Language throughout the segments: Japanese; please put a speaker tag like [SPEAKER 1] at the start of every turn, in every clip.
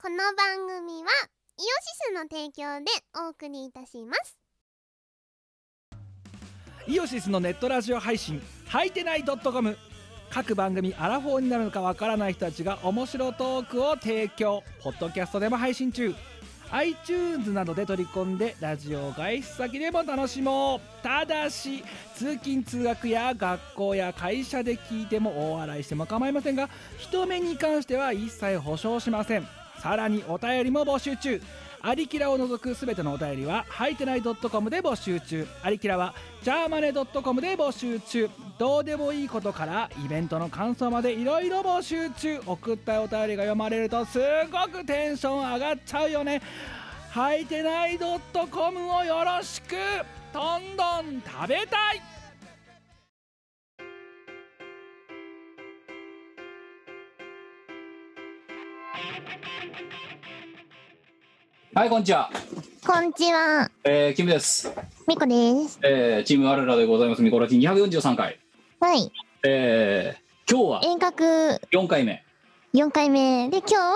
[SPEAKER 1] 番組はイオシスの提供でお送りいたします
[SPEAKER 2] イオシスのネットラジオ配信「はいてない .com」各番組アラフォーになるのかわからない人たちが面白トークを提供ポッドキャストでも配信中 iTunes などで取り込んでラジオを外出先でも楽しもうただし通勤通学や学校や会社で聞いても大笑いしても構いませんが人目に関しては一切保証しませんさらにお便りも募集中アリキラを除くすべてのお便りは、はいてない .com で募集中。アリキラは、ジャーマネ .com で募集中。どうでもいいことから、イベントの感想までいろいろ募集中。送ったお便りが読まれると、すごくテンション上がっちゃうよね。はいてない .com をよろしくどんどん食べたい
[SPEAKER 3] はい、こんにちは。
[SPEAKER 1] こんにちは
[SPEAKER 3] えー、キムです。
[SPEAKER 1] みこです
[SPEAKER 3] えー、チーム我らでございます。ミコラキ243回。
[SPEAKER 1] はい
[SPEAKER 3] えー、今日は
[SPEAKER 1] 遠隔
[SPEAKER 3] 4回目。
[SPEAKER 1] 4回目で今日は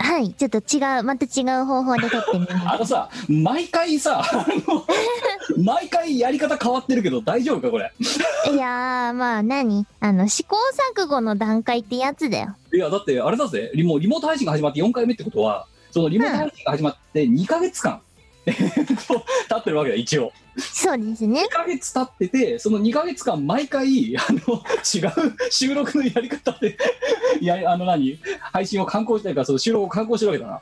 [SPEAKER 1] はいちょっと違うまた違う方法で撮ってみま
[SPEAKER 3] あのさ、毎回さ、 あの毎回やり方変わってるけど大丈夫か、これ。
[SPEAKER 1] すいやーまあ何あの試行錯誤の段階ってやつだよ
[SPEAKER 3] いや、だってあれだぜ、リモリモート配信が始まって4回目ってことは、そのリモート配信が始まって2ヶ月間、 えーっと経ってるわけだ、一応。
[SPEAKER 1] そうですね
[SPEAKER 3] 2ヶ月経ってて、その2ヶ月間、毎回、あの、違う収録のやり方で、いや、あの何、配信を観光したいから、その収録を観光してるわけだな。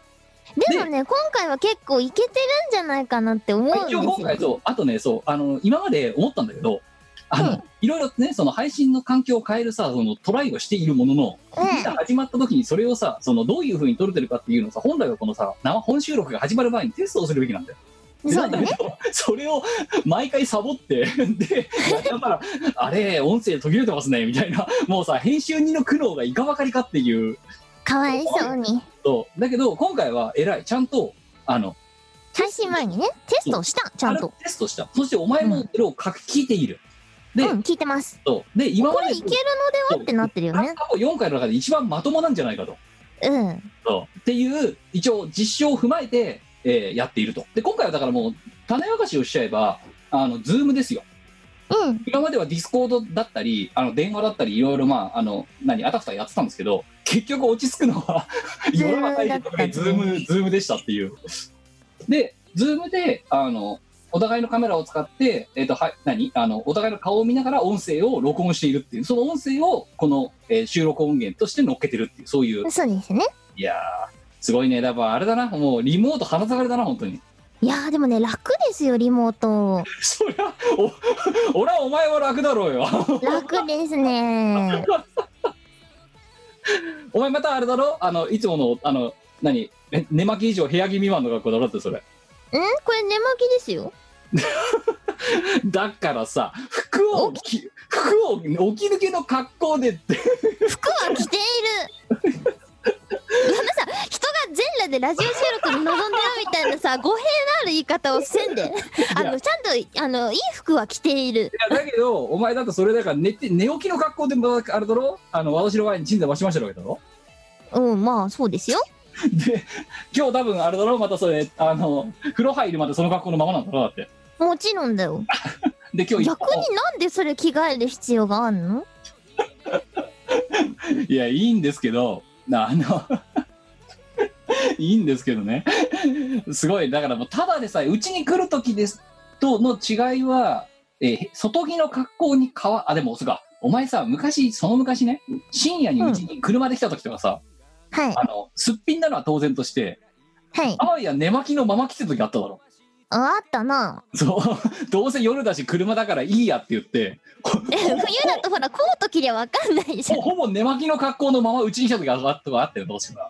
[SPEAKER 1] でもね今回は結構いけてるんじゃないかなって思うんです
[SPEAKER 3] 一
[SPEAKER 1] よ
[SPEAKER 3] 応今回そうあとねそうあの今まで思ったんだけどあの、
[SPEAKER 1] うん
[SPEAKER 3] いろいろねその配信の環境を変えるさそのトライをしているものの、
[SPEAKER 1] うん
[SPEAKER 3] いざ始まった時にそれをさそのどういうふうに撮れてるかっていうのをさ本来はこのさ生本収録が始まる前にテストをするべきなんだよ。で
[SPEAKER 1] そうだ
[SPEAKER 3] なん
[SPEAKER 1] ね
[SPEAKER 3] だけど それを毎回サボって でだからあれ音声途切れてますねみたいなもうさ編集人の苦悩がいかばかりかっていう
[SPEAKER 1] かわいそうに
[SPEAKER 3] そうだけど今回は偉いちゃんとあの
[SPEAKER 1] 配信前にねテストをしたちゃん
[SPEAKER 3] あ
[SPEAKER 1] と
[SPEAKER 3] るテストしたそしてお前もそれを書き聞いている、で、
[SPEAKER 1] うん聞いてます
[SPEAKER 3] そうで今
[SPEAKER 1] こ
[SPEAKER 3] ま
[SPEAKER 1] れ
[SPEAKER 3] で
[SPEAKER 1] いけるのではってなってるよね
[SPEAKER 3] 過去4回の中で一番まともなんじゃないかと
[SPEAKER 1] うん
[SPEAKER 3] そうっていう一応実証を踏まえて、えーやっているとで今回はだからもう種明かしをしちゃえばあのズームですよ
[SPEAKER 1] うん
[SPEAKER 3] 今まではディスコードだったりあの電話だったりいろいろまああの何あたふたやってたんですけど結局落ち着くの は
[SPEAKER 1] ズ
[SPEAKER 3] 世
[SPEAKER 1] ー
[SPEAKER 3] の
[SPEAKER 1] ムだった
[SPEAKER 3] 中にとってズームズームでしたっていうでズームであのお互いのカメラを使って、えっとはい、何あのお互いの顔を見ながら音声を録音しているっていうその音声をこの、えー収録音源として乗っけてるっていうそういう
[SPEAKER 1] そうですね
[SPEAKER 3] いやーすごいねだからあれだなもうリモート鼻下がりだな本当に
[SPEAKER 1] いやーでもね楽ですよリモート
[SPEAKER 3] そりゃお 俺はお前は楽だろうよ
[SPEAKER 1] 楽ですね
[SPEAKER 3] お前またあれだろあのいつものあの何え寝巻き以上部屋着未満の学校だろってそれ
[SPEAKER 1] うんこれ寝巻きですよ
[SPEAKER 3] だからさ服を着服を起き抜けの格好でって
[SPEAKER 1] 服は着ているやめさ人が全裸でラジオ収録に臨んでるみたいなさ語弊のある言い方をせんであのちゃんとあのいい服は着ている
[SPEAKER 3] いやだけどお前だとそれだから寝て寝起きの格好でまたあれだろあの私の前に鎮座わしましたわけだろ
[SPEAKER 1] うんまあそうですよ
[SPEAKER 3] で今日多分あれだろまたそれあの風呂入るまでその格好のままなんだろだって
[SPEAKER 1] もちろんだよ
[SPEAKER 3] で今日
[SPEAKER 1] 逆になんでそれ着替える必要があんの
[SPEAKER 3] いや、いいんですけど、なあの、いいんですけどね。すごい、だからもう、ただでさえ、うちに来るときですとの違いは、えー外着の格好に変わ、あ、でも、そうか、お前さ、昔、その昔ね、深夜にうちに車で来たときとかさ、
[SPEAKER 1] はい
[SPEAKER 3] あの、すっぴんなのは当然として、
[SPEAKER 1] はい
[SPEAKER 3] あわや寝巻きのまま来てるときあっただろ。
[SPEAKER 1] ああったな
[SPEAKER 3] そう、どうせ夜だし車だからいいやって言って、ほ
[SPEAKER 1] え 冬だとほらコート着りゃわかんないじゃん
[SPEAKER 3] ほぼ寝巻きの格好のままうちに来たときあったあったよ、どうしても。
[SPEAKER 1] あ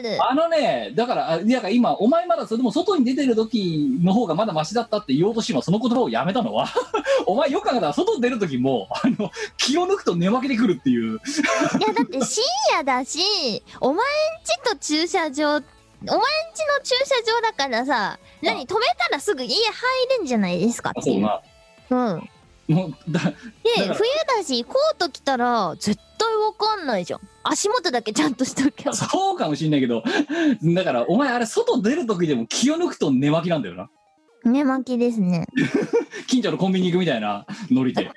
[SPEAKER 1] るある
[SPEAKER 3] あのね、だから、あいやだから今、お前まだそれでも外に出てる時の方がまだマシだったって言おうとしても、その言葉をやめたのは、 お前よく考えたら、外に出る時も、あの、気を抜くと寝負けてくるっていう。
[SPEAKER 1] いやだって深夜だしお前んちと駐車場お前んちの駐車場だからさ何止めたらすぐ家入れんじゃないですかって
[SPEAKER 3] そう
[SPEAKER 1] いう
[SPEAKER 3] な。
[SPEAKER 1] うん
[SPEAKER 3] もう
[SPEAKER 1] で
[SPEAKER 3] だだから
[SPEAKER 1] 冬だしコート着たら絶対わかんないじゃん足元だけちゃんとしとけば
[SPEAKER 3] そうかもしんないけどだからお前あれ外出る時でも気を抜くと寝巻きなんだよな
[SPEAKER 1] 寝巻きですね
[SPEAKER 3] 近所のコンビニ行くみたいなノリ
[SPEAKER 1] コンビ
[SPEAKER 3] で
[SPEAKER 1] ニ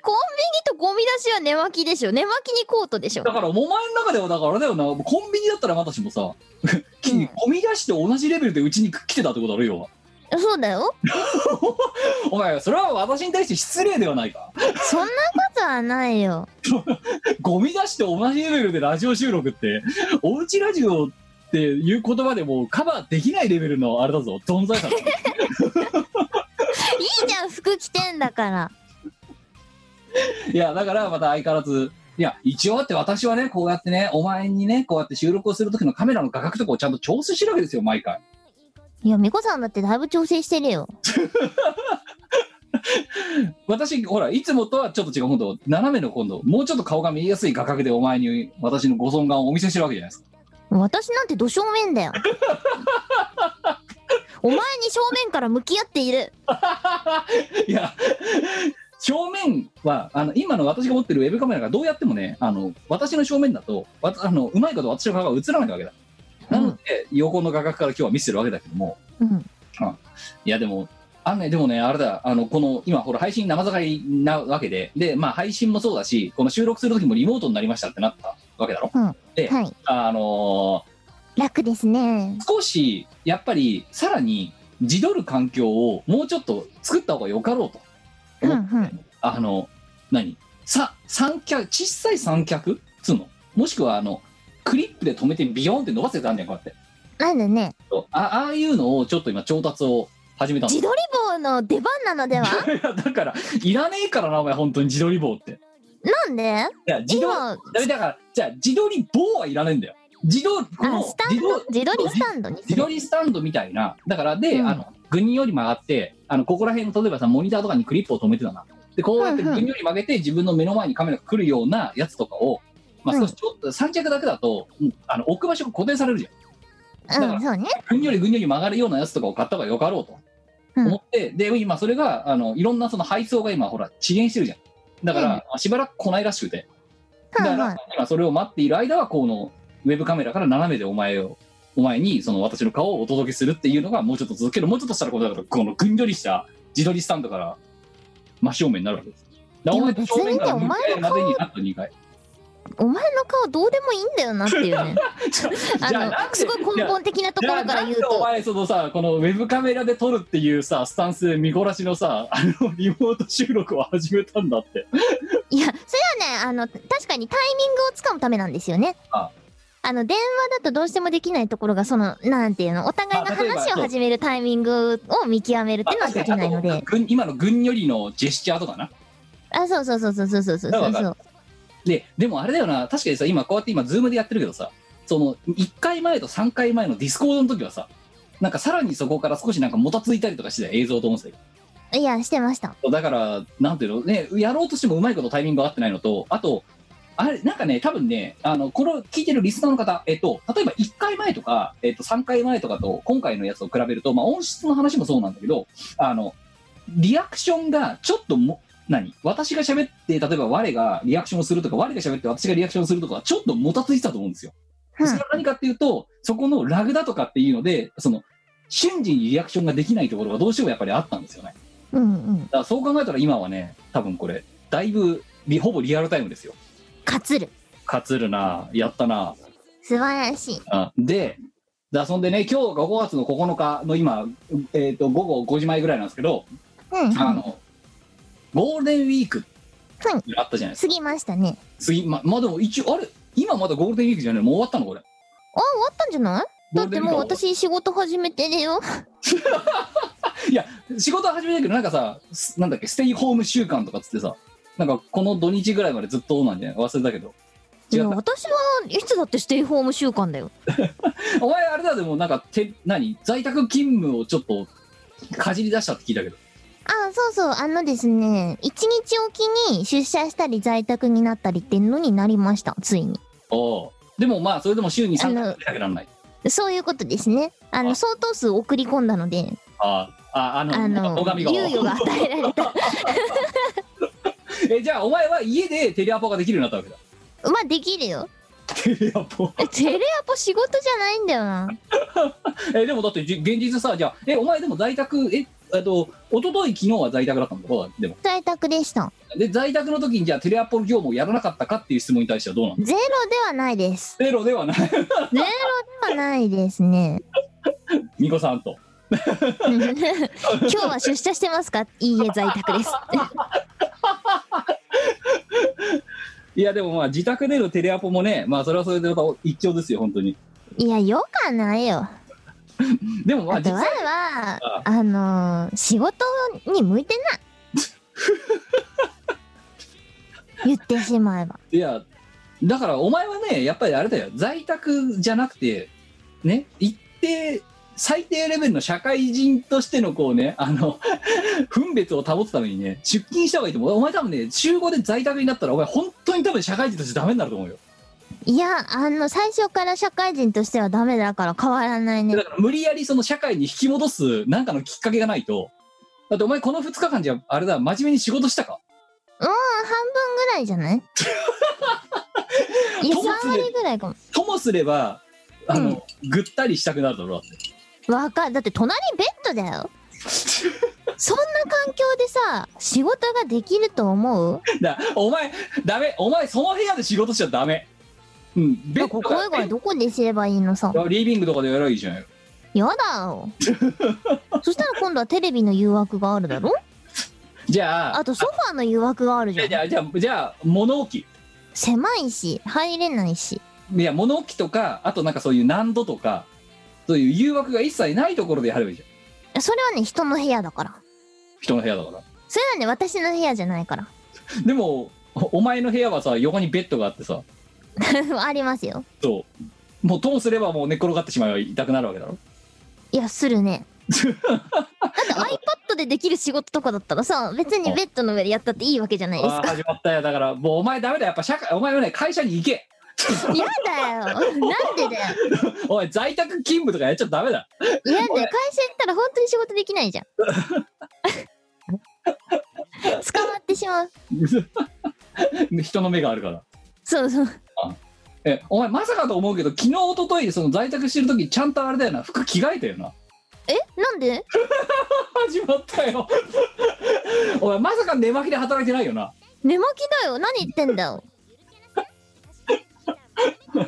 [SPEAKER 1] とゴミ出しは寝巻きでしょ寝巻きにコートでしょ
[SPEAKER 3] だからお前の中ではだからあれだよなコンビニだったらまたしもさ き
[SPEAKER 1] うん
[SPEAKER 3] 込み出して同じレベルでうちに来てたってことあるよ
[SPEAKER 1] そうだよ
[SPEAKER 3] お前それは私に対して失礼ではないか
[SPEAKER 1] そんなことはないよ
[SPEAKER 3] ゴミ出して同じレベルでラジオ収録っておうちラジオっていう言葉でもうカバーできないレベルのあれだぞ存在感だ
[SPEAKER 1] いいじゃん服着てんだから
[SPEAKER 3] いやだからまた相変わらずいや一応だって私はねこうやってねお前にねこうやって収録をする時のカメラの画角とかをちゃんと調整してるわけですよ毎回
[SPEAKER 1] いや美子さんだってだいぶ調整してるよ
[SPEAKER 3] 私ほらいつもとはちょっと違う今度斜めの今度もうちょっと顔が見えやすい画角でお前に私のご尊顔をお見せしてるわけじゃないですか
[SPEAKER 1] 私なんてど正面 だよお前に正面から向き合っている
[SPEAKER 3] いや正面はあの今の私が持ってるウェブカメラがどうやってもねあの私の正面だとわあのうまいこと私の顔が映らないわけだなので、横の画角から今日は見せてるわけだけども
[SPEAKER 1] うん
[SPEAKER 3] いやでもあのねでもねあれだあのこの今ほら配信生盛りなわけででまあ配信もそうだしこの収録する時もリモートになりましたってなったわけだろ
[SPEAKER 1] はい
[SPEAKER 3] あの
[SPEAKER 1] 楽ですね
[SPEAKER 3] 少しやっぱりさらに自撮る環境をもうちょっと作った方がよかろうと
[SPEAKER 1] うんうん
[SPEAKER 3] あの、何さ、三脚、小さい三脚っつうのもしくは、あの、クリップで止めてビヨーンって伸ばせたんじゃん、こうやって。
[SPEAKER 1] なんでね
[SPEAKER 3] そうあああいうのをちょっと今、調達を始めたん
[SPEAKER 1] 自撮り棒の出番なのでは
[SPEAKER 3] だから、いらねえからな、お前、本当に自撮り棒って。い
[SPEAKER 1] なんで
[SPEAKER 3] や、自撮
[SPEAKER 1] 今あ
[SPEAKER 3] り、だから、じゃあ、自撮り棒はいらねえんだよ。自撮り、この
[SPEAKER 1] スタン
[SPEAKER 3] 自
[SPEAKER 1] ド
[SPEAKER 3] 撮
[SPEAKER 1] 自撮りスタンドに
[SPEAKER 3] 自撮りスタンドみたいな、だから、で、
[SPEAKER 1] うん
[SPEAKER 3] あの、グニより曲がって、あの、ここら辺の、例えばさ、モニターとかにクリップを止めてたな。で、こうやって
[SPEAKER 1] うん
[SPEAKER 3] グ
[SPEAKER 1] うん
[SPEAKER 3] ニより曲げて、自分の目の前にカメラが来るようなやつとかを、まあ、少しちょっと、三脚だけだと、うんあの、置く場所が固定されるじゃん。
[SPEAKER 1] うんそうね
[SPEAKER 3] ぐによりぐにより曲がるようなやつとかを買った方がよかろうと
[SPEAKER 1] うん
[SPEAKER 3] 思って、で、今それが、あの、いろんなその配送が今、ほら、遅延してるじゃん。だから、しばらく来ないらしくて。だ
[SPEAKER 1] は
[SPEAKER 3] か
[SPEAKER 1] いは
[SPEAKER 3] ら
[SPEAKER 1] い、
[SPEAKER 3] 今それを待っている間は、この、ウェブカメラから斜めでお前を、お前に、その私の顔をお届けするっていうのが、もうちょっと続ける。もうちょっとしたら、この、だからこのぐんよりした自撮りスタンドから、真正面になるわけです。だから
[SPEAKER 1] でも別にね
[SPEAKER 3] から
[SPEAKER 1] お前の
[SPEAKER 3] 向かいまでにあと2回。
[SPEAKER 1] お前の顔どうでもいいんだよなっていうねあ
[SPEAKER 3] じゃあなん
[SPEAKER 1] の
[SPEAKER 3] です
[SPEAKER 1] ごい根本的なとこ
[SPEAKER 3] じゃあ
[SPEAKER 1] ろか
[SPEAKER 3] な
[SPEAKER 1] ら
[SPEAKER 3] ん
[SPEAKER 1] 言
[SPEAKER 3] で
[SPEAKER 1] う
[SPEAKER 3] お
[SPEAKER 1] と
[SPEAKER 3] 前そのさこのウェブカメラで撮るっていうさスタンスで見殺しのさ あのリモート収録を始めたんだって
[SPEAKER 1] いや、それはね、あの、確かにタイミングをつかむためなんですよね。
[SPEAKER 3] あ
[SPEAKER 1] あの、電話だとどうしてもできないところが、その、なんていうの、お互いが
[SPEAKER 3] あ例えば
[SPEAKER 1] 話を
[SPEAKER 3] そう
[SPEAKER 1] 始めるタイミングを見極めるっていうのはできないの
[SPEAKER 3] あ
[SPEAKER 1] で
[SPEAKER 3] と。軍今の軍よりのジェスチャーとかな
[SPEAKER 1] あ、そうそうそうそうそうそうそう
[SPEAKER 3] だ
[SPEAKER 1] そ
[SPEAKER 3] か
[SPEAKER 1] う
[SPEAKER 3] ら
[SPEAKER 1] そう。
[SPEAKER 3] ででもあれだよな確かにさ今こうやって今ズームでやってるけどさその1回前と3回前のディスコードの時はさなんかさらにそこから少しなんかもたついたりとかしてたよ映像と音声
[SPEAKER 1] いや、してました。
[SPEAKER 3] だから、なんていうの、ね、やろうとしてもうまいことタイミングが合ってないのと、あと、あれ、なんかね、多分ね、あの、これを聞いてるリスナーの方、えっと、例えば1回前とか、えっと、3回前とかと、今回のやつを比べると、まあ、音質の話もそうなんだけど、あの、リアクションがちょっとも、何私が喋って、例えば我がリアクションをするとか、我が喋って私がリアクションをするとか、ちょっともたついてたと思うんですよ。
[SPEAKER 1] うん
[SPEAKER 3] それは何かっていうと、そこのラグだとかっていうので、その、瞬時にリアクションができないところがどうしてもやっぱりあったんですよね。
[SPEAKER 1] うんうん。
[SPEAKER 3] だからそう考えたら今はね多分これだいぶリほぼリアルタイムですよ
[SPEAKER 1] かつる。
[SPEAKER 3] 勝つるなやったな
[SPEAKER 1] 素晴らしい。
[SPEAKER 3] あでだそんでね今日が5月の9日の今、えー、と午後5時前ぐらいなんですけど、
[SPEAKER 1] うん、う
[SPEAKER 3] あ
[SPEAKER 1] ん。
[SPEAKER 3] のゴールデンウィーク
[SPEAKER 1] はい
[SPEAKER 3] あったじゃないですか
[SPEAKER 1] 過ぎましたね。
[SPEAKER 3] 次ままあでも一応あれ今まだゴールデンウィークじゃないもう終わったのこれ
[SPEAKER 1] あ、終わったんじゃないだってもう
[SPEAKER 3] ゴールデンウィークは終わ
[SPEAKER 1] 私仕事始めてるよ。
[SPEAKER 3] った仕事は始めたけどなんかさすなんだっけステイホーム週間とかっつってさなんかこの土日ぐらいまでずっとなんじゃない忘れたけど
[SPEAKER 1] い
[SPEAKER 3] 違
[SPEAKER 1] や、
[SPEAKER 3] った
[SPEAKER 1] 私はいつだってステイホーム習慣だよ。
[SPEAKER 3] お前あれだでもなんかて何在宅勤務をちょっとかじり出したって聞いたけど
[SPEAKER 1] あ、そうそう、あのですね、一日おきに出社したり在宅になったりってのになりました、ついに。
[SPEAKER 3] おうでもまあそれでも週に3
[SPEAKER 1] あ
[SPEAKER 3] 回
[SPEAKER 1] の
[SPEAKER 3] しかやらない
[SPEAKER 1] そういうことですね。あの、
[SPEAKER 3] あ
[SPEAKER 1] 相当数送り込んだので、
[SPEAKER 3] ああああの
[SPEAKER 1] あの、
[SPEAKER 3] おがみが
[SPEAKER 1] 猶予が与えられた。
[SPEAKER 3] えじゃあお前は家でテレアポができるようになったわ
[SPEAKER 1] まあできるよ
[SPEAKER 3] けだテレ アポ
[SPEAKER 1] えテレアポ仕事じゃないんだよな
[SPEAKER 3] えでもだってじ現実さじゃあえお前でも在宅ええっと一昨日昨日は在宅だったんだろでも
[SPEAKER 1] 在宅でした
[SPEAKER 3] で在宅の時にじゃあテレアポ業務をやらなかったかっていう質問に対してはどうなの
[SPEAKER 1] ゼロではないです
[SPEAKER 3] ゼロではない
[SPEAKER 1] ゼロではないですね
[SPEAKER 3] ミコさんと
[SPEAKER 1] 今日は出社してますかいいえ在宅です
[SPEAKER 3] いやでもまあ自宅でのテレアポもねまあそれはそれでまた一丁ですよ本当に
[SPEAKER 1] いやよかないよ
[SPEAKER 3] でもまあ
[SPEAKER 1] あと
[SPEAKER 3] 実
[SPEAKER 1] 我
[SPEAKER 3] 際
[SPEAKER 1] はあのー仕事に向いて ない言ってしまえば
[SPEAKER 3] いやだからお前はねやっぱりあれだよ在宅じゃなくてね一定最低レベルの社会人としてのこうねあの 分別を保つためにね出勤した方がいいと思うお前多分ね週5で在宅になったらお前本当に多分社会人としてダメになると思うよ
[SPEAKER 1] いやあの最初から社会人としてはダメだから変わらないね
[SPEAKER 3] だから無理やりその社会に引き戻すなんかのきっかけがないとだってお前この2日間じゃあれだ真面目に仕事したか
[SPEAKER 1] 半分ぐらいじゃない いや3
[SPEAKER 3] トマトで
[SPEAKER 1] 割ぐらいかも
[SPEAKER 3] ともすればあの、ぐったりしたくなるだろうだって
[SPEAKER 1] わかるだって隣ベッドだ よそんな環境でさ仕事ができると思う
[SPEAKER 3] だお前ダメお前その部屋で仕事しちゃダメうんベッド
[SPEAKER 1] こ
[SPEAKER 3] が
[SPEAKER 1] こ以外どこですればいいのさ
[SPEAKER 3] いやリビングとかでやればいいじゃんよ
[SPEAKER 1] やだよ そしたら今度はテレビの誘惑があるだろ
[SPEAKER 3] じゃあ
[SPEAKER 1] あとソファーの誘惑があるじ
[SPEAKER 3] じゃ
[SPEAKER 1] ゃ
[SPEAKER 3] あ
[SPEAKER 1] ん
[SPEAKER 3] じゃあじゃあじゃあ物置
[SPEAKER 1] 狭いし入れないし
[SPEAKER 3] いや物置とかあとなんかそういう難度とかそういう誘惑が一切ないところでやればいいじゃん
[SPEAKER 1] それはね人の部屋だから
[SPEAKER 3] 人の部屋だから
[SPEAKER 1] それはね私の部屋じゃないから
[SPEAKER 3] でもおお前の部屋はさ横にベッドがあってさ
[SPEAKER 1] ありますよ
[SPEAKER 3] そうもうともすればもう寝転がってしまえば痛くなるわけだろ
[SPEAKER 1] いやするねだって iPad でできる仕事とかだったらさ別にベッドの上でやったっていいわけじゃないです
[SPEAKER 3] ああ
[SPEAKER 1] か
[SPEAKER 3] 始まったよだからもうお前ダメだやっぱ社会お前はね会社に行け
[SPEAKER 1] やだよなんでだよ
[SPEAKER 3] お前在宅勤務とかやっちゃダメだ
[SPEAKER 1] いや だよ会社行ったら本当に仕事できない じゃん捕まってしまう
[SPEAKER 3] 人の目があるから
[SPEAKER 1] そうそう
[SPEAKER 3] えお前まさかと思うけど昨日一昨日でその在宅してる時ちゃんとあれだよな服着替えたよな
[SPEAKER 1] えなんで
[SPEAKER 3] 始まったよ お前まさか寝巻きで働いてないよな
[SPEAKER 1] 寝巻きだよ何言ってんだ よな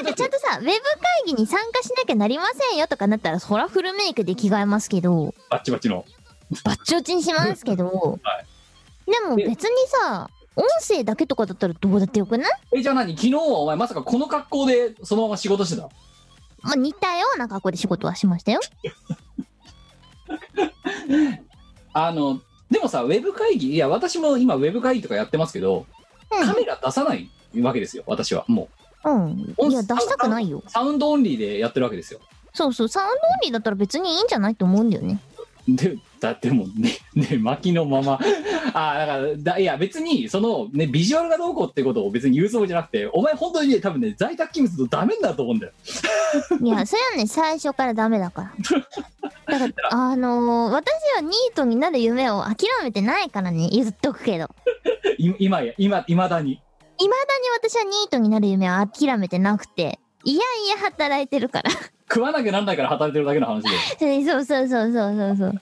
[SPEAKER 1] んかちゃんとさウェブ会議に参加しなきゃなりませんよとかなったらそらフルメイクで着替えますけど
[SPEAKER 3] バッチバチの
[SPEAKER 1] バッチョチにしますけど、
[SPEAKER 3] はい
[SPEAKER 1] でも別にさ音声だけとかだったらどうだってよくない、
[SPEAKER 3] えじゃあ何昨日はお前まさかこの格好でそのまま仕事してた
[SPEAKER 1] まあ、似たような格好で仕事はしましたよ
[SPEAKER 3] あのでもさウェブ会議いや私も今ウェブ会議とかやってますけどカメラ出さないわけですよ私はも
[SPEAKER 1] うん、うん、いや出したくないよ
[SPEAKER 3] うサウンドオンリーでやってるわけですよ
[SPEAKER 1] そうそうサウンドオンリーだったら別にいいんじゃないと思うんだよね
[SPEAKER 3] でだってもうね ね巻きのままああだからだいや別にそのねビジュアルがどうこうってことを別に言うつもりじゃなくてお前本当にね多分ね在宅勤務するとダメになると思うんだよ
[SPEAKER 1] いやそれはね最初からダメだからだからあのー私はニートになる夢を諦めてないからね譲っとくけど
[SPEAKER 3] い今や今いまだに
[SPEAKER 1] いまだに私はニートになる夢は諦めてなくていやいや働いてるから
[SPEAKER 3] 食わなきゃなんないから働いてるだけの話で
[SPEAKER 1] そうそうそうそうそうそう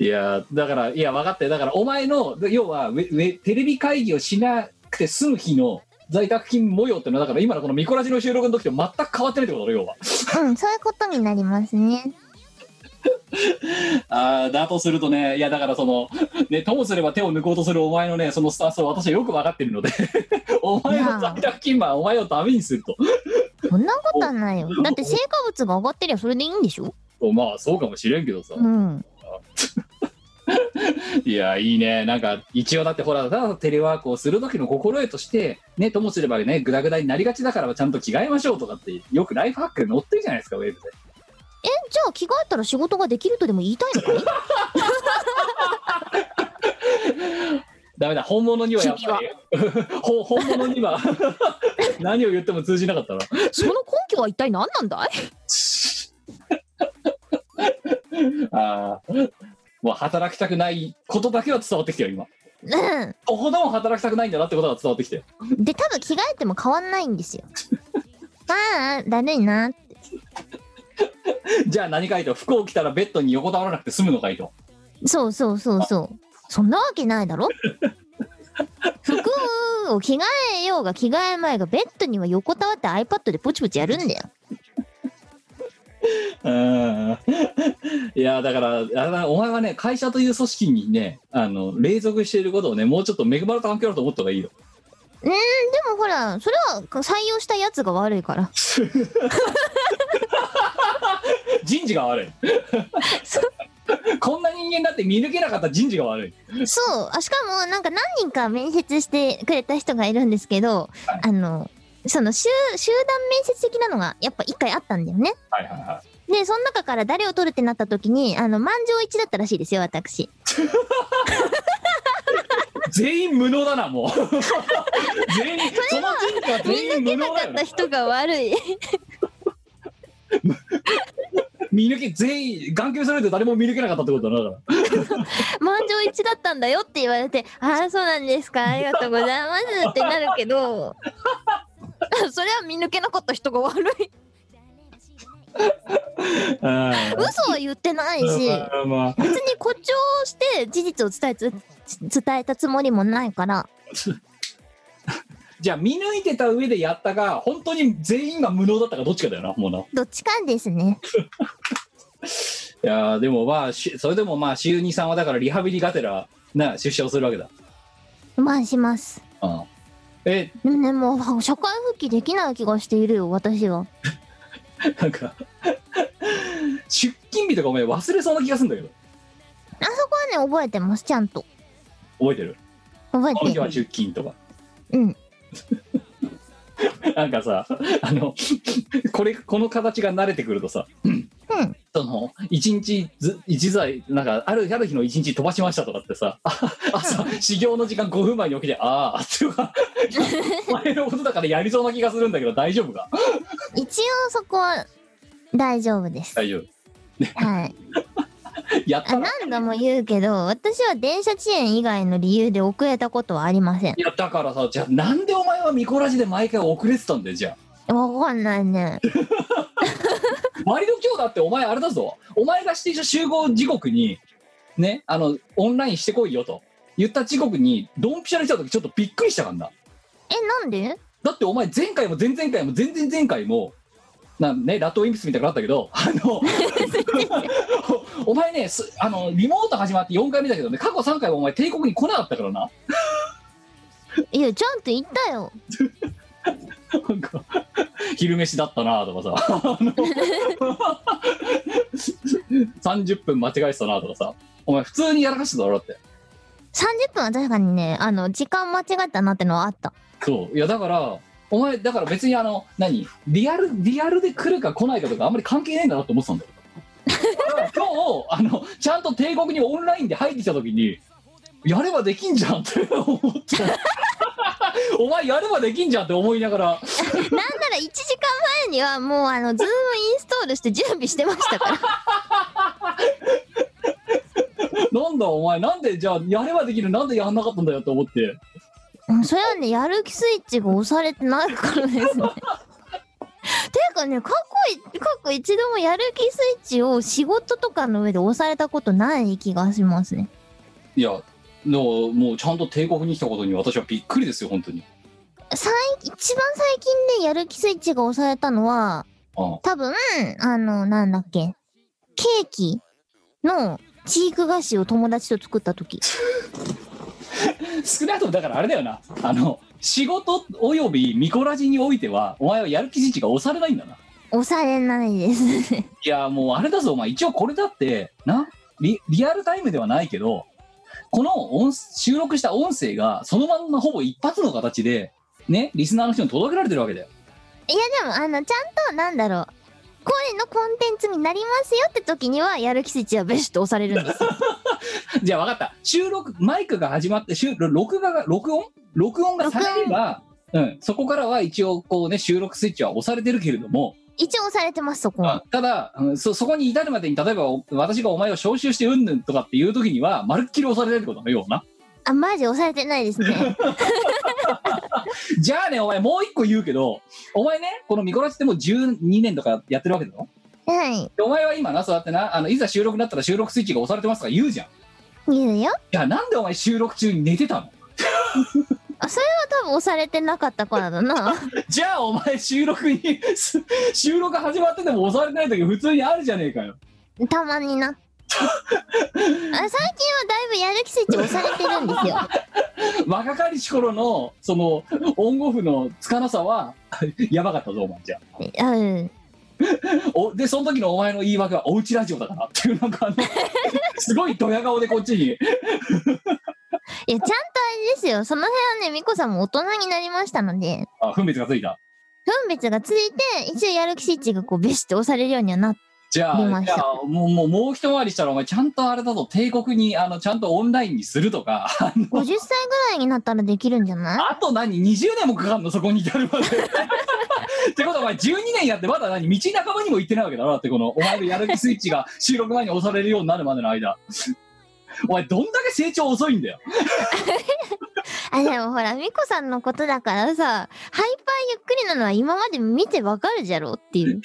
[SPEAKER 3] いやーだからいや分かってだからお前の要はウェウェテレビ会議をしなくて済む日の在宅勤務模様っていうのはだから今のこのミコラジの収録の時と全く変わってないってことだろ要は
[SPEAKER 1] うん、そういうことになりますね。
[SPEAKER 3] あーだとするとねいやだからその ねともすれば手を抜こうとするお前のねそのスタンスを私はよく分かってるので お前の在宅勤務はお前をダメにすると
[SPEAKER 1] そんなことはないよ。だって成果物が上がってりゃそれでいいんでしょ
[SPEAKER 3] まあそうかもしれんけどさ、
[SPEAKER 1] うん。
[SPEAKER 3] いやいいねなんか一応だってほらただテレワークをする時の心得としてねともすればねグダグダになりがちだからちゃんと着替えましょうとかってよくライフハックに載ってるじゃないですかウェブで
[SPEAKER 1] え、じゃあ着替えたら仕事ができるとでも言いたいのかい
[SPEAKER 3] ダメだ本物にはやっぱり ほ本物には何を言っても通じなかったな
[SPEAKER 1] その根拠は一体何なんだい
[SPEAKER 3] あーは働きたくないことだけは伝わってきてよ今
[SPEAKER 1] うん
[SPEAKER 3] こほども働きたくないんだなってことが伝わってきて
[SPEAKER 1] で多分着替えても変わんないんですよああだるいな
[SPEAKER 3] じゃあ何かいと服を着たらベッドに横たわらなくて済むのかいと
[SPEAKER 1] そうそうそうそうそんなわけない だろ服を着替えようが着替えまいがベッドには横たわって iPad でポチポチやるんだよ
[SPEAKER 3] うーんいやだからあれだお前はね会社という組織にねあの隷属していることをねもうちょっと恵まれた環境だと思った方がいいよ
[SPEAKER 1] でもほらそれは採用したやつが悪いから
[SPEAKER 3] 人事が 悪いこんな人間だって見抜けなかった人事が悪い
[SPEAKER 1] そうあしかもなんか何人か面接してくれた人がいるんですけど、
[SPEAKER 3] はい
[SPEAKER 1] あのその集集団面接的なのがやっぱ一回あったんだよね
[SPEAKER 3] はいはいはい
[SPEAKER 1] でその中から誰を取るってなった時にあの満場一致だったらしいですよ私
[SPEAKER 3] 全員無能だ なもう全員その
[SPEAKER 1] み
[SPEAKER 3] 人事は
[SPEAKER 1] んな
[SPEAKER 3] 全員
[SPEAKER 1] 出
[SPEAKER 3] 無
[SPEAKER 1] な
[SPEAKER 3] 能
[SPEAKER 1] か
[SPEAKER 3] だよ
[SPEAKER 1] った人が悪い
[SPEAKER 3] 見抜け全員眼球されて誰も見抜けなかったってことだなだから
[SPEAKER 1] 満場一致だったんだよって言われて「ああそうなんですかありがとうございます」ってなるけど それは見抜けなかった人が悪い
[SPEAKER 3] あー
[SPEAKER 1] 嘘は言ってないし
[SPEAKER 3] まあまあまあ
[SPEAKER 1] 別に誇張して事実を伝えつ伝えたつもりもないから
[SPEAKER 3] じゃあ見抜いてた上でやったが本当に全員が無能だったかどっちかだよなもうない
[SPEAKER 1] どっちかですね
[SPEAKER 3] やーでもまあしそれでもまあ週2さんはだからリハビリがてらな出社をするわけだ
[SPEAKER 1] まあします
[SPEAKER 3] うんえ
[SPEAKER 1] でもねもう社会復帰できない気がしているよ私は
[SPEAKER 3] なんか 出勤日とかお前忘れそうな気がするんだけど
[SPEAKER 1] あそこはね覚えてますちゃんと
[SPEAKER 3] 覚え てる
[SPEAKER 1] 覚え
[SPEAKER 3] この日は
[SPEAKER 1] てる
[SPEAKER 3] 出勤とか
[SPEAKER 1] うん
[SPEAKER 3] なんかさあの これこの形が慣れてくるとさ
[SPEAKER 1] うん
[SPEAKER 3] その一日ず一在なんかあるある日の一日飛ばしましたとかってさ あ朝始業の時間5分前に起きてああって かお前のことだからやりそうな気がするんだけど大丈夫か
[SPEAKER 1] 一応そこは大丈夫です
[SPEAKER 3] 大丈夫
[SPEAKER 1] はい
[SPEAKER 3] やった
[SPEAKER 1] あ
[SPEAKER 3] ら
[SPEAKER 1] 何度も言うけど私は電車遅延以外の理由で遅れたことはありません
[SPEAKER 3] いやだからさじゃあなんでお前はミコラジで毎回遅れてたんだよじゃあ
[SPEAKER 1] わかんないね
[SPEAKER 3] 割と今日だってお前あれだぞお前が指定した集合時刻にねあのオンラインしてこいよと言った時刻にドンピシャにした時ちょっとびっくりしたからな
[SPEAKER 1] えなんで
[SPEAKER 3] だってお前前回も前々回も前々前回もなんねラトウインプスみたいなのあったけどあのお前ねすあのリモート始まって4回目だけどね過去3回もお前帝国に来なかったからない
[SPEAKER 1] やちゃんと言ったよ
[SPEAKER 3] なんか昼飯だったなとかさあの30分間違えてたなとかさお前普通にやらかしてただろだって
[SPEAKER 1] 30分は確かにねあの時間間違えたなってのはあった
[SPEAKER 3] そういやだからお前だから別にあの何リアルリアルで来るか来ないかとかあんまり関係ないんだなと思ってたんだよだから今日あのちゃんと帝国にオンラインで入ってきた時にやればできんじゃんって思ったお前やればできんじゃんって思いながら
[SPEAKER 1] なんなら1時間前にはもうあのズームインストールして準備してましたから
[SPEAKER 3] なんだお前なんでじゃあやればできるなんでやんなかったんだよって思って
[SPEAKER 1] うんそれはねやる気スイッチが押されてないからですね ていうかね過去い過去一度もやる気スイッチを仕事とかの上で押されたことない気がしますね
[SPEAKER 3] いやだからもうちゃんと帝国に来たことに私はびっくりですよ本当に
[SPEAKER 1] 最一番最近でやる気スイッチが押されたのは
[SPEAKER 3] あ
[SPEAKER 1] 多分あのなんだっけケーキのチーク菓子を友達と作った時
[SPEAKER 3] 少なくともだからあれだよなあの仕事およびミコラジにおいてはお前はやる気自治が押されないんだな
[SPEAKER 1] 押されないです ね
[SPEAKER 3] いやもうあれだぞお前一応これだってなリリアルタイムではないけどこの音収録した音声がそのまんまほぼ一発の形でねリスナーの人に届けられてるわけだよ
[SPEAKER 1] いやでもあのちゃんとなんだろう声のコンテンツになりますよって時にはやる気スイッチはベシッと押されるんですよ
[SPEAKER 3] じゃあ分かった収録マイクが始まって収録画が録音録音がされれば、うん、そこからは一応こうね収録スイッチは押されてるけれども
[SPEAKER 1] 一応押されてますそこは
[SPEAKER 3] ただ、うんそそこに至るまでに例えばお私がお前を招集してうんぬんとかっていう時にはまるっきり押されてることのような
[SPEAKER 1] あマジ押されてないですね
[SPEAKER 3] じゃあねお前もう一個言うけどお前ねこのミコラチってもう12年とかやってるわけだろ
[SPEAKER 1] はい
[SPEAKER 3] でお前は今なそうやってなあのいざ収録になったら収録スイッチが押されてますとから言うじゃんい
[SPEAKER 1] 言うよ
[SPEAKER 3] やなんでお前収録中に寝てたの
[SPEAKER 1] あそれは多分押されてなかったからだな
[SPEAKER 3] じゃあお前収録に収録始まってても押されてない時普通にあるじゃねえかよ
[SPEAKER 1] たまになあ最近はだいぶやる気スイッチ押されてるんですよ
[SPEAKER 3] 若かりし頃のそのオンオフのつかなさは やばかったぞお前じゃあ
[SPEAKER 1] うん
[SPEAKER 3] おでその時のお前の言い訳はおうちラジオだからっていうな んかあのすごいドヤ顔でこっちに
[SPEAKER 1] いやちゃんとあれですよその辺はねみこさんも大人になりましたので
[SPEAKER 3] あ分別がついた
[SPEAKER 1] 分別がついて一応やる気スイッチがこうビシッと押されるようにはなっ
[SPEAKER 3] じゃ
[SPEAKER 1] 出
[SPEAKER 3] あ
[SPEAKER 1] まし
[SPEAKER 3] じ
[SPEAKER 1] た
[SPEAKER 3] ゃあもうもうもう一回りしたらお前ちゃんとあれだと帝国にあのちゃんとオンラインにするとかあの
[SPEAKER 1] 50歳ぐらいになったらできるんじゃない
[SPEAKER 3] あと何20年もかかんのそこに至るま でってことはお前12年やってまだ何道半ばにも行ってないわけだろだってこのお前のやる気スイッチが収録前に押されるようになるまでの間お前どんだけ成長遅いんだよ
[SPEAKER 1] あでもほらみこさんのことだからさハイパーゆっくりなのは今まで見てわかるじゃろうっていう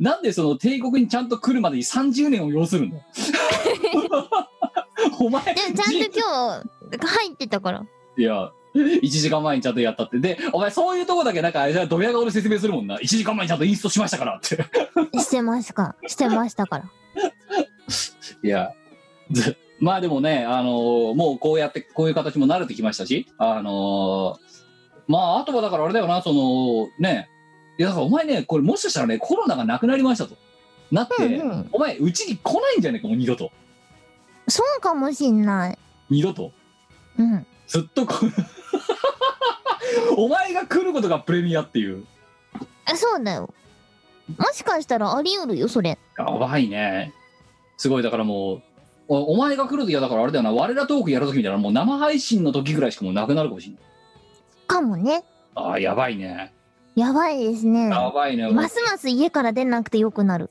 [SPEAKER 3] なんでその帝国にちゃんと来るまでに30年を要す るのお前
[SPEAKER 1] でもちゃんと今日入ってたから
[SPEAKER 3] いや1時間前にちゃんとやったってでお前そういうとこだけなんかあれじゃドヤ顔で説明するもんな1時間前にちゃんとインストしましたからって
[SPEAKER 1] してますかしてましたから
[SPEAKER 3] いやず まあでもねあのーもうこうやってこういう形も慣れてきましたしあのーまああとはだからあれだよなそのねいやだからお前ねこれもしかしたらねコロナがなくなりましたとなって、
[SPEAKER 1] うんうん
[SPEAKER 3] お前うちに来ないんじゃねえかもう二度と
[SPEAKER 1] そうかもしんない
[SPEAKER 3] 二度と
[SPEAKER 1] うん
[SPEAKER 3] ずっとこ お前が来ることがプレミアっていう
[SPEAKER 1] あそうだよもしかしたらあり得るよそれ
[SPEAKER 3] やばいねすごいだからもうおお前が来るときはだからあれだよな我らトークやるときみたいなもう生配信の時ぐらいしかもうなくなるかもしれない
[SPEAKER 1] かもね
[SPEAKER 3] ああやばいね
[SPEAKER 1] やばいですね
[SPEAKER 3] やばいねもう
[SPEAKER 1] ますます家から出なくてよく なる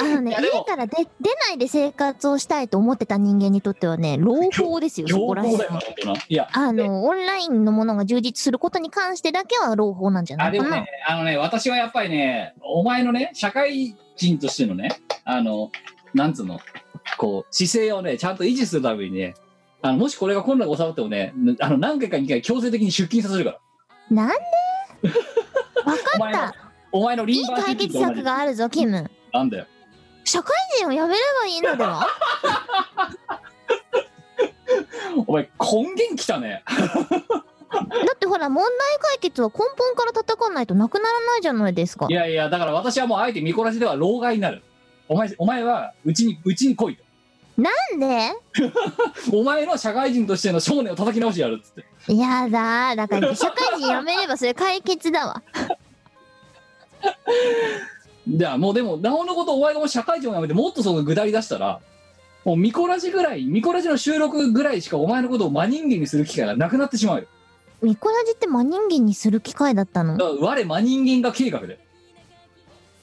[SPEAKER 1] あのね
[SPEAKER 3] いやでも
[SPEAKER 1] 家から出出ないで生活をしたいと思ってた人間にとってはね朗報ですよそこら
[SPEAKER 3] 強
[SPEAKER 1] 辺
[SPEAKER 3] だよな
[SPEAKER 1] は
[SPEAKER 3] 本当ないや
[SPEAKER 1] あのオンラインのものが充実することに関してだけは朗報なんじゃな
[SPEAKER 3] あ
[SPEAKER 1] い
[SPEAKER 3] で
[SPEAKER 1] か
[SPEAKER 3] も
[SPEAKER 1] な、
[SPEAKER 3] ねあのね私はやっぱりねお前のね社会人としてのねあのなんつうのこう姿勢をねちゃんと維持するためにねあのもしこれが今度が収まってもねあの何回か2回強制的に出勤させるから
[SPEAKER 1] なん で
[SPEAKER 3] お前の
[SPEAKER 1] た
[SPEAKER 3] お前の
[SPEAKER 1] い
[SPEAKER 3] リ
[SPEAKER 1] い
[SPEAKER 3] ンバー
[SPEAKER 1] 解
[SPEAKER 3] 出勤
[SPEAKER 1] 決
[SPEAKER 3] と同じ
[SPEAKER 1] 策があるぞキム
[SPEAKER 3] なんだよ
[SPEAKER 1] 社会人をやめればいいのでは
[SPEAKER 3] お前根源きたね
[SPEAKER 1] だってほら問題解決は根本から叩かないとなくならないじゃないですか
[SPEAKER 3] いやいやだから私はもうあえて見こらしでは老害になるお前お前はうちにうちに来いと
[SPEAKER 1] なんで
[SPEAKER 3] お前の社会人としての少年を叩き直してやるっつって
[SPEAKER 1] やだーだから社会人やめればそれ解決だ わ
[SPEAKER 3] じゃあもうでもなおのことお前がもう社会人を辞めてもっとその下り出したらもうミコラジぐらいミコラジの収録ぐらいしかお前のことを真人間にする機会がなくなってしまうよ
[SPEAKER 1] ミコラジって真人間にする機会だったの
[SPEAKER 3] だから我真人間化計画で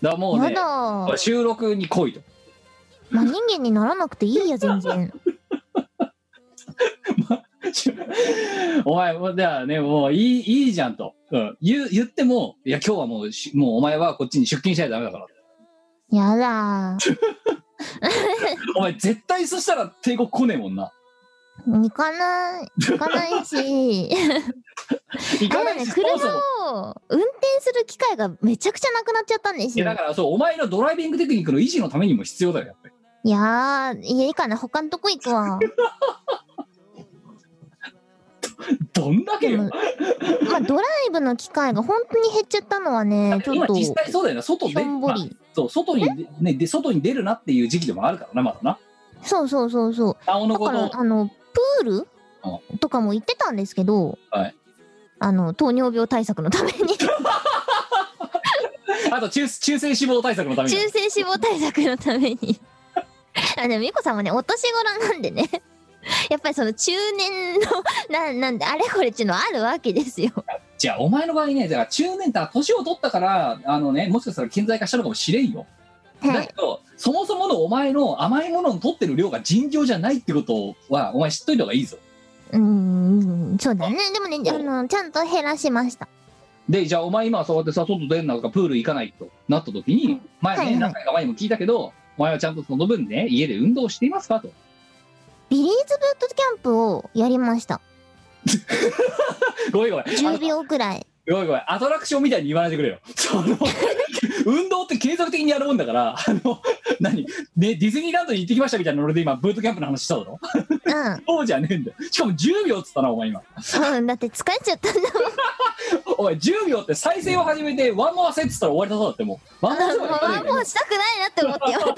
[SPEAKER 3] だからもう
[SPEAKER 1] や
[SPEAKER 3] ね
[SPEAKER 1] だー
[SPEAKER 3] 収録に来いと
[SPEAKER 1] 真人間にならなくていいや全然
[SPEAKER 3] お前もうだからねもういいいいじゃんと、うん、言う言ってもいや今日はもうしもうお前はこっちに出勤しないとダメだから
[SPEAKER 1] やだー
[SPEAKER 3] お前絶対そしたら帝国来ねえもんな
[SPEAKER 1] 行かない行かないし
[SPEAKER 3] 行
[SPEAKER 1] あ
[SPEAKER 3] か
[SPEAKER 1] の
[SPEAKER 3] ない
[SPEAKER 1] ね
[SPEAKER 3] し
[SPEAKER 1] 車
[SPEAKER 3] そもそも
[SPEAKER 1] を運転する機会がめちゃくちゃなくなっちゃったんです
[SPEAKER 3] いや
[SPEAKER 1] よ
[SPEAKER 3] だからそうお前のドライビングテクニックの維持のためにも必要だよやっぱり
[SPEAKER 1] いやーいやいいかな他のとこ行くわ
[SPEAKER 3] どんだけ
[SPEAKER 1] でも
[SPEAKER 3] よ。
[SPEAKER 1] まあドライブの機会が本当に減っちゃったのはねちょっ
[SPEAKER 3] 今
[SPEAKER 1] と
[SPEAKER 3] 実
[SPEAKER 1] し
[SPEAKER 3] 際そうだよな、外
[SPEAKER 1] ょ
[SPEAKER 3] で、
[SPEAKER 1] んぼ
[SPEAKER 3] まあ
[SPEAKER 1] り
[SPEAKER 3] そう外にでねで外に出るなっていう時期でもあるからなまだな。
[SPEAKER 1] そうそうそうそう
[SPEAKER 3] 青の
[SPEAKER 1] だ
[SPEAKER 3] こ
[SPEAKER 1] から
[SPEAKER 3] と
[SPEAKER 1] あのプールとかも行ってたんですけど、
[SPEAKER 3] はい
[SPEAKER 1] あの糖尿病対策のために
[SPEAKER 3] あと中中性脂肪対策のために。
[SPEAKER 1] 中性脂肪対策のために あでも美子さんはねお年頃なんでね やっぱりその中年のななんであれこれっていうのはあるわけですよ
[SPEAKER 3] 中違うお前の場合ねだから中年だ年を取ったからあのねもしかしたら顕在化したのかもしれんよ
[SPEAKER 1] は
[SPEAKER 3] だ
[SPEAKER 1] い
[SPEAKER 3] けどそもそものお前の甘いものの取ってる量が尋常じゃないってことはお前知っといた方がいいぞ
[SPEAKER 1] うーんそうだねでもねあのちゃんと減らしました
[SPEAKER 3] でじゃあお前今そうやってさ外出るなとかプール行かないとなった時に前ね、
[SPEAKER 1] はいはい
[SPEAKER 3] 何回か前にも聞いたけどお前はちゃんとその分ね家で運動していますかと
[SPEAKER 1] ビリーズブートキャンプをやりました
[SPEAKER 3] ごめんごめんあの
[SPEAKER 1] 10秒くらい
[SPEAKER 3] ごめんごめんアトラクションみたいに言わないでくれよ その運動って継続的にやるもんだからあの何ねディズニーランドに行ってきましたみたいな俺で今ブートキャンプの話しただろ
[SPEAKER 1] う
[SPEAKER 3] そうじゃねえんだよしかも10秒っつったなお前今
[SPEAKER 1] ん、うん、だって疲れちゃったんだもん
[SPEAKER 3] おい10秒って再生を始めてワンモアセットったら終わりだそうだってもうワンモアセットまで行かねえ
[SPEAKER 1] もうしたくないなって思ってやめた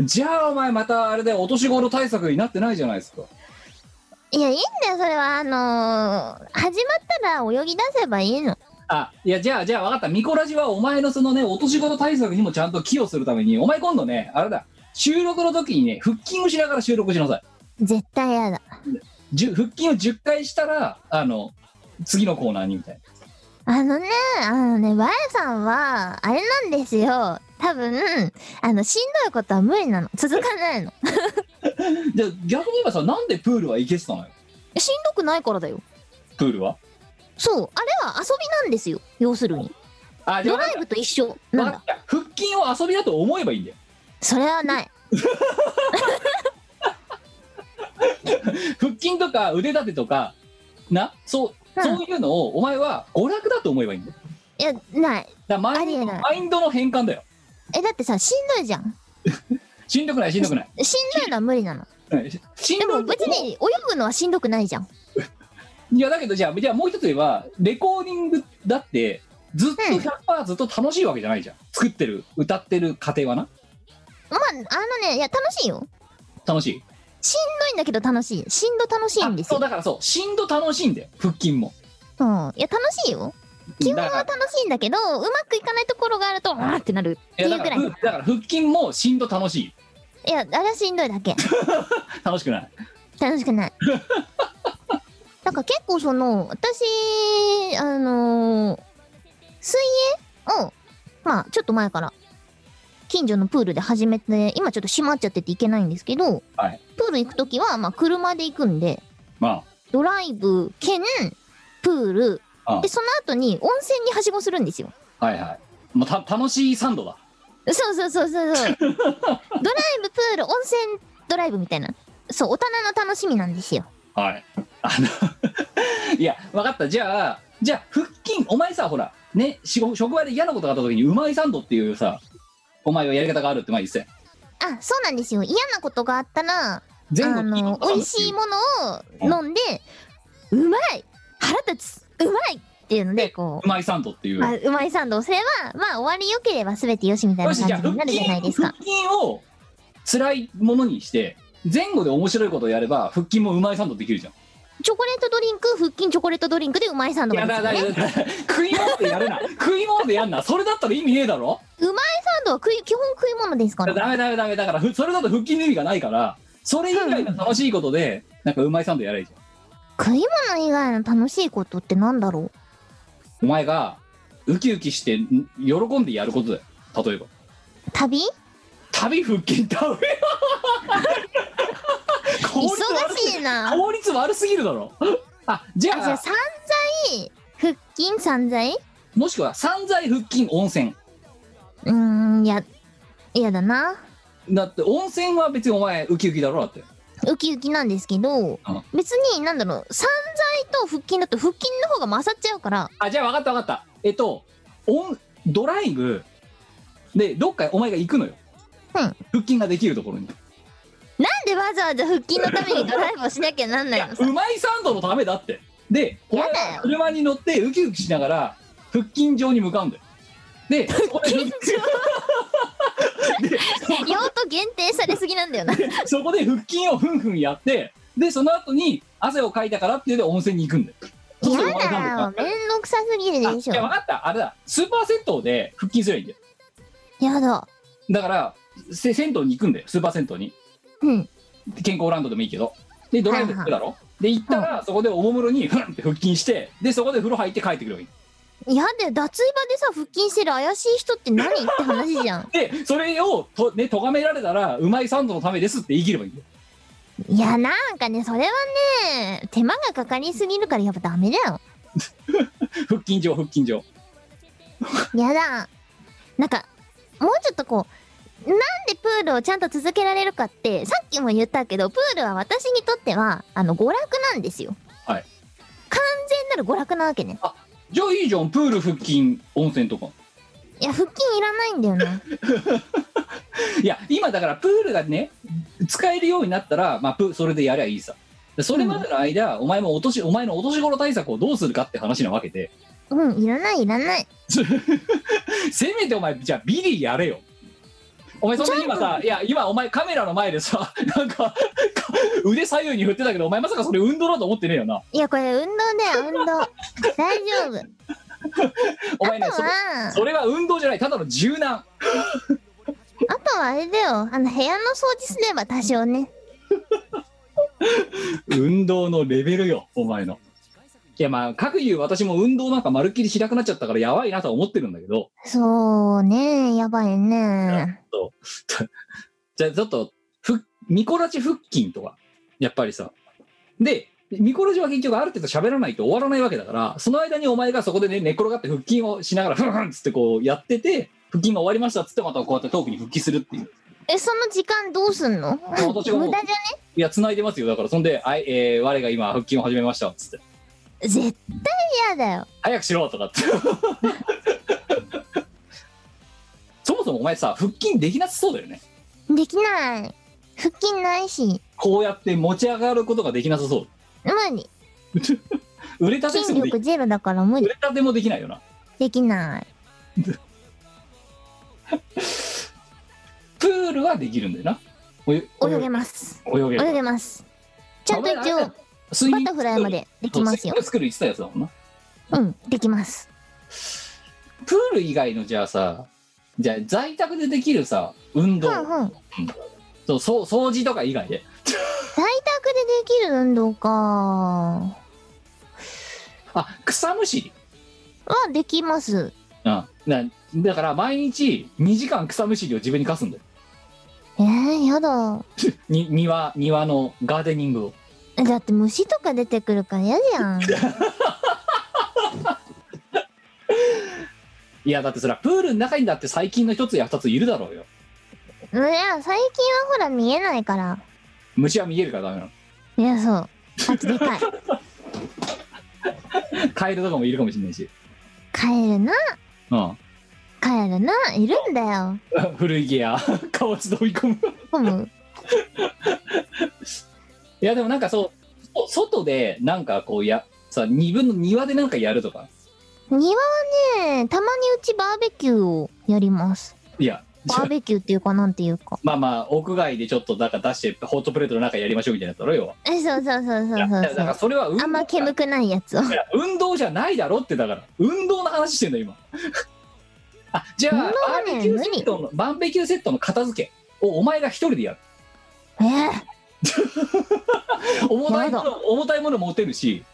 [SPEAKER 3] じゃあお前またあれでお年頃対策になってないじゃないですか
[SPEAKER 1] いやいいんだよそれはあのー、始まったら泳ぎ出せばいいの
[SPEAKER 3] あいやじゃあじゃあ分かったミコラジはお前のそのねお年頃対策にもちゃんと寄与するためにお前今度ねあれだ収録の時にね腹筋をしながら収録しなさい
[SPEAKER 1] 絶対やだ
[SPEAKER 3] じゅ腹筋を10回したらあの次のコーナーにみたいな
[SPEAKER 1] あのね、あのね、ワエさんは、あれなんですよ。多分、あの、しんどいことは無理なの。続かないの。
[SPEAKER 3] じゃあ逆に言えばさなんでプールは行けてたのよ
[SPEAKER 1] しんどくないからだよ。
[SPEAKER 3] プールは
[SPEAKER 1] そう、あれは遊びなんですよ。要するに。
[SPEAKER 3] あじゃ
[SPEAKER 1] ド
[SPEAKER 3] あ分か
[SPEAKER 1] ラ
[SPEAKER 3] っ
[SPEAKER 1] イブと一緒
[SPEAKER 3] た
[SPEAKER 1] なん
[SPEAKER 3] 分か
[SPEAKER 1] だ
[SPEAKER 3] っ。た腹筋を遊びだと思えばいいんだよ
[SPEAKER 1] それはない。
[SPEAKER 3] 腹筋とか腕立てとかなそう
[SPEAKER 1] うん
[SPEAKER 3] そういうのをお前は娯楽だと思えばいいんだよ
[SPEAKER 1] いや、ない。
[SPEAKER 3] だからマ
[SPEAKER 1] あり
[SPEAKER 3] イ
[SPEAKER 1] え
[SPEAKER 3] ン
[SPEAKER 1] ない
[SPEAKER 3] マインドの変換だよ
[SPEAKER 1] え、だってさ、しんどいじゃん。
[SPEAKER 3] しんどくないしんどくない
[SPEAKER 1] しんどいのは無理なの。
[SPEAKER 3] うんししん
[SPEAKER 1] で
[SPEAKER 3] ど
[SPEAKER 1] も
[SPEAKER 3] い
[SPEAKER 1] 別に泳ぐのはしんどくないじゃん。
[SPEAKER 3] いやだけどじゃあじゃあもう一つ言えばレコーディングだってずっと
[SPEAKER 1] うん
[SPEAKER 3] 100%ずっと楽しいわけじゃないじゃん作ってる歌ってる過程はな
[SPEAKER 1] まあ、あのね、いや、楽しいよ。
[SPEAKER 3] 楽しい
[SPEAKER 1] しんどいんだけど楽しい。しんど楽しいんです
[SPEAKER 3] そう
[SPEAKER 1] よ。
[SPEAKER 3] だからそうしんど楽しいんだよ腹筋も
[SPEAKER 1] うん。いや、楽しいよ。基
[SPEAKER 3] だ
[SPEAKER 1] 本
[SPEAKER 3] か
[SPEAKER 1] は
[SPEAKER 3] ら
[SPEAKER 1] 楽しいんだけど、うまくいかないところがあると、あーってなるって
[SPEAKER 3] いや
[SPEAKER 1] いう
[SPEAKER 3] だか
[SPEAKER 1] ぐ
[SPEAKER 3] ら
[SPEAKER 1] らい。
[SPEAKER 3] ふだから腹筋もしんど楽しい
[SPEAKER 1] いや、あれはしんどいだけ。
[SPEAKER 3] 楽しくない
[SPEAKER 1] 楽しく ない。なんか結構その、私、あのー水泳を、まあ、ちょっと前から、近所のプールで始めて、今ちょっと閉まっちゃってて行けないんですけど、
[SPEAKER 3] はい
[SPEAKER 1] プール行くときは、まあ、車で行くんで、
[SPEAKER 3] ま
[SPEAKER 1] ドライブ兼、プール
[SPEAKER 3] ああ、
[SPEAKER 1] で、その後に温泉にはしごするんですよ。
[SPEAKER 3] あはいはいもうた楽しいサンドだ
[SPEAKER 1] そうそうそう そうそう。ドライブ、プール、温泉ドライブみたいな。そう、大人の楽しみなんですよ。
[SPEAKER 3] はい。あの いや、分かった。じゃあ、じゃあ、腹筋、お前さ、ほら、ね、仕事、職場で嫌なことがあった時に、うまいサンドっていうさ、お前はやり方があるって前言ってたよ
[SPEAKER 1] あ、そうなんですよ。嫌なことがあったら、
[SPEAKER 3] 全
[SPEAKER 1] あ
[SPEAKER 3] 国
[SPEAKER 1] の、美味しい
[SPEAKER 3] も
[SPEAKER 1] ものを飲んで、うまい腹立つうまいっていうので、こ、
[SPEAKER 3] うまいサンドっていうう。
[SPEAKER 1] まあ、うまいサンドをすれば、まあ、終わり良ければ全て良しみたい
[SPEAKER 3] よ
[SPEAKER 1] な
[SPEAKER 3] し、じゃあ、
[SPEAKER 1] 感じにな
[SPEAKER 3] 腹
[SPEAKER 1] る
[SPEAKER 3] 筋
[SPEAKER 1] じゃないです
[SPEAKER 3] 腹
[SPEAKER 1] か。
[SPEAKER 3] 筋を辛いものにして、前後で面白いことをやれば、腹筋もうまいサンドできるじゃん。
[SPEAKER 1] チョコレートドリンク、腹筋チョコレートドリンクでうまいサンド
[SPEAKER 3] い
[SPEAKER 1] が
[SPEAKER 3] や、
[SPEAKER 1] でき
[SPEAKER 3] だ、
[SPEAKER 1] る、
[SPEAKER 3] だ、
[SPEAKER 1] ね。
[SPEAKER 3] だ、だ食い物でやる な。食い物でやんな。それだったら意味ねえだろ。
[SPEAKER 1] サンドは食い基本食い物ですから。
[SPEAKER 3] ダメダメダメだから、ふそれだと腹筋の意味がないから、それ以外の楽しいことで、なんかうまいサンドやればいいじゃん。
[SPEAKER 1] 食い物以外の楽しいことってなんだろう
[SPEAKER 3] お前がウキウキしてん喜んでやることだよ例えば
[SPEAKER 1] 旅
[SPEAKER 3] 旅腹筋 食べよ
[SPEAKER 1] 忙
[SPEAKER 3] 効率悪す
[SPEAKER 1] しいな。
[SPEAKER 3] 効率悪すぎるだろあじ
[SPEAKER 1] あじゃ
[SPEAKER 3] ゃ
[SPEAKER 1] あ
[SPEAKER 3] あ
[SPEAKER 1] 散財腹筋散財
[SPEAKER 3] もしくは散財腹筋温泉
[SPEAKER 1] うーんいや嫌だな
[SPEAKER 3] だって温泉は別にお前ウキウキだろだって
[SPEAKER 1] ウキウキなんですけど
[SPEAKER 3] あ
[SPEAKER 1] 別になんだろう散財と腹筋だと腹筋の方が勝っちゃうから
[SPEAKER 3] あじゃあ分かった分かったえっとオンドライブでどっかお前が行くのよ、
[SPEAKER 1] うん
[SPEAKER 3] 腹筋ができるところに
[SPEAKER 1] なんでわざわざ腹筋のためにドライブをしなきゃなん
[SPEAKER 3] い
[SPEAKER 1] ない
[SPEAKER 3] や
[SPEAKER 1] のさ
[SPEAKER 3] うまいサンドのためだってで
[SPEAKER 1] やだよ
[SPEAKER 3] 俺は車に乗ってウキウキしながら腹筋場に向かうんだよで腹筋
[SPEAKER 1] 用途限定されすぎなんだよな
[SPEAKER 3] そこで腹筋をふんふんやってでその後に汗をかいたからっていうので温泉に行くんだよそ
[SPEAKER 1] 嫌
[SPEAKER 3] うす
[SPEAKER 1] だ
[SPEAKER 3] るとお前サ
[SPEAKER 1] よ
[SPEAKER 3] ンドになる
[SPEAKER 1] めんどくさすぎる
[SPEAKER 3] あ
[SPEAKER 1] で
[SPEAKER 3] い
[SPEAKER 1] しょ
[SPEAKER 3] や分かったあれだスーパー銭湯で腹筋すればいいんだよ
[SPEAKER 1] やだ
[SPEAKER 3] だからせ銭湯に行くんだよスーパー銭湯に
[SPEAKER 1] うん
[SPEAKER 3] 健康ランドでもいいけどでドライブ行くだろ、で行ったらそこでおもむろにフンって腹筋してでそこで風呂入って帰ってくるわけ
[SPEAKER 1] やだよ脱衣場でさ腹筋してる怪しい人って何って話じゃん
[SPEAKER 3] でそれをとね咎められたらうまいサンドのためですって言い切ればいいんだよ
[SPEAKER 1] いやなんかねそれはね手間がかかりすぎるからやっぱダメだよ
[SPEAKER 3] 腹筋上腹筋上
[SPEAKER 1] やだなんかもうちょっとこうなんでプールをちゃんと続けられるかってさっきも言ったけどプールは私にとってはあの娯楽なんですよ
[SPEAKER 3] はい
[SPEAKER 1] 完全なる娯楽なわけね
[SPEAKER 3] じゃあいいじゃんプール腹筋温泉とか
[SPEAKER 1] いや腹筋いらないんだよ ね
[SPEAKER 3] いや今だからプールがね使えるようになったら、まあ、プそれでやりゃいいさでそれまでの間、お前もお年お前のお年頃対策をどうするかって話なわけで
[SPEAKER 1] うんいらないいらない
[SPEAKER 3] せめてお前じゃあビリやれよお前そんな今さいや今お前カメラの前でさなんかか腕左右に振ってたけどお前まさかそれ運動だと思ってねえよない
[SPEAKER 1] やこれ運動だよ運動大丈 夫
[SPEAKER 3] お前ね
[SPEAKER 1] あと
[SPEAKER 3] それ
[SPEAKER 1] は
[SPEAKER 3] それは運動じゃないただの柔軟
[SPEAKER 1] あとはあれだよあの部屋の掃除すれば多少ね
[SPEAKER 3] 運動のレベルよお前のいやまあ各言う私も運動なんかまるっきりしなくなっちゃったからやばいなとは思ってるんだけど
[SPEAKER 1] そうねやばいね
[SPEAKER 3] じゃあちょっとふミコラジ腹筋とかやっぱりさでミコラジは結局ある程度喋らないと終わらないわけだからその間にお前がそこでね寝っ転がって腹筋をしながらフンフンっつってこうやってて腹筋が終わりましたっつってまたこうやってトークに復帰するっていう
[SPEAKER 1] えその時間どうすんの無
[SPEAKER 3] 私はも
[SPEAKER 1] 駄
[SPEAKER 3] う
[SPEAKER 1] じゃね
[SPEAKER 3] いや繋いでますよだからそんで「はい、えー我が今腹筋を始めました」っつって
[SPEAKER 1] 絶対嫌だよ
[SPEAKER 3] 「早くしろ」とかって そもそもお前さ腹筋できなさそうだよね
[SPEAKER 1] できない腹筋ないし
[SPEAKER 3] こうやって持ち上がることができなさそ
[SPEAKER 1] 無理
[SPEAKER 3] う売れたてす
[SPEAKER 1] 筋
[SPEAKER 3] ぐでき
[SPEAKER 1] 力ゼロだから無
[SPEAKER 3] 売
[SPEAKER 1] 理
[SPEAKER 3] れたてもできないよな
[SPEAKER 1] できない
[SPEAKER 3] プールはできるんだよな。およ
[SPEAKER 1] 泳げます
[SPEAKER 3] 泳げる
[SPEAKER 1] 泳げますちゃんと一応
[SPEAKER 3] 水
[SPEAKER 1] バタフライまでできますよ
[SPEAKER 3] そう水泳作る言ってたやつだもんな。
[SPEAKER 1] うんできます
[SPEAKER 3] プール以外のじゃあさ、じゃあ在宅でできるさ、運
[SPEAKER 1] う
[SPEAKER 3] 動、
[SPEAKER 1] んうん
[SPEAKER 3] そうそう掃除とか以外で。
[SPEAKER 1] 在宅でできる運動かは
[SPEAKER 3] あ、草むしり。
[SPEAKER 1] できます
[SPEAKER 3] うん。なだから毎日2時間草むしりを自分に課すんだよ。
[SPEAKER 1] えー、やだ
[SPEAKER 3] に庭、庭のガーデニングを。
[SPEAKER 1] だって虫とか出てくるから嫌じ ゃん
[SPEAKER 3] いや、だってそれはプールの中にだって最近の一つや二ついるだろうよ。
[SPEAKER 1] いや最近はほら見えないから
[SPEAKER 3] 虫は見えるからダメな
[SPEAKER 1] い
[SPEAKER 3] の。
[SPEAKER 1] やそうあっちで かい
[SPEAKER 3] カエルとかもいるかもしれないし。
[SPEAKER 1] 帰るな
[SPEAKER 3] うん。
[SPEAKER 1] 帰るないるんだよ
[SPEAKER 3] 古いギア、 顔つ追い込む。
[SPEAKER 1] ほむ
[SPEAKER 3] いやでもなんかそうそ外でなんかこうやさ二分の庭でなんかやるとか
[SPEAKER 1] 庭はねたまにうちバーベキューをやります
[SPEAKER 3] いや
[SPEAKER 1] バーベキューっていうかなんていうか
[SPEAKER 3] まあまあ屋外でちょっとなんか出してホットプレートの中やりましょうみたいなやつだろ要は
[SPEAKER 1] えそうそうそうそう
[SPEAKER 3] いやだ
[SPEAKER 1] そう
[SPEAKER 3] か
[SPEAKER 1] そ
[SPEAKER 3] ら
[SPEAKER 1] う
[SPEAKER 3] それは運動
[SPEAKER 1] あんま煙くないやつを
[SPEAKER 3] いや運動じゃないだろってだから運動の話してんだ今 あじゃあ、
[SPEAKER 1] 運動は
[SPEAKER 3] バー
[SPEAKER 1] ね
[SPEAKER 3] ベキューセットのバーベキューセットの片付けをお前が一人でやる
[SPEAKER 1] えー、
[SPEAKER 3] 重たいも
[SPEAKER 1] や
[SPEAKER 3] の重たいもの持てるし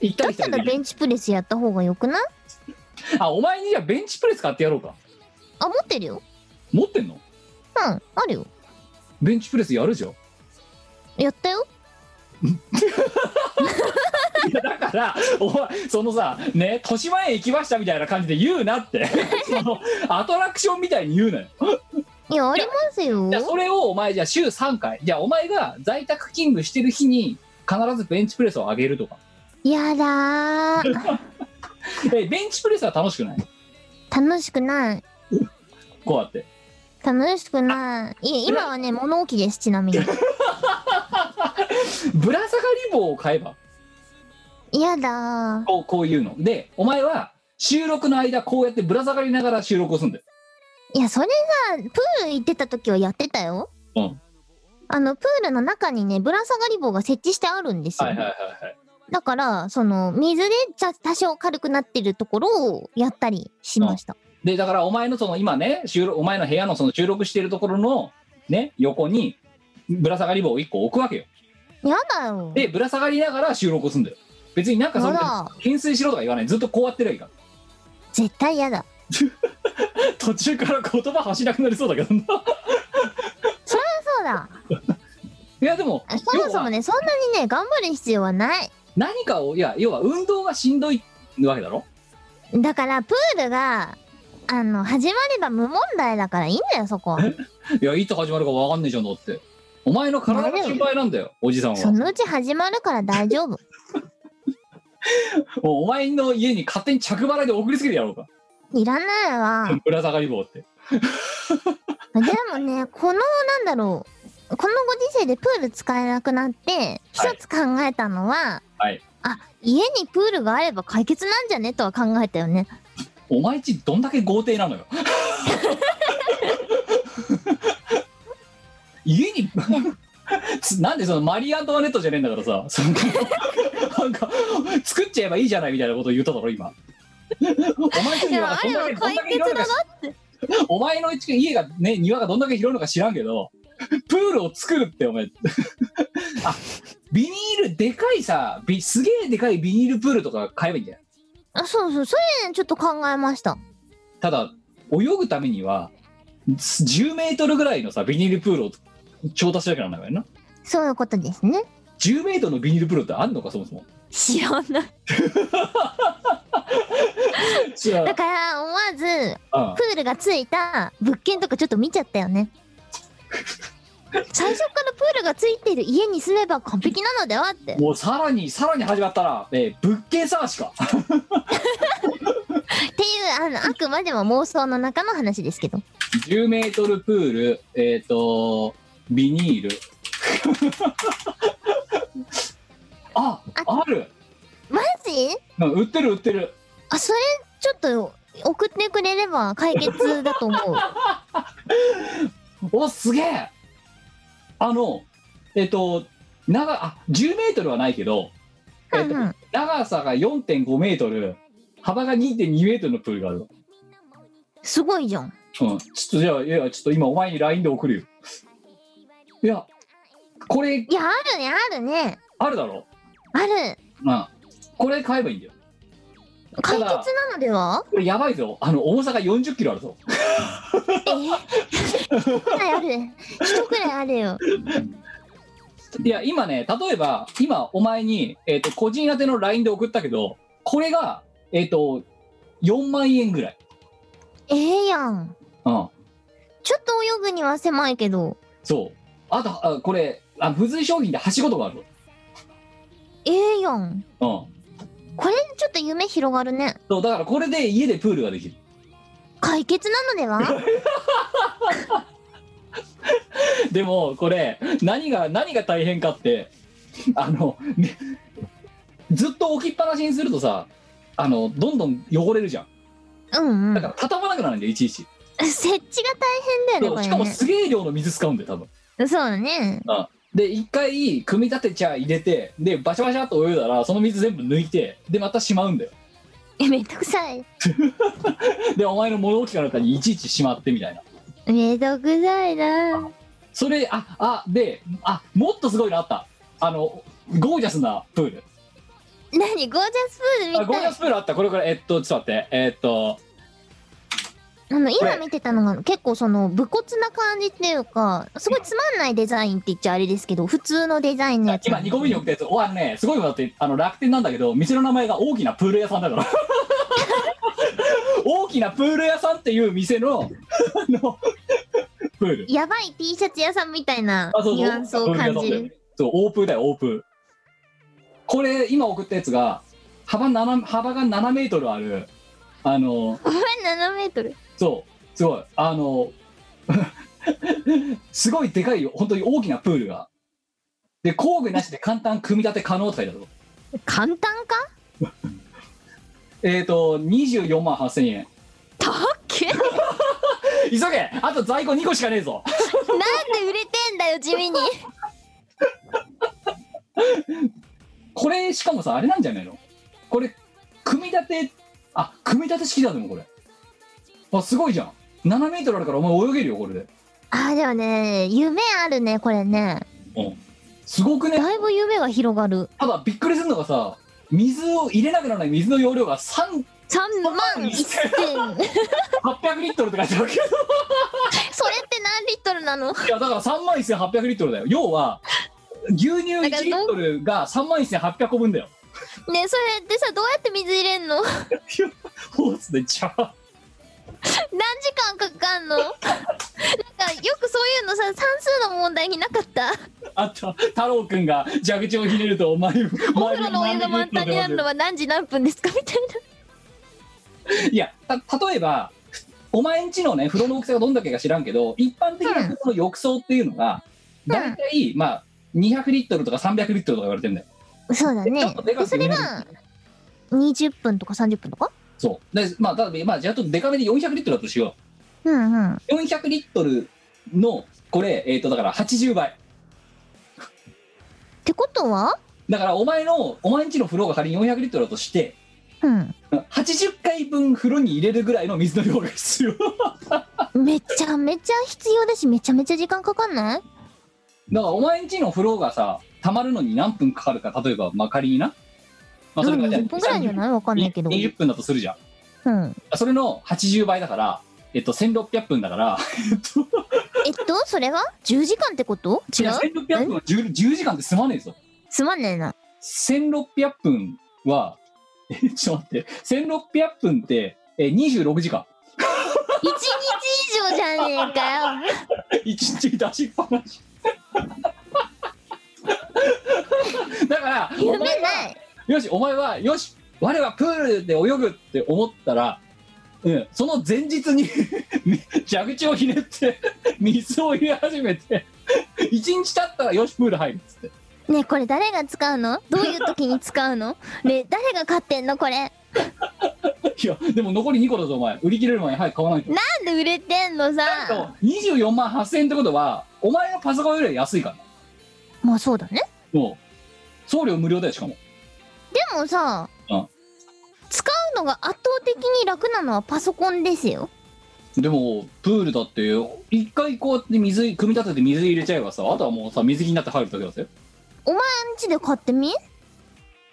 [SPEAKER 3] 行った
[SPEAKER 1] だ
[SPEAKER 3] り
[SPEAKER 1] っ
[SPEAKER 3] 来た
[SPEAKER 1] た
[SPEAKER 3] り
[SPEAKER 1] ら
[SPEAKER 3] でき
[SPEAKER 1] ベ
[SPEAKER 3] る
[SPEAKER 1] ンチプレスやった方がよくない
[SPEAKER 3] あお前にじゃあベンチプレス買ってやろうか
[SPEAKER 1] あ持ってるよ
[SPEAKER 3] 持ってん
[SPEAKER 1] う
[SPEAKER 3] の
[SPEAKER 1] んあるよ
[SPEAKER 3] ベンチプレスやるじゃん
[SPEAKER 1] やったよ
[SPEAKER 3] いやだからお前そのさね豊島園行きましたみたいな感じで言うなって そのアトラクションみたいに言うなよ
[SPEAKER 1] いやありますよ
[SPEAKER 3] じゃあそれをお前じゃあ週3回じゃあお前が在宅勤務してる日に必ずベンチプレスを上げるとか
[SPEAKER 1] やだー
[SPEAKER 3] えベンチプレスは楽しくない
[SPEAKER 1] 楽しくない
[SPEAKER 3] こうやって
[SPEAKER 1] 楽しくないいや今はね物置ですちな みに
[SPEAKER 3] ぶら下がり棒を買えば
[SPEAKER 1] やだー
[SPEAKER 3] こうこういうのでお前は収録の間こうやってぶら下がりながら収録をするんだよ
[SPEAKER 1] いやそれさプール行ってた時はやってたよ
[SPEAKER 3] うん
[SPEAKER 1] あのプールの中にねぶら下がり棒が設置してあるんですよ、
[SPEAKER 3] はいはいはいはい
[SPEAKER 1] だからその水でちゃ多少軽くなってるところをやったりしました、
[SPEAKER 3] でだからお前のその今ね収録お前の部屋のその収録してるところのね横にぶら下がり棒を1個置くわけよ
[SPEAKER 1] やだよ
[SPEAKER 3] でぶら下がりながら収録をするんだよ別になんかそんな
[SPEAKER 1] あら
[SPEAKER 3] 懸垂しろとか言わないずっとこうやってるいいから
[SPEAKER 1] 絶対やだ
[SPEAKER 3] 途中から言葉発しなくなりそうだけどな
[SPEAKER 1] そうだ
[SPEAKER 3] いやでも
[SPEAKER 1] そもそもねそんなにね頑張る必要はない
[SPEAKER 3] 何かをいや要は運動がしんどいわけだろ
[SPEAKER 1] だからプールがあの始まれば無問題だからいいんだよそこはい
[SPEAKER 3] やいつ始まるかわかんねえじゃんだってお前の体が心配なんだよおじさん
[SPEAKER 1] そ
[SPEAKER 3] は
[SPEAKER 1] のうち始まるから大 丈夫
[SPEAKER 3] お前の家に勝手に着払いで送りつけてやろうか
[SPEAKER 1] いらないわ
[SPEAKER 3] ぶら下がり棒って
[SPEAKER 1] でもねこのなんだろうこのご時世でプール使えなくなって一
[SPEAKER 3] はい
[SPEAKER 1] つ考えたのは、
[SPEAKER 3] はい
[SPEAKER 1] あ家にプールがあれば解決なんじゃねとは考えたよね
[SPEAKER 3] お前んちどんだけ豪邸なのよ 家に つなんでそのマリー・アントワネットじゃねえんだからさそのなんか作っちゃえばいいじゃないみたいなことを言っただろ今お前んち
[SPEAKER 1] い
[SPEAKER 3] に
[SPEAKER 1] や
[SPEAKER 3] は
[SPEAKER 1] あ
[SPEAKER 3] どん
[SPEAKER 1] れ
[SPEAKER 3] だ
[SPEAKER 1] は
[SPEAKER 3] けどん
[SPEAKER 1] 解
[SPEAKER 3] だけ
[SPEAKER 1] 決
[SPEAKER 3] 広
[SPEAKER 1] だ
[SPEAKER 3] いのか
[SPEAKER 1] な
[SPEAKER 3] 知お前の家家がね庭がどんだけ広いのか知らんけどプールを作るってお前あビニールでかいさビすげえでかいビニールプールとか買えばいいんじゃない
[SPEAKER 1] あそうそうそれねちょっと考えました
[SPEAKER 3] ただ泳ぐためには10メートルぐらいのさビニールプールを調達しなきゃならないわよな
[SPEAKER 1] そういうことですね
[SPEAKER 3] 10メートルのビニールプールってあんのかそもそも
[SPEAKER 1] 知 らない
[SPEAKER 3] じゃ
[SPEAKER 1] だから思わず
[SPEAKER 3] あ
[SPEAKER 1] プールがついた物件とかちょっと見ちゃったよ ね最初からプールがついている家に住めば完璧なのではって
[SPEAKER 3] うんもうさらにさらに始まったら、えー物件探しか
[SPEAKER 1] っていうあのあくまでも妄想の中の話ですけど
[SPEAKER 3] 10メートルプールえっ、とビニール あある
[SPEAKER 1] マジ
[SPEAKER 3] うん売ってる売ってる
[SPEAKER 1] あそれちょっと送ってくれれば解決だと思う
[SPEAKER 3] おすげえあのえっ、と長あ10メートルはないけど、えっと
[SPEAKER 1] うんうん
[SPEAKER 3] 長さが4.5メートル幅が2.2メートルのプールがあるわ
[SPEAKER 1] すごいじゃん
[SPEAKER 3] うん、ちょっとじゃあいやちょっと今お前に LINE で送るよいやこれ
[SPEAKER 1] いやあるねあるね
[SPEAKER 3] あるだろ
[SPEAKER 1] ある
[SPEAKER 3] うんこれ買えばいいんだよ
[SPEAKER 1] 解決なのでは
[SPEAKER 3] これやばいぞあの重さが40キロあるぞ
[SPEAKER 1] え 一くらいある一くらいあるよ
[SPEAKER 3] いや今ね例えば今お前に、えっと個人宛ての LINE で送ったけどこれがえっ、と4万円ぐらい
[SPEAKER 1] ええやん
[SPEAKER 3] うん
[SPEAKER 1] ちょっと泳ぐには狭いけど
[SPEAKER 3] そう。あと、あこれ、あ付随商品ではしごとかある
[SPEAKER 1] ええやん
[SPEAKER 3] の。うん。
[SPEAKER 1] これちょっと夢広がるね
[SPEAKER 3] そう、だからこれで家でプールができる。
[SPEAKER 1] 解決なので は
[SPEAKER 3] でも、これ、何が、何が大変かって、あの、ねずっと置きっぱなしにするとさ、あの、どんどん汚れるじゃん。
[SPEAKER 1] うんう
[SPEAKER 3] だから、畳まなくなるんだよ、いちいち。
[SPEAKER 1] ん設置が大変だよ
[SPEAKER 3] そう
[SPEAKER 1] ね
[SPEAKER 3] し
[SPEAKER 1] こ
[SPEAKER 3] か
[SPEAKER 1] れ
[SPEAKER 3] も、
[SPEAKER 1] ね
[SPEAKER 3] すげえ量の水使うんだよ、多分。
[SPEAKER 1] そうだね
[SPEAKER 3] で、一回、組み立てちゃ入れて、で、バシャバシャっと泳いだら、その水全部抜いて、で、またしまうんだよ。
[SPEAKER 1] えめんどくさい
[SPEAKER 3] で、お前の物置かなんかにいちいちしまってみたいな。
[SPEAKER 1] めんどくさいな
[SPEAKER 3] それああであもっとすごいのあったあのゴージャスなプール
[SPEAKER 1] 何ゴージャスプール
[SPEAKER 3] あ
[SPEAKER 1] み
[SPEAKER 3] ゴージ
[SPEAKER 1] た
[SPEAKER 3] ャ
[SPEAKER 1] い
[SPEAKER 3] スプールあったこれこれえっとちょっと待ってえっと
[SPEAKER 1] あの
[SPEAKER 3] こ
[SPEAKER 1] 今
[SPEAKER 3] れ
[SPEAKER 1] 見てたのが結構その武骨な感じっていうかすごいつまんないデザインって言っちゃあれですけど普通のデザインのやつ
[SPEAKER 3] 今2個目に送ったやつおあのねすごいもんだってあの楽天なんだけど店の名前が大きなプール屋さんだから 大きなプール屋さんっていう店のあのプール
[SPEAKER 1] やばい T シャツ屋さんみたいな
[SPEAKER 3] あそう
[SPEAKER 1] ニ
[SPEAKER 3] そう
[SPEAKER 1] ュアンスを感じる
[SPEAKER 3] そうオープンだよオープンこれ今送ったやつが幅7幅が7メートルあるあの
[SPEAKER 1] お前7メートル
[SPEAKER 3] そう、すごい。あの、 すごいでかいよ、本当に大きなプールが。で、工具なしで簡単組み立て可能って書いてあるぞ
[SPEAKER 1] 簡単か
[SPEAKER 3] えっ、ー、と、24万8000円。
[SPEAKER 1] たっ けなんで
[SPEAKER 3] 急げあと在庫2個しかねえぞ
[SPEAKER 1] 売れてんだよ地味に
[SPEAKER 3] これ、しかもさ、あれなんじゃないのこれ、組み立て、あ、組み立て式だでもこれ。あ、すごいじゃん。7メートルあるからお前泳げるよ、これで。
[SPEAKER 1] あーでもね夢あるねこれね
[SPEAKER 3] すごくね
[SPEAKER 1] だいぶ夢が広がる
[SPEAKER 3] ただびっくりするのがさ水を入れなくならない水の容量が3
[SPEAKER 1] 3万1000
[SPEAKER 3] 800リットルって書いてあ
[SPEAKER 1] それ
[SPEAKER 3] るけど
[SPEAKER 1] って何リットルなの
[SPEAKER 3] いやだから3万1800リットルだよ要は牛乳1
[SPEAKER 1] だからど
[SPEAKER 3] リットルが3万1800個分だよ
[SPEAKER 1] ねえそれってさどうやって水入れんの 何
[SPEAKER 3] ホースでちゃう
[SPEAKER 1] 時間かかんの なんかよくそういうのさ算数の問題になかった
[SPEAKER 3] あと太郎くんが蛇口をひねるとお前お
[SPEAKER 1] お風呂のお湯が満タンになるのは何時何分ですかみ たい
[SPEAKER 3] いやた例えばお前んちのね風呂の大きさがどんだけか知らんけど一般的な風呂の浴槽っていうのが
[SPEAKER 1] ん
[SPEAKER 3] 大体、まあ200リットルとか300リットルとか言われてんだよ
[SPEAKER 1] なそうだ
[SPEAKER 3] ちょっとでかく
[SPEAKER 1] それが20分とか30分とか
[SPEAKER 3] そうでまあただまあじゃあちょっとデカめで400リットルだとしよ
[SPEAKER 1] うんうん
[SPEAKER 3] う400リットルのこれえっ、とだから80倍
[SPEAKER 1] ってことは
[SPEAKER 3] だからお前のお前んちの風呂が仮に400リットルだとして
[SPEAKER 1] うん
[SPEAKER 3] 80回分風呂に入れるぐらいの水の量が必要だか
[SPEAKER 1] めちゃめちゃ必要だしめちゃめちゃ時間かかんない
[SPEAKER 3] らお前んちの風呂がさ溜まるのに何分かかるか例えばまあ仮にな、まあ、
[SPEAKER 1] でも
[SPEAKER 3] それがじゃあ
[SPEAKER 1] 20分ぐらいじゃないわかんないけど
[SPEAKER 3] 20分だとするじゃん
[SPEAKER 1] うん
[SPEAKER 3] それの80倍だから、えっと、1600分だから
[SPEAKER 1] えっとそれは10時間ってこと違
[SPEAKER 3] いや
[SPEAKER 1] う
[SPEAKER 3] 1600分は 10, 10時間って済まねえぞ
[SPEAKER 1] すまんねえな
[SPEAKER 3] 1600分はえちょっと待って1600分ってえ26時間
[SPEAKER 1] 1日以上じゃねえかよ
[SPEAKER 3] 一日出しっぱなし だからお
[SPEAKER 1] 夢な
[SPEAKER 3] 前はいよしお前はよし我はプールで泳ぐって思ったら、うん、その前日に 蛇口をひねって水を入れ始めて一日経ったらよしプール入るっつって
[SPEAKER 1] ねえこれ誰が使うのどういう時に使う のねえ誰が買ってんのこれ
[SPEAKER 3] いやでも残り2個だぞお前売り切れる前に早く買わないと
[SPEAKER 1] なんで売れてんのさ
[SPEAKER 3] 24万8000円ってことはお前のパソコンよりは安いからね
[SPEAKER 1] まあそうだね
[SPEAKER 3] もう送料無料だよしかも
[SPEAKER 1] でもさ、
[SPEAKER 3] うん
[SPEAKER 1] 使うのが圧倒的に楽なのはパソコンですよ
[SPEAKER 3] でもプールだって一回こうやって水組み立てて水入れちゃえばさあとはもうさ水着になって入るだけだぜ
[SPEAKER 1] うんちで買ってみ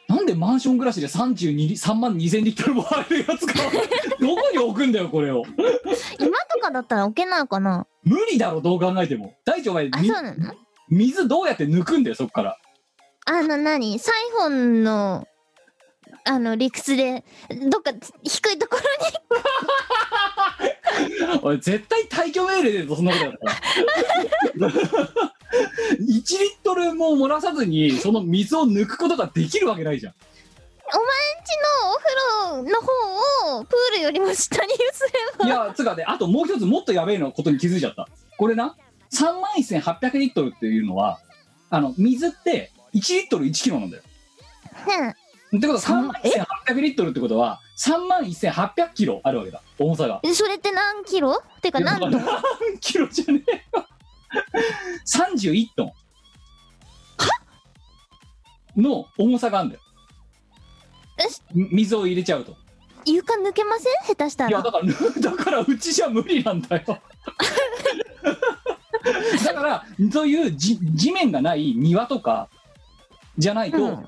[SPEAKER 3] なんでマンション暮らしで32 3万2000リットルも入るやつかどこに置くんだよこれを
[SPEAKER 1] 今とかだったら置けないかな
[SPEAKER 3] 無理だろどう考えても大地お前
[SPEAKER 1] あ
[SPEAKER 3] み
[SPEAKER 1] そうなの
[SPEAKER 3] 水どうやって抜くんだよそっから
[SPEAKER 1] あの何サイフォンのあの理屈でどっか低いところに
[SPEAKER 3] おい絶対退去命令でそんなことやったら 1リットルも漏らさずにその水を抜くことができるわけないじゃん
[SPEAKER 1] うちのお風呂の方をプールよりも下にすれば
[SPEAKER 3] いやつうかねあともう一つもっとやべえのことに気づいちゃったこれな3万1800リットルっていうのはあの水って1リットル1キロなんだよ
[SPEAKER 1] ね
[SPEAKER 3] ってことは3
[SPEAKER 1] そん
[SPEAKER 3] 万1800リットルってことは3万1800キロあるわけだ重さが
[SPEAKER 1] えそれって何キロてか何トン
[SPEAKER 3] 何キロじゃねえよ31トンの重さがあるんだよ
[SPEAKER 1] えし
[SPEAKER 3] み水を入れちゃうと
[SPEAKER 1] 床抜けません下手した
[SPEAKER 3] いや
[SPEAKER 1] ら
[SPEAKER 3] だからだから うちじゃ無理なん だよだからそういうじ地面がない庭とかじゃないと、
[SPEAKER 1] うん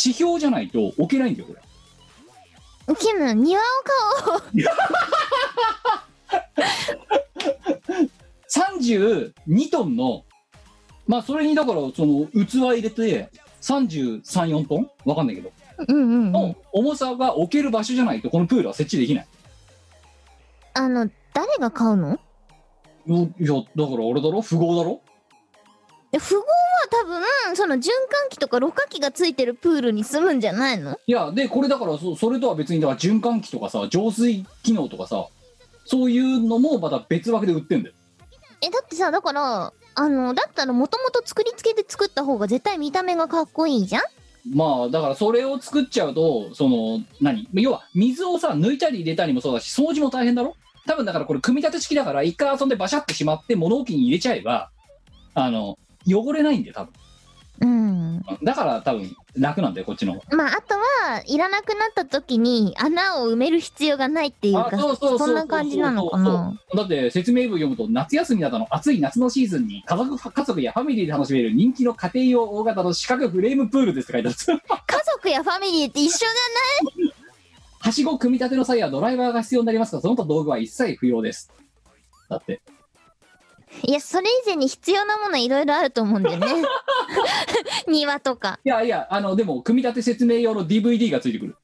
[SPEAKER 3] 地表じゃないと置けないんだよこれ
[SPEAKER 1] キム庭を買おう
[SPEAKER 3] 32トンのまあそれにだからその器入れて334トンわかんないけど
[SPEAKER 1] うんうん、うん
[SPEAKER 3] の重さが置ける場所じゃないとこのプールは設置できない
[SPEAKER 1] あの誰が買うの
[SPEAKER 3] よいやだからあれだろ富豪だろ
[SPEAKER 1] え富豪は多分その循環器とかろ過器がついてるプールに住むんじゃないの
[SPEAKER 3] いやでこれだからそそれとは別にだから循環器とかさ浄水機能とかさそういうのもまた別枠で売ってんだよ
[SPEAKER 1] えだってさだからあのだったらもともと作り付けで作った方が絶対見た目がかっこいいじゃん
[SPEAKER 3] まあだからそれを作っちゃうとその何要は水をさ抜いたり入れたりもそうだし掃除も大変だろ多分だからこれ組み立て式だから一回遊んでバシャってしまって物置に入れちゃえばあの汚れないんだよ多分
[SPEAKER 1] うん。
[SPEAKER 3] だから多分楽なんだよこっちの方が
[SPEAKER 1] まあ、あとは、いらなくなった時に穴を埋める必要がないっていう
[SPEAKER 3] あ
[SPEAKER 1] か、
[SPEAKER 3] そうそうそうそ
[SPEAKER 1] そ
[SPEAKER 3] う
[SPEAKER 1] んな感じなのかな。
[SPEAKER 3] だって説明文読むと夏休みなどの暑い夏のシーズンに家族家族やファミリーで楽しめる人気の家庭用大型の四角フレームプールですって書いてある
[SPEAKER 1] 家族やファミリーって一緒じ
[SPEAKER 3] はしご組み立ての際はドライバーが必要になりますが、その他道具は一切不要です。だっ
[SPEAKER 1] ゃな
[SPEAKER 3] て。
[SPEAKER 1] いいや、それ以前に必要なものいろいろあると思うん だよね。庭とか。
[SPEAKER 3] いやいや、あの、でも、組み立て説明用の DVD がついてくる。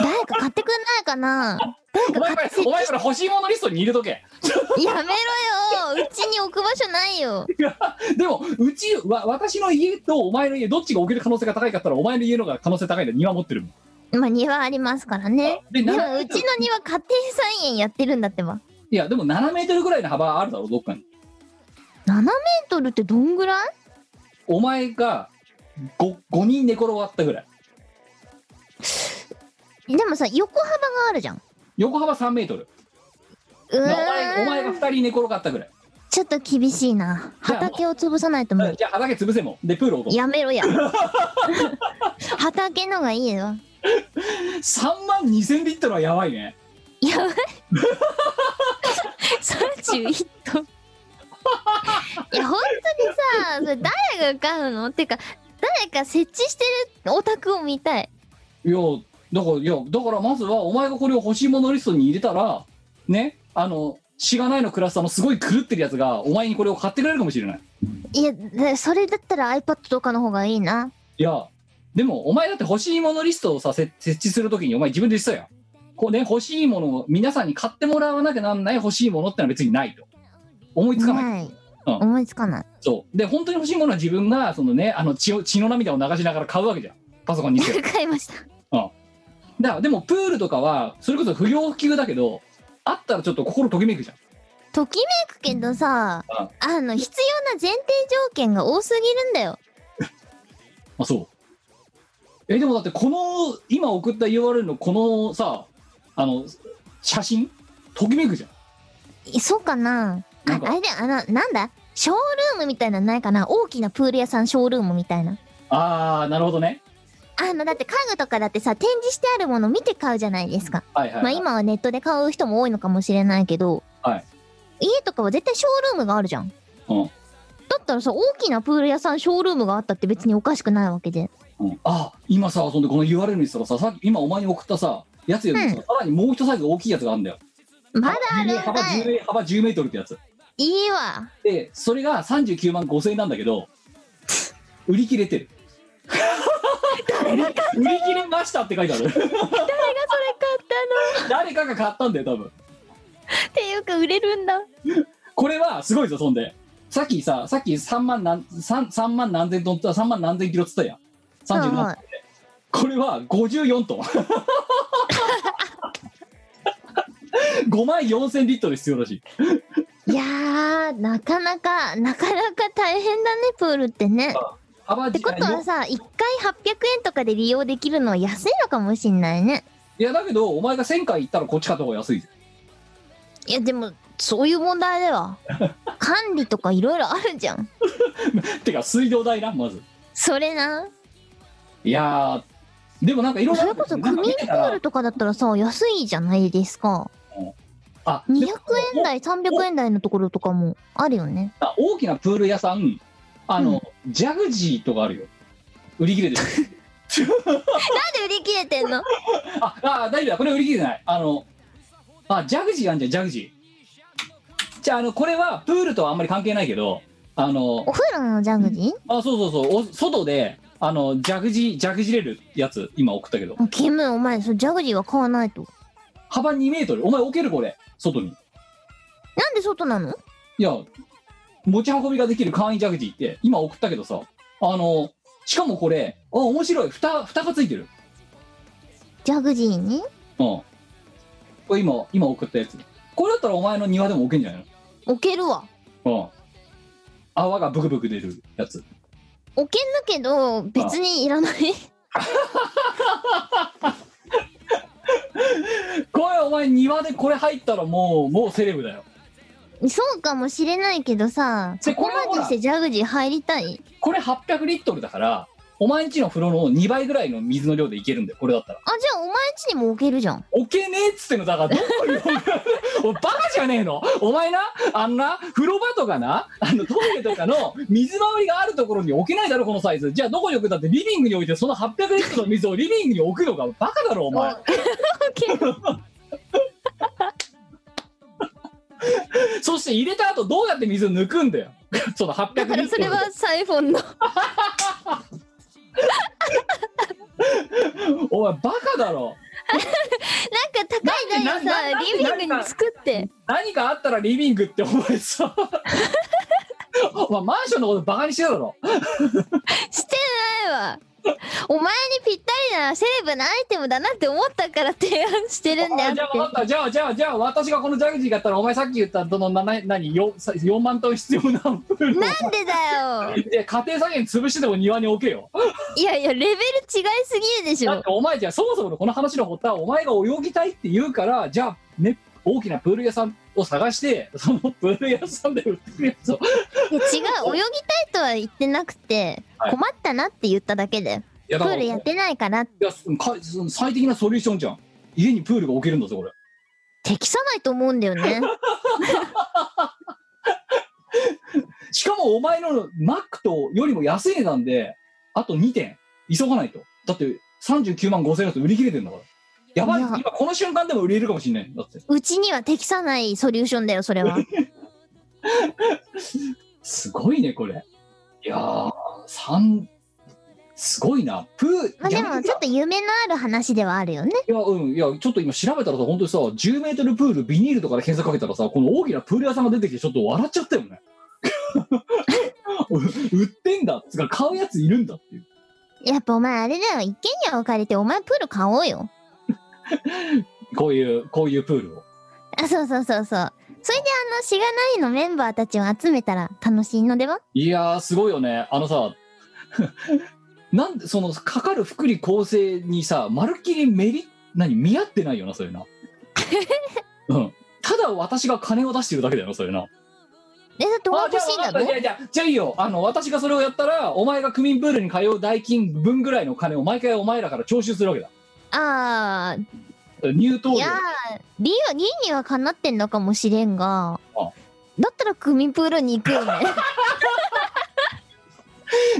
[SPEAKER 1] 誰か買ってくんないかな
[SPEAKER 3] お前これ、お前これ欲しいものリストに入れとけ。
[SPEAKER 1] やめろようちに置く場所ないよ
[SPEAKER 3] でも、うち、わ、私の家とお前の家、どっちが置ける可能性が高いかって言ったら、お前の家の方が可能性高いんだ。庭持ってるもん。
[SPEAKER 1] まあ庭ありますからね
[SPEAKER 3] で、
[SPEAKER 1] でもうち
[SPEAKER 3] 7
[SPEAKER 1] の
[SPEAKER 3] メートル
[SPEAKER 1] 庭家庭菜園やってるんだってば
[SPEAKER 3] いや、でも7メートルぐらいの幅あるだろう、どっかに。
[SPEAKER 1] 7メートルってどんぐらい
[SPEAKER 3] お前が5、5人寝転がったぐらい。
[SPEAKER 1] でもさ横幅があるじゃん
[SPEAKER 3] 横幅3メートル。
[SPEAKER 1] う
[SPEAKER 3] お前、お前
[SPEAKER 1] ー
[SPEAKER 3] が
[SPEAKER 1] ん
[SPEAKER 3] 2人寝転がったぐらい。
[SPEAKER 1] ちょっと厳しいな
[SPEAKER 3] じゃあ
[SPEAKER 1] 畑を潰さないと無理
[SPEAKER 3] じゃあ、畑潰せもん。で、プール置こう。
[SPEAKER 1] やめろや 畑のがいいよ
[SPEAKER 3] 3万2000リットルはやばい ね。
[SPEAKER 1] やばい31トン いや本当にさそれ誰が買うのってか誰か設置してるお宅を見たい
[SPEAKER 3] いやだからいやだからまずはお前がこれを欲しいものリストに入れたらねあのしがないのクラスターのすごい狂ってるやつがお前にこれを買ってくれるかもしれない
[SPEAKER 1] いやだそれだったら iPad とかの方がいいない
[SPEAKER 3] やでもお前だって欲しいものリストをさせ設置するときにお前自分で言ってたやんこうね欲しいものを皆さんに買ってもらわなきゃなんない欲しいものってのは別にないと思いつかない、
[SPEAKER 1] ない、
[SPEAKER 3] うん
[SPEAKER 1] 思いつかない
[SPEAKER 3] そうで本当に欲しいものは自分がそのねあの血を血の涙を流しながら買うわけじゃんパソコンに して
[SPEAKER 1] 買いました
[SPEAKER 3] だからでもプールとかはそれこそ不要不急だけどあったらちょっと心ときめくじゃん
[SPEAKER 1] ときめくけどさ
[SPEAKER 3] うん
[SPEAKER 1] あの必要な前提条件が多すぎるんだよ
[SPEAKER 3] あそうえでもだってこの今送った URL のこのさあの写真ときめくじゃん
[SPEAKER 1] いそうかな
[SPEAKER 3] な
[SPEAKER 1] あ
[SPEAKER 3] んか
[SPEAKER 1] あれだよあのなんだショールームみたいなのないかな大きなプール屋さんショールームみたいな
[SPEAKER 3] ああなるほどね
[SPEAKER 1] あのだって家具とかだってさ展示してあるもの見て買うじゃないですか、
[SPEAKER 3] はい
[SPEAKER 1] ま
[SPEAKER 3] はい、
[SPEAKER 1] あ
[SPEAKER 3] はい、
[SPEAKER 1] 今はネットで買う人も多いのかもしれないけど、
[SPEAKER 3] はい
[SPEAKER 1] 家とかは絶対ショールームがあるじゃん、
[SPEAKER 3] うん
[SPEAKER 1] だったらさ大きなプール屋さんショールームがあったって別におかしくないわけで
[SPEAKER 3] うんあ今さそんでこの URL 見てたらささっき今お前に送ったさやつよりもさ、
[SPEAKER 1] う
[SPEAKER 3] さらにもう一サイズ大きいやつがあるんだよ
[SPEAKER 1] まだあるん
[SPEAKER 3] 幅
[SPEAKER 1] だい
[SPEAKER 3] 10, 幅10メートルってやつ
[SPEAKER 1] いいわ
[SPEAKER 3] でそれが39万5000円なんだけど売り切れて る 売り切れましたって書いてある
[SPEAKER 1] 誰がそれ買っ
[SPEAKER 3] 誰かが買ったんだよ多分
[SPEAKER 1] たのっていうか売れるんだ
[SPEAKER 3] これはすごいぞそんでさっきささっき3万何三三万何千トンって3万何千キロっつったやん37、
[SPEAKER 1] はいはい
[SPEAKER 3] これは54トン5万4千リットル必要らしい
[SPEAKER 1] いやーなかなかなかなか大変だねプールってね
[SPEAKER 3] 幅
[SPEAKER 1] って
[SPEAKER 3] 自
[SPEAKER 1] こと
[SPEAKER 3] 体
[SPEAKER 1] は
[SPEAKER 3] の
[SPEAKER 1] さ1回800円とかで利用できるのは安いのかもしんないね
[SPEAKER 3] いやだけどお前が1000回行ったらこっち買った方が安いぜ
[SPEAKER 1] いやでもそういう問題では管理とかいろいろあるじゃん
[SPEAKER 3] てか水道代なまず
[SPEAKER 1] それない
[SPEAKER 3] やーでもなんかいろん
[SPEAKER 1] そ
[SPEAKER 3] な
[SPEAKER 1] れこそ
[SPEAKER 3] な
[SPEAKER 1] 区
[SPEAKER 3] んか
[SPEAKER 1] 民
[SPEAKER 3] 見
[SPEAKER 1] プ
[SPEAKER 3] てたら
[SPEAKER 1] ールとかだったらさ安いじゃないですか
[SPEAKER 3] あ
[SPEAKER 1] 200
[SPEAKER 3] でも
[SPEAKER 1] 円台300円台のところとかもあるよね
[SPEAKER 3] あ大きなプール屋さんあの、ジャグジーとかあるよ売り切れてる
[SPEAKER 1] なんで売り切れてんの
[SPEAKER 3] あ、あ、大丈夫だ。これ売り切れてない。あの、あ、ジャグジーあんじゃん、ジャグジー。じゃあ、あの、これはプールとはあんまり関係ないけど、あの
[SPEAKER 1] お、風呂のジャグジー
[SPEAKER 3] あ、そうそうそう、お外で、あの、ジャグジー、ジャグジーれるやつ、今送ったけど、
[SPEAKER 1] あキムお前それジャグジーは買わないと
[SPEAKER 3] 幅2メートル。お前置けるこれ、外に。
[SPEAKER 1] なんで外なの
[SPEAKER 3] いや、持ち運びができる簡易ジャグジーって、今送ったけどさ、あの、しかもこれ、あ、面白い。蓋、蓋がついてる。
[SPEAKER 1] ジャグジーに
[SPEAKER 3] うん。これ今、今送ったやつ。これだったらお前の庭でも置けんじゃないの
[SPEAKER 1] 置けるわ
[SPEAKER 3] うん。泡がブクブク出るやつ。
[SPEAKER 1] 置けんだけど別にいらない
[SPEAKER 3] これお前庭でこれ入ったらもう、もうセレブだよ。
[SPEAKER 1] そうかもしれないけどさ、
[SPEAKER 3] で
[SPEAKER 1] そ
[SPEAKER 3] こ
[SPEAKER 1] こ
[SPEAKER 3] れは
[SPEAKER 1] までしてジャグジー入りたい
[SPEAKER 3] これ800リットルだからお前んちの風呂の2倍ぐらいの水の量でいけるんだよこれだったら
[SPEAKER 1] あ、じゃあお前んちにも置けるじゃん。
[SPEAKER 3] 置けねえっつってんのだからどこに置く おバカじゃねえのお前なあんな風呂場とかなあのトイレとかの水回りがあるところに置けないだろこのサイズじゃあどこに置くんだってリビングに置いてその800リットルの水をリビングに置くのがバカだろお前 そして入れた後どうやって水を抜くんだよその800リ
[SPEAKER 1] だ
[SPEAKER 3] ット
[SPEAKER 1] か
[SPEAKER 3] ル
[SPEAKER 1] らそれはサイフォンの。
[SPEAKER 3] お前バカだろ
[SPEAKER 1] なんか高い台を
[SPEAKER 3] なんでな
[SPEAKER 1] さ
[SPEAKER 3] んで
[SPEAKER 1] リビングに作って
[SPEAKER 3] 何かあったらリビングってお前さ お前マンションのことバカにしてるだろ
[SPEAKER 1] してないわお前にぴったりなセレブなアイテムだなって思ったから提案してるんであ
[SPEAKER 3] あ
[SPEAKER 1] っ
[SPEAKER 3] じ
[SPEAKER 1] て
[SPEAKER 3] ゃあ分かったじゃあじゃあじゃあ私がこのジャグジーだったらお前さっき言ったどのなな何 4, 4万トン必要なプールを
[SPEAKER 1] なんでだよ
[SPEAKER 3] いや家庭菜園潰してでも庭に置けよ
[SPEAKER 1] いやいやレベル違いすぎるでし
[SPEAKER 3] だっ
[SPEAKER 1] ょ
[SPEAKER 3] てお前じゃあそもそものこの話の発端はお前が泳ぎたいって言うからじゃあね大きなプール屋さんを探してそのプール屋さんで売ってるやつを
[SPEAKER 1] いや違う泳ぎたいとは言ってなくて
[SPEAKER 3] はい
[SPEAKER 1] 困ったなって言っただけで
[SPEAKER 3] いや
[SPEAKER 1] プ
[SPEAKER 3] だから
[SPEAKER 1] ールやってないから
[SPEAKER 3] いやかその最適なソリューションじゃん家にプールが置けるんだぞこれ
[SPEAKER 1] 適さないと思うんだよ ね
[SPEAKER 3] しかもお前のマックとよりも安い値段であと2点急がないとだって39万5000円だと売り切れてんだからやばい
[SPEAKER 1] いや
[SPEAKER 3] 今この瞬間でも売れるかもしれないだって
[SPEAKER 1] うちには適さないソリューションだよそれは
[SPEAKER 3] すごいねこれいやー3すごいなプー
[SPEAKER 1] まあでもちょっと夢のある話ではあるよね
[SPEAKER 3] いや、うん、いや、ちょっと今調べたらさ、本当にさ、10メートルプール、ビニールとかで検索かけたらさ、この大きなプール屋さんが出てきて、ちょっと笑っちゃった よね。う売ってんだつうか、買うやついるんだっていう。
[SPEAKER 1] やっぱお前あれだよ一軒家を借りてお前プール買おうよ
[SPEAKER 3] こういう、こういうプールを。
[SPEAKER 1] あそうそうそうそうそれであのしがないのメンバーたちを集めたら楽しいのではい
[SPEAKER 3] やー、すごいよね。あのさ、 なんで、その、かかる福利厚生にさ、まるっきりメリ、何、見合ってないよな、そう いうな。うん。ただ私が金を出してるだけだよな、それな。
[SPEAKER 1] えだってお前欲しいんだ
[SPEAKER 3] あ
[SPEAKER 1] ろ
[SPEAKER 3] じゃあじゃあじゃあじゃあいいよあの私がそれをやったらお前が区民プールに通う代金分ぐらいの金を毎回お前らから徴収するわけだ
[SPEAKER 1] あー
[SPEAKER 3] 入党
[SPEAKER 1] い
[SPEAKER 3] 料
[SPEAKER 1] やー理は理にはかなってんのかもしれんが
[SPEAKER 3] あ
[SPEAKER 1] だったら組プールに行く よね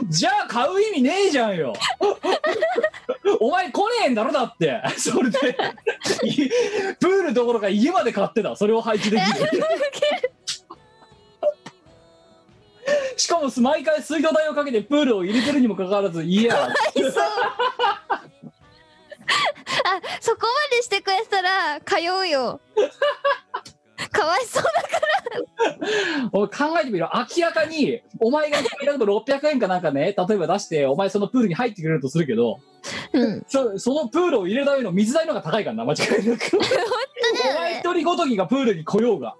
[SPEAKER 3] じゃあ買う意味ねえじゃんよお前来ねえんだろだってそれでいプールどころか家まで買ってたそれを配置できるしかも毎回水道代をかけてプールを入れてるにもかかわらず家や
[SPEAKER 1] そうあそこまでしてくれたら通うよかわいそうだ
[SPEAKER 3] おい考えてみろ明らかにお前が言ったこと600円かなんかね例えば出してお前そのプールに入ってくれるとするけど
[SPEAKER 1] うん
[SPEAKER 3] そそのプールを入れるための水代の方が高いからな間違いなく
[SPEAKER 1] だよね
[SPEAKER 3] お前一人ごときがプールに来ようが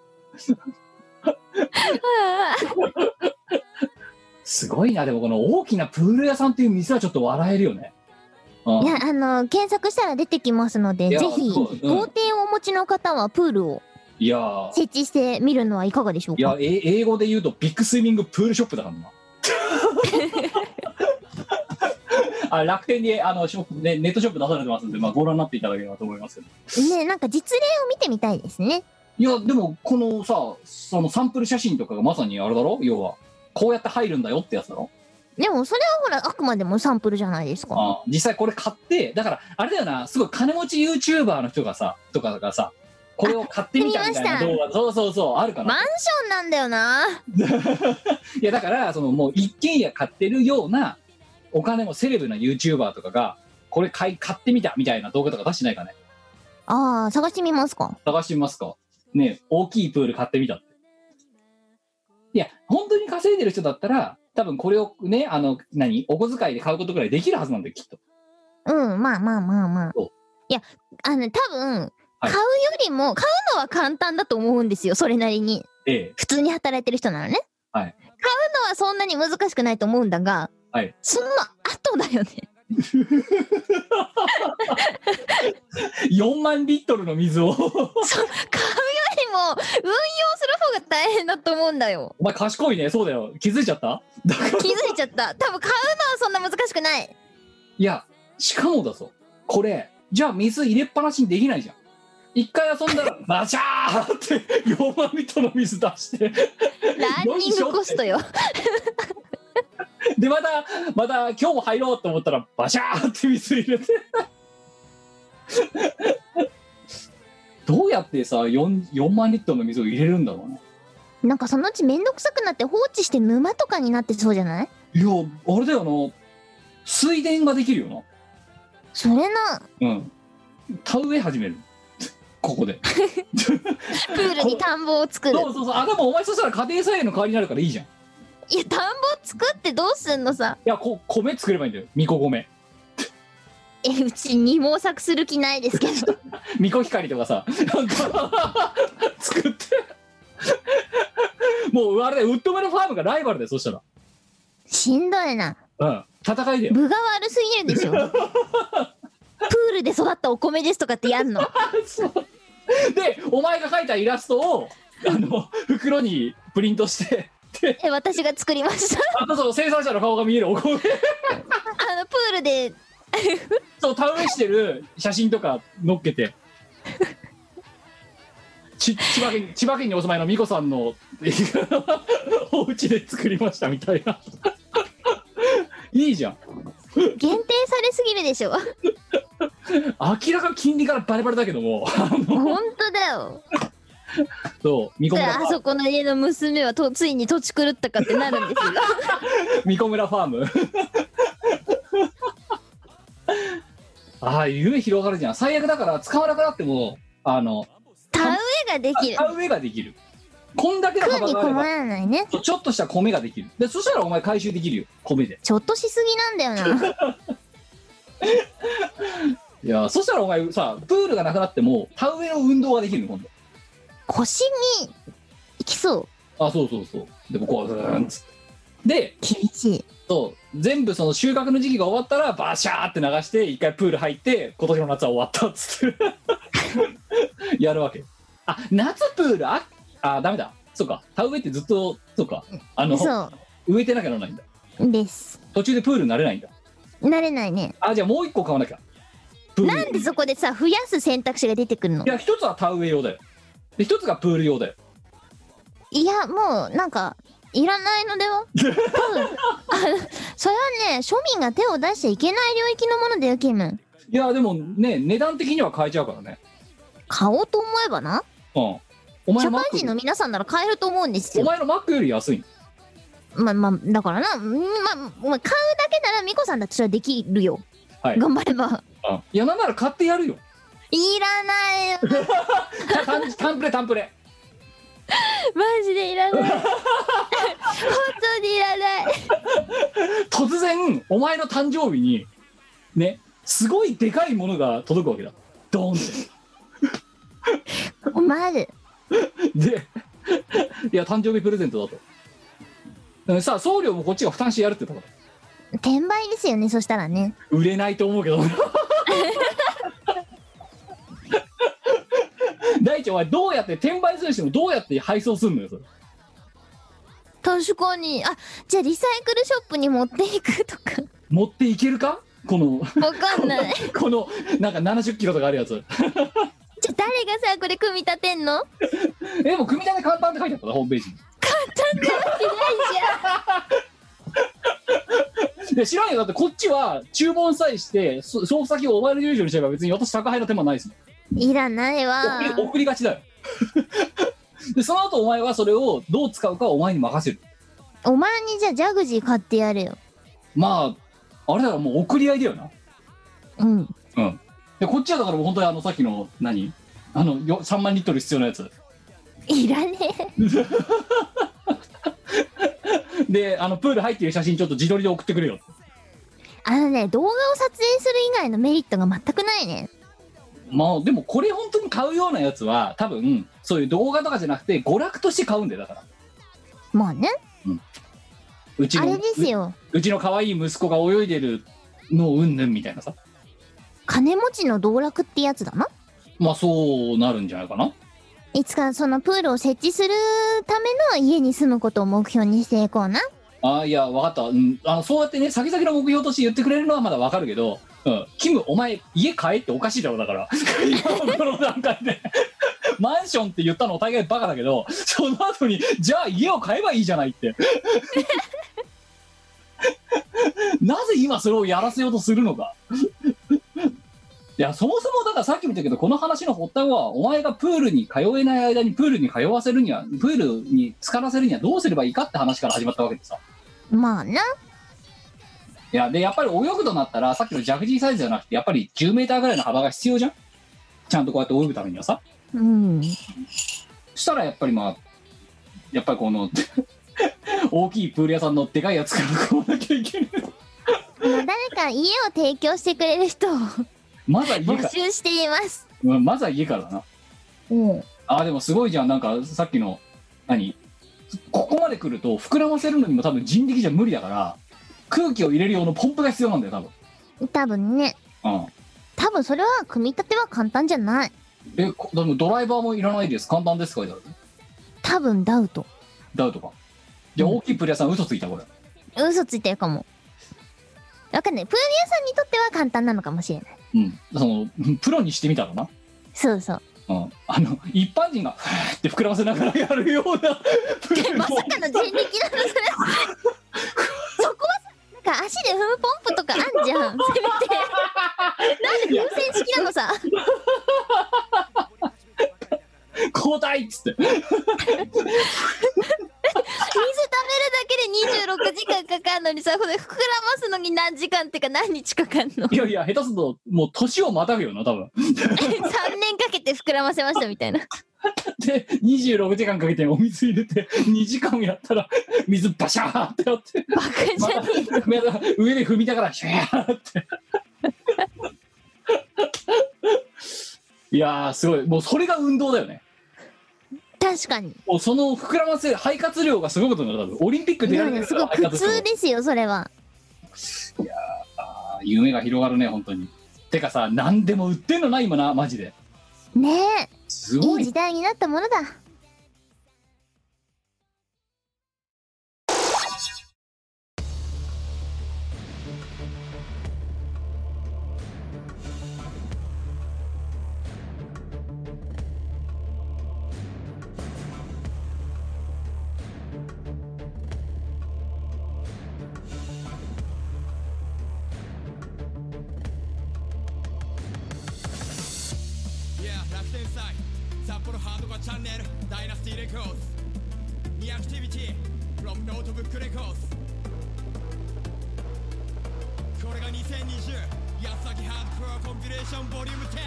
[SPEAKER 3] すごいなでもこの大きなプール屋さんっていう水はちょっと笑えるよねうん
[SPEAKER 1] いやあの検索したら出てきますので
[SPEAKER 3] い
[SPEAKER 1] ぜ
[SPEAKER 3] や
[SPEAKER 1] ひ
[SPEAKER 3] そううん
[SPEAKER 1] 豪邸をお持ちの方はプールを
[SPEAKER 3] いやー
[SPEAKER 1] 設置してみるのはいかがでしょう
[SPEAKER 3] いや
[SPEAKER 1] か
[SPEAKER 3] え英語で言うとビッグスイミングプールショップだ からなあ楽天にあのショップ、ね、ネットショップ出されてますんで、まあ、ご覧になっていただければと思いますけど
[SPEAKER 1] ねなんか実例を見てみたいですね
[SPEAKER 3] いやでもこのさそのサンプル写真とかがまさにあれだろ要はこうやって入るんだよってやつだろ
[SPEAKER 1] でもそれはほらあくまでもサンプルじゃないですか
[SPEAKER 3] あ実際これ買ってだからあれだよなすごい金持ち YouTuber の人がさとかがさこれを買ってみたみたいな
[SPEAKER 1] あ見ま
[SPEAKER 3] 動画そうそうそうあるか
[SPEAKER 1] マ
[SPEAKER 3] な
[SPEAKER 1] ンションなんだよない
[SPEAKER 3] やだからそのもう一軒家買ってるようなお金もセレブな YouTuber とかがこれ買い買ってみたみたいな動画とか出してないかね
[SPEAKER 1] あー探してみますか
[SPEAKER 3] 探してみますかねえ大きいプール買ってみたっていや本当に稼いでる人だったら多分これをねあの何お小遣いで買うことぐらいできるはずなんだよきっと
[SPEAKER 1] うんまあまあまあまあ
[SPEAKER 3] お
[SPEAKER 1] いやあの多分買
[SPEAKER 3] はいう
[SPEAKER 1] よりも、買うのは簡単だと思うんですよそれなりに
[SPEAKER 3] ええ
[SPEAKER 1] 普通に働いてる人ならね、
[SPEAKER 3] はい
[SPEAKER 1] 買うのはそんなに難しくないと思うんだが、
[SPEAKER 3] はい
[SPEAKER 1] その後だよね
[SPEAKER 3] 4万リットルの水を
[SPEAKER 1] そう買うよりも運用する方が大変だと思うんだ よ
[SPEAKER 3] お前賢いねそうだよ気づいちゃっただから
[SPEAKER 1] 気づいちゃった多分買うのはそんな難しくない
[SPEAKER 3] いやしかもだぞこれじゃあ水入れっぱなしにできないじゃん一回遊んだらバシャーって4万リットルの水出して
[SPEAKER 1] ランニングコストよ
[SPEAKER 3] でまたまた今日も入ろうと思ったらバシャーって水入れてどうやってさ 4, 4万リットルの水を入れるんだろうね
[SPEAKER 1] なんかそのうちめんどくさくなって放置して沼とかになってそうじゃない
[SPEAKER 3] いやあれだよな水田ができるよ
[SPEAKER 1] それな
[SPEAKER 3] なうん田植え始めるここで
[SPEAKER 1] プールに田んぼを作る
[SPEAKER 3] そうそうそうあでもお前そしたら家庭菜園の代わりになるからいいじゃんい
[SPEAKER 1] いや田んぼ作ってどうすんのさ
[SPEAKER 3] やこ米作ればいいんだよみこ米
[SPEAKER 1] えうち二毛作する気ないですけ ど
[SPEAKER 3] みこ光とかさなんか作ってもうあれだよウッドメルファームがライバルだよそしたら
[SPEAKER 1] しんどいな
[SPEAKER 3] うん戦いだよ
[SPEAKER 1] 分が悪すぎ るでしょプールで育ったお米ですとかってやんの
[SPEAKER 3] そうでお前が描いたイラストをあの袋にプリントして
[SPEAKER 1] え私が作りました
[SPEAKER 3] あとその生産者の顔が見えるお米
[SPEAKER 1] あのプールで
[SPEAKER 3] そう田植えしてる写真とか載っ けてち千葉県千葉県にお住まいの美子さんの お家で作りましたみたい ないいじゃん
[SPEAKER 1] 限定されすぎるでしょ
[SPEAKER 3] 明らかに金利からバレバレだけども あの
[SPEAKER 1] 本当だよ
[SPEAKER 3] そうみこ村
[SPEAKER 1] あそこの家の娘はとついに土地狂ったかってなるん ですよ
[SPEAKER 3] みこ村ファーム ああ夢広がるじゃん最悪だから使わなくなってもあの
[SPEAKER 1] 田植えができる
[SPEAKER 3] 田植えができるこんだけの
[SPEAKER 1] 食う
[SPEAKER 3] 幅
[SPEAKER 1] に
[SPEAKER 3] が
[SPEAKER 1] 困
[SPEAKER 3] あれば
[SPEAKER 1] らないね
[SPEAKER 3] そうちょっとした米ができるでそしたらお前回収できるよ米で
[SPEAKER 1] ちょっとしすぎなんだよな
[SPEAKER 3] いやそしたらお前さプールがなくなっても田植えの運動ができるの今
[SPEAKER 1] 腰にいきそう
[SPEAKER 3] 度あそうそうそうでもこううーんっつってで
[SPEAKER 1] 厳しい
[SPEAKER 3] そう全部その収穫の時期が終わったらバシャーって流して一回プール入って今年の夏は終わったっつって やるわけあ夏プールああダメだそうか田植えってずっとそうかあの
[SPEAKER 1] そ
[SPEAKER 3] 植えてなきゃならないんだ
[SPEAKER 1] うです
[SPEAKER 3] 途中でプールになれないんだ
[SPEAKER 1] 慣れないね
[SPEAKER 3] あじゃあもう一個買わなきゃプール
[SPEAKER 1] なんでそこでさ増やす選択肢が出てくるの
[SPEAKER 3] いや一つは田植え用だよで一つがプール用だよ
[SPEAKER 1] いやもうなんかいらないのでは多分あのそれはね庶民が手を出しちゃいけない領域のものだよキム
[SPEAKER 3] いやでもね値段的には買えちゃうからね
[SPEAKER 1] 買おうと思えばな
[SPEAKER 3] うんお前
[SPEAKER 1] 社
[SPEAKER 3] のマ
[SPEAKER 1] 会
[SPEAKER 3] ック
[SPEAKER 1] 人の皆さんなら買えると思うんです
[SPEAKER 3] お
[SPEAKER 1] よ
[SPEAKER 3] 前のマックより安いの
[SPEAKER 1] まあまあだからなうんまあまあ買うだけならミコさんだってそれはできるよ
[SPEAKER 3] はい、う
[SPEAKER 1] 頑
[SPEAKER 3] ん、
[SPEAKER 1] 張れば
[SPEAKER 3] いやなんなら買ってやるよ
[SPEAKER 1] いらないよ
[SPEAKER 3] たタン タンプレタンプレ
[SPEAKER 1] マジでいらない本当にいらない
[SPEAKER 3] 突然お前の誕生日にねすごいでかいものが届くわけだドーン
[SPEAKER 1] お前で
[SPEAKER 3] ってでいや誕生日プレゼントだとだからさ送料もこっちが負担してやるって言ったから
[SPEAKER 1] 転売ですよねそしたらね
[SPEAKER 3] 売れないと思うけど大地お前どうやって転売するにしてもどうやって配送するのよそれ
[SPEAKER 1] 確かにあじゃあリサイクルショップに持っていくとか
[SPEAKER 3] 持っていけるかこの
[SPEAKER 1] わかん ない。
[SPEAKER 3] このなんか70キロとかあるやつ
[SPEAKER 1] じゃあ誰がさ、これ組み立てんの
[SPEAKER 3] えでも組み立て簡単って書いてあったなホームページに
[SPEAKER 1] 嫌いじゃん。
[SPEAKER 3] で知らんよだってこっちは注文さえしてそ送付先をお前の住所にすれば別に私宅配の手間ないですね
[SPEAKER 1] いらないわ。
[SPEAKER 3] 送り送りがちだよでその後お前はそれをどう使うかはお前に任せる
[SPEAKER 1] お前にじゃあジャグジー買ってやれよ。
[SPEAKER 3] まああれだからもう送り合いだよな
[SPEAKER 1] うん。
[SPEAKER 3] でこっちはだから本当にあのさっきの何あのよ3万リットル必要なやつ
[SPEAKER 1] いらねえ。
[SPEAKER 3] であのプール入ってる写真ちょっと自撮りで送ってくれよ
[SPEAKER 1] あのね、動画を撮影する以外のメリットが全くないね。
[SPEAKER 3] まあでもこれ本当に買うようなやつは多分そういう動画とかじゃなくて娯楽として買うんだよだから
[SPEAKER 1] まあね、
[SPEAKER 3] うち
[SPEAKER 1] あ
[SPEAKER 3] の
[SPEAKER 1] れですよ。
[SPEAKER 3] うちの可愛い息子が泳いでるのをうんぬんみたいなさ
[SPEAKER 1] 金持ちの道楽ってやつだな。
[SPEAKER 3] まあそうなるんじゃないかな
[SPEAKER 1] いつかそのプールを設置するための家に住むことを目標にしていこうな。
[SPEAKER 3] ああいや分かった、うん、あのそうやってね先々の目標として言ってくれるのはまだ分かるけど、うん、キムお前家買えっておかしいだろだから 今のこの段階でマンションって言ったの大概バカだけどその後にじゃあ家を買えばいいじゃないって なぜ今それをやらせようとするのかいやそもそもだからさっきも言ったけどこの話の発端はお前がプールに通えない間にプールに通わせるにはプールに浸からせるにはどうすればいいかって話から始まったわけでさ
[SPEAKER 1] まあな。
[SPEAKER 3] いや、で、やっぱり泳ぐとなったら、さっきのジャグジーサイズじゃなくて、やっぱり10メーターぐらいの幅が必要じゃんちゃんとこうやって泳ぐためにはさ。
[SPEAKER 1] うん。
[SPEAKER 3] そしたら、やっぱりまあ、やっぱりこの、 大きいプール屋さんのでかいやつから買わなきゃいけない。
[SPEAKER 1] 誰か家を提供してくれる人を
[SPEAKER 3] まずは家
[SPEAKER 1] 募
[SPEAKER 3] か、
[SPEAKER 1] 集しています。
[SPEAKER 3] うんまずは家からだな。
[SPEAKER 1] うん。
[SPEAKER 3] あー、でもすごいじゃん。なんか、さっきの、何ここまで来ると、膨らませるのにも多分人力じゃ無理だから、空気を入れる用のポンプが必要なんだよ、多分。
[SPEAKER 1] 多分ね。
[SPEAKER 3] うん。
[SPEAKER 1] 多分それは組み立ては簡単じゃない。
[SPEAKER 3] え、こでもドライバーもいらないです。簡単ですかだ
[SPEAKER 1] 多分ダウト。
[SPEAKER 3] ダウトか。じゃあ大きいプレイヤーさん嘘ついたこれ。
[SPEAKER 1] 嘘ついてるかも。わかんない。プール屋さんにとっては簡単なのかもしれない。
[SPEAKER 3] うん。その、プロにしてみたらな。
[SPEAKER 1] そうそう。
[SPEAKER 3] うん。あの、一般人が、ふーって膨らませながらやるようなプレイ
[SPEAKER 1] まさかの人力なのそれ。そこはさなんか足で踏むポンプとかあんじゃん。せめて。なんで風船式なの さ。
[SPEAKER 3] 交代っつって。
[SPEAKER 1] 水食べるだけで26時間かかるのにさ、これ膨らますのに何時間ってか何日かかる の
[SPEAKER 3] いやいや、下手すると、もう年をまたぐよな、多分。
[SPEAKER 1] ?3 年かけて膨らませましたみたいな。
[SPEAKER 3] で、26時間かけてお水入れて、2時間やったら、水バシャーってや って、
[SPEAKER 1] バカじ
[SPEAKER 3] ま
[SPEAKER 1] ゃ
[SPEAKER 3] た
[SPEAKER 1] ね、
[SPEAKER 3] また上で踏みながら、シャーって。いやー、すごい。もうそれが運動だよね。
[SPEAKER 1] 確かに。
[SPEAKER 3] もうその膨らませる肺活量がすごいことになる多分オリンピック
[SPEAKER 1] い
[SPEAKER 3] 出ら
[SPEAKER 1] や
[SPEAKER 3] れ
[SPEAKER 1] い
[SPEAKER 3] て
[SPEAKER 1] や、すご
[SPEAKER 3] る
[SPEAKER 1] い
[SPEAKER 3] 肺
[SPEAKER 1] 苦
[SPEAKER 3] 活量
[SPEAKER 1] 痛ですよ、それは。
[SPEAKER 3] あー夢が広がるね本当にてかさ何でも売ってんのな今なマジで
[SPEAKER 1] ね
[SPEAKER 3] す
[SPEAKER 1] え、い
[SPEAKER 3] ご
[SPEAKER 1] い
[SPEAKER 3] い
[SPEAKER 1] 時代になったものだ。
[SPEAKER 4] いや楽天祭札幌ハードコアチャンネルダイナスティレコーズニアクティビティ from ノートブックレコーズこれが2020安崎ハードコアコンピレーションボリューム10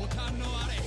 [SPEAKER 4] ご堪能あれ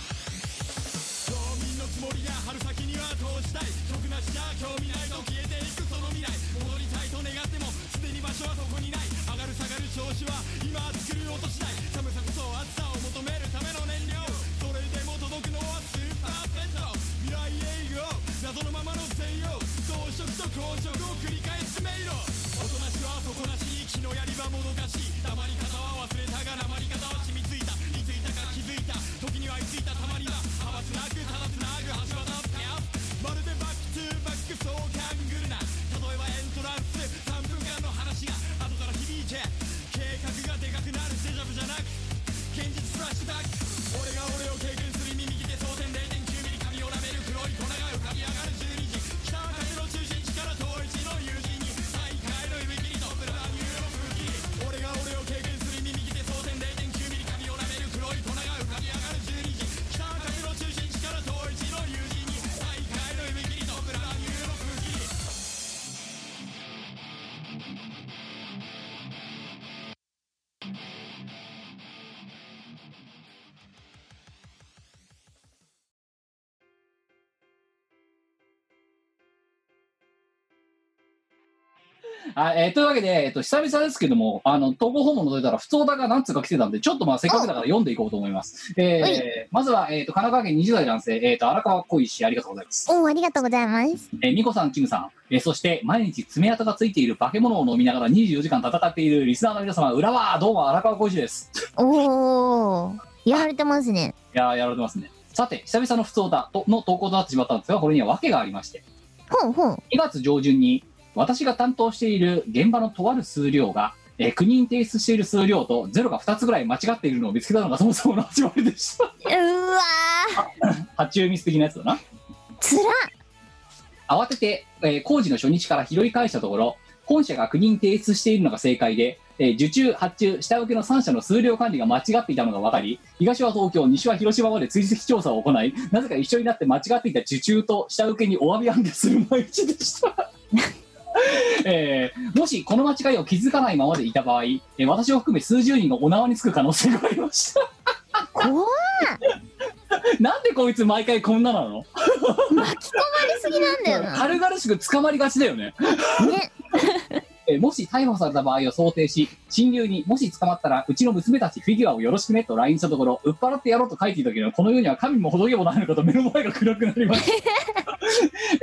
[SPEAKER 4] 道民のつもりが春先にはこうしたい得なしじゃ興味ないと消えていくその未来戻りたいと願ってもすでに場所はそこにない上がる下がる調子は今作る落としない寒さこそ暑さを求めるための燃料それでも届くのはスーパーペット未来営業謎のままの専用増殖と硬直を繰り返す迷路おとなしは底なし気のやりはもどかしい黙り方は忘れたが黙り方は染みついたいついたか気づいた時にはいついたたまには派閥なくただつなぐ橋渡ってよまるでバックトゥーバックそうキャングルな例えばエントランス3分間の話が後から響いて計画が
[SPEAKER 3] あえーというわけで、えっと、久々ですけども、あの、統合訪問の出たら、普通だが何通か来てたんで、ちょっとまあ、せっかくだから読んでいこうと思います。えー
[SPEAKER 1] は
[SPEAKER 3] まずは、えっ、と、神奈川県20代男性、えっ、と、荒川小石、ありがとうございます。
[SPEAKER 1] おーありがとうございます。
[SPEAKER 3] えー、美子さん、キムさん、えーそして、毎日爪痕がついている化け物を飲みながら24時間戦っているリスナーの皆様、裏は、どうも荒川小石です。
[SPEAKER 1] おーやられてますね。
[SPEAKER 3] いやー、やられてますね。さて、久々の普通だとの投稿となってしまったんですが、これには訳がありまして、
[SPEAKER 1] ほうほう。
[SPEAKER 3] 2月上旬に私が担当している現場のとある数量が、えー国に提出している数量とゼロが2つぐらい間違っているのを見つけたのがそもそもの始まりでした
[SPEAKER 1] うわ
[SPEAKER 3] 発注ミス的なやつだな
[SPEAKER 1] ーつらっ
[SPEAKER 3] 慌てて、えー工事の初日から拾い返したところ本社が国に提出しているのが正解で、えー受注発注下請けの3社の数量管理が間違っていたのが分かり東は東京西は広島まで追跡調査を行いなぜか一緒になって間違っていた受注と下請けにお詫び案件する毎日でした。 えーもしこの間違いを気づかないままでいた場合、えー私を含め数十人がお縄につく可能性がありました
[SPEAKER 1] 怖っ
[SPEAKER 3] なんでこいつ毎回こんななの
[SPEAKER 1] 巻き込まれすぎなんだよ な。
[SPEAKER 3] 軽々しく捕まりがちだよね
[SPEAKER 1] ね。
[SPEAKER 3] えーもし逮捕された場合を想定し、親友にもし捕まったら、うちの娘たちフィギュアをよろしくねと LINE したところ、売っ払ってやろうと書いていたけど、この世には神も仏もないのかと目の前が暗くなりました、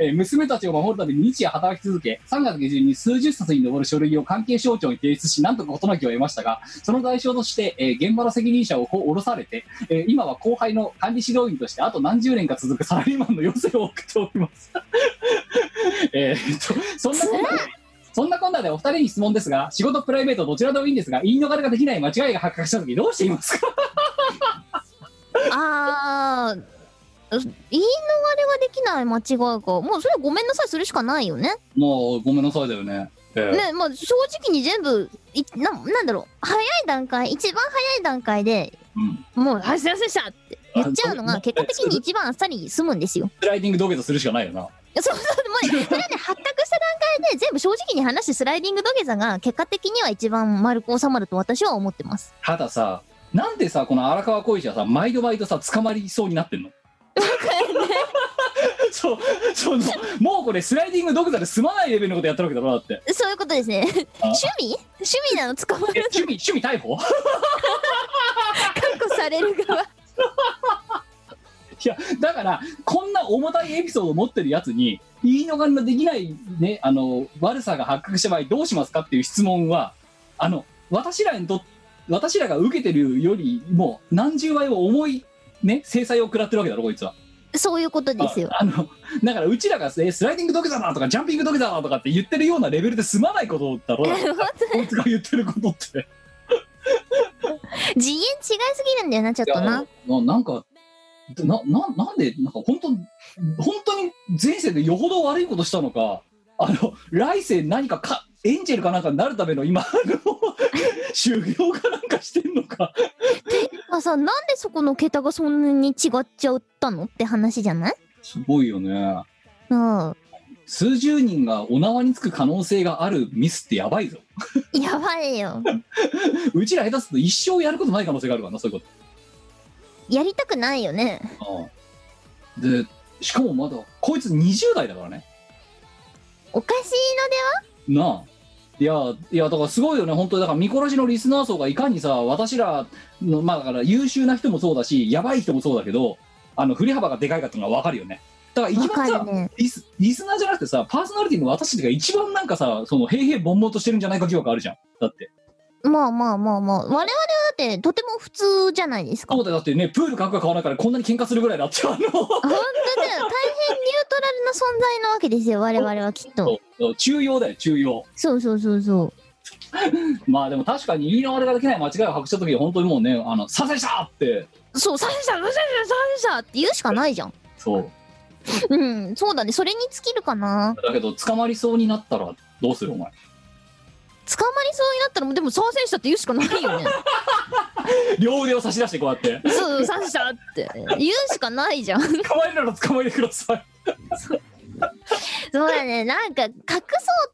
[SPEAKER 3] えー娘たちを守るために日夜働き続け、3月下旬に数十冊に上る書類を関係省庁に提出し、なんとか事なきを得ましたが、その代償として、えー現場の責任者をこう下ろされて、えー今は後輩の管理指導員として、あと何十年か続くサラリーマンの養成を送っております。えーっと、そんなことでそんなこんなでお二人に質問ですが、仕事、プライベート、どちらでもいいんですが、言い逃れができない間違いが発覚したとき、どうしていますか
[SPEAKER 1] あー。言い逃れができない間違いがもうそれはごめんなさいするしかないよね。
[SPEAKER 3] もう、ごめんなさいだよね。
[SPEAKER 1] ねまあ正直に全部いななんだろう早い段階一番早い段階で
[SPEAKER 3] うん
[SPEAKER 1] もう「はいすいませんでした」って言っちゃうの
[SPEAKER 3] あ
[SPEAKER 1] が結果的に一番あっさり済むんですよ。
[SPEAKER 3] スライディング土下座するしかないよな。
[SPEAKER 1] そうそうもうねそれはね発覚した段階で全部正直に話してスライディング土下座が結果的には一番丸く収まると私は思ってます。
[SPEAKER 3] たださ、なんでさ、この荒川小石はさ、毎度毎度さ、捕まりそうになってんのそう、そう、もうこれ、スライディング土下座で済まないレベルのことやってるわけだろ、だって。
[SPEAKER 1] そういうことですね。 趣味趣味なの捕ま
[SPEAKER 3] え
[SPEAKER 1] る
[SPEAKER 3] 趣味、趣味逮捕
[SPEAKER 1] 確保される側。
[SPEAKER 3] いや、だから、こんな重たいエピソードを持ってるやつに、言い逃れのできないね、あの、悪さが発覚した場合どうしますかっていう質問は、あの、私らにとっ、私らが受けてるよりも、何十倍も重い、ね、制裁を食らってるわけだろ、こいつは。
[SPEAKER 1] そういうことですよ。
[SPEAKER 3] ああの、だから、うちらが、えスライディング土下座だとか、ジャンピング土下座だとかって言ってるようなレベルで済まないことだろ、だって
[SPEAKER 1] 本当
[SPEAKER 3] こいつが言ってることって。
[SPEAKER 1] 次元違いすぎるんだよなちょっとな。
[SPEAKER 3] いやななんかなななんでなんか本当本当に前世でよほど悪いことしたのかあの来世何かかエンジェルかなんかになるための今あ の修行かなんかしてんのか
[SPEAKER 1] あさなんでそこの桁がそんなに違っちゃったのって話じゃない
[SPEAKER 3] すごいよね
[SPEAKER 1] うん。
[SPEAKER 3] 数十人がお縄につく可能性があるミスってやばいぞ
[SPEAKER 1] やばいよ。
[SPEAKER 3] うちら下手すると一生やることない可能性があるからなそういうこ
[SPEAKER 1] やりたくないよね。
[SPEAKER 3] とうんでしかもまだこいつ20代だからね
[SPEAKER 1] おかしいのでは
[SPEAKER 3] なあいやいやだからすごいよね本当にだから見こらしのリスナー層がいかにさ私らのまあだから優秀な人もそうだしやばい人もそうだけどあの振り幅がでかいかっていうのが分かるよねだから一
[SPEAKER 1] わ
[SPEAKER 3] 番さ
[SPEAKER 1] か、るね。
[SPEAKER 3] リスリスナーじゃなくてさパーソナリティの私たちが一番なんかさその平々凡々としてるんじゃないか疑惑あるじゃんだって
[SPEAKER 1] まあまあまあまあ。我々はだってとても普通じゃないですか。
[SPEAKER 3] そ
[SPEAKER 1] 本
[SPEAKER 3] うだよだってねプール格が変わらないからこんなに喧嘩するぐらいだってあの
[SPEAKER 1] 当だよ。大変ニュートラルな存在なわけですよ。我々はきっと。
[SPEAKER 3] そう中庸だよ中庸
[SPEAKER 1] そうそうそうそう。
[SPEAKER 3] まあでも確かに言い逃れができない間違いを把握した時は本当にもうねあの「させした!」って
[SPEAKER 1] そう、サンシャ、サンシャ、サンシャって言うしかないじゃん。
[SPEAKER 3] そう
[SPEAKER 1] うん、そうだね。それに尽きるかな。
[SPEAKER 3] だけど捕まりそうになったらどうするお前
[SPEAKER 1] 捕まりそうになったらもう、でも、サンシャって言うしかない よね。
[SPEAKER 3] 両腕を差し出してこうやって
[SPEAKER 1] そう、サンシャって言うしかないじゃん。 そう
[SPEAKER 3] 捕まえるなら捕まえてください
[SPEAKER 1] だね。なんか、隠そ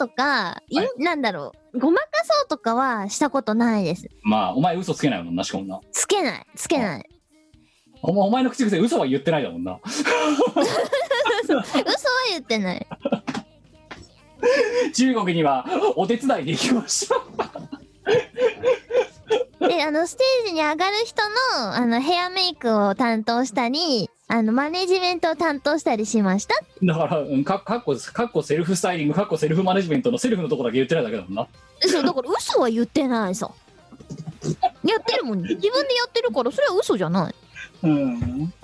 [SPEAKER 1] うとか、い
[SPEAKER 3] は
[SPEAKER 1] なんだろう。ごまかそうとかはしたことないです。
[SPEAKER 3] まあお前嘘つけないもんなしかもな
[SPEAKER 1] つけない、つけない。
[SPEAKER 3] お前お前の口癖嘘は言ってないだもんな
[SPEAKER 1] 嘘は言ってない。
[SPEAKER 3] 中国にはお手伝いで行きました。
[SPEAKER 1] で、あの、ステージに上がる人の、あの、ヘアメイクを担当したり、あの、マネジメントを担当したりしました。
[SPEAKER 3] だから、うんかかっこ、かっこセルフスタイリング、かっこセルフマネジメントのセルフのとこだけ言ってないだけだもんな。
[SPEAKER 1] そう、だから嘘は言ってない さ。やってるもん、自分でやってるから、それは嘘じゃない。
[SPEAKER 3] うん。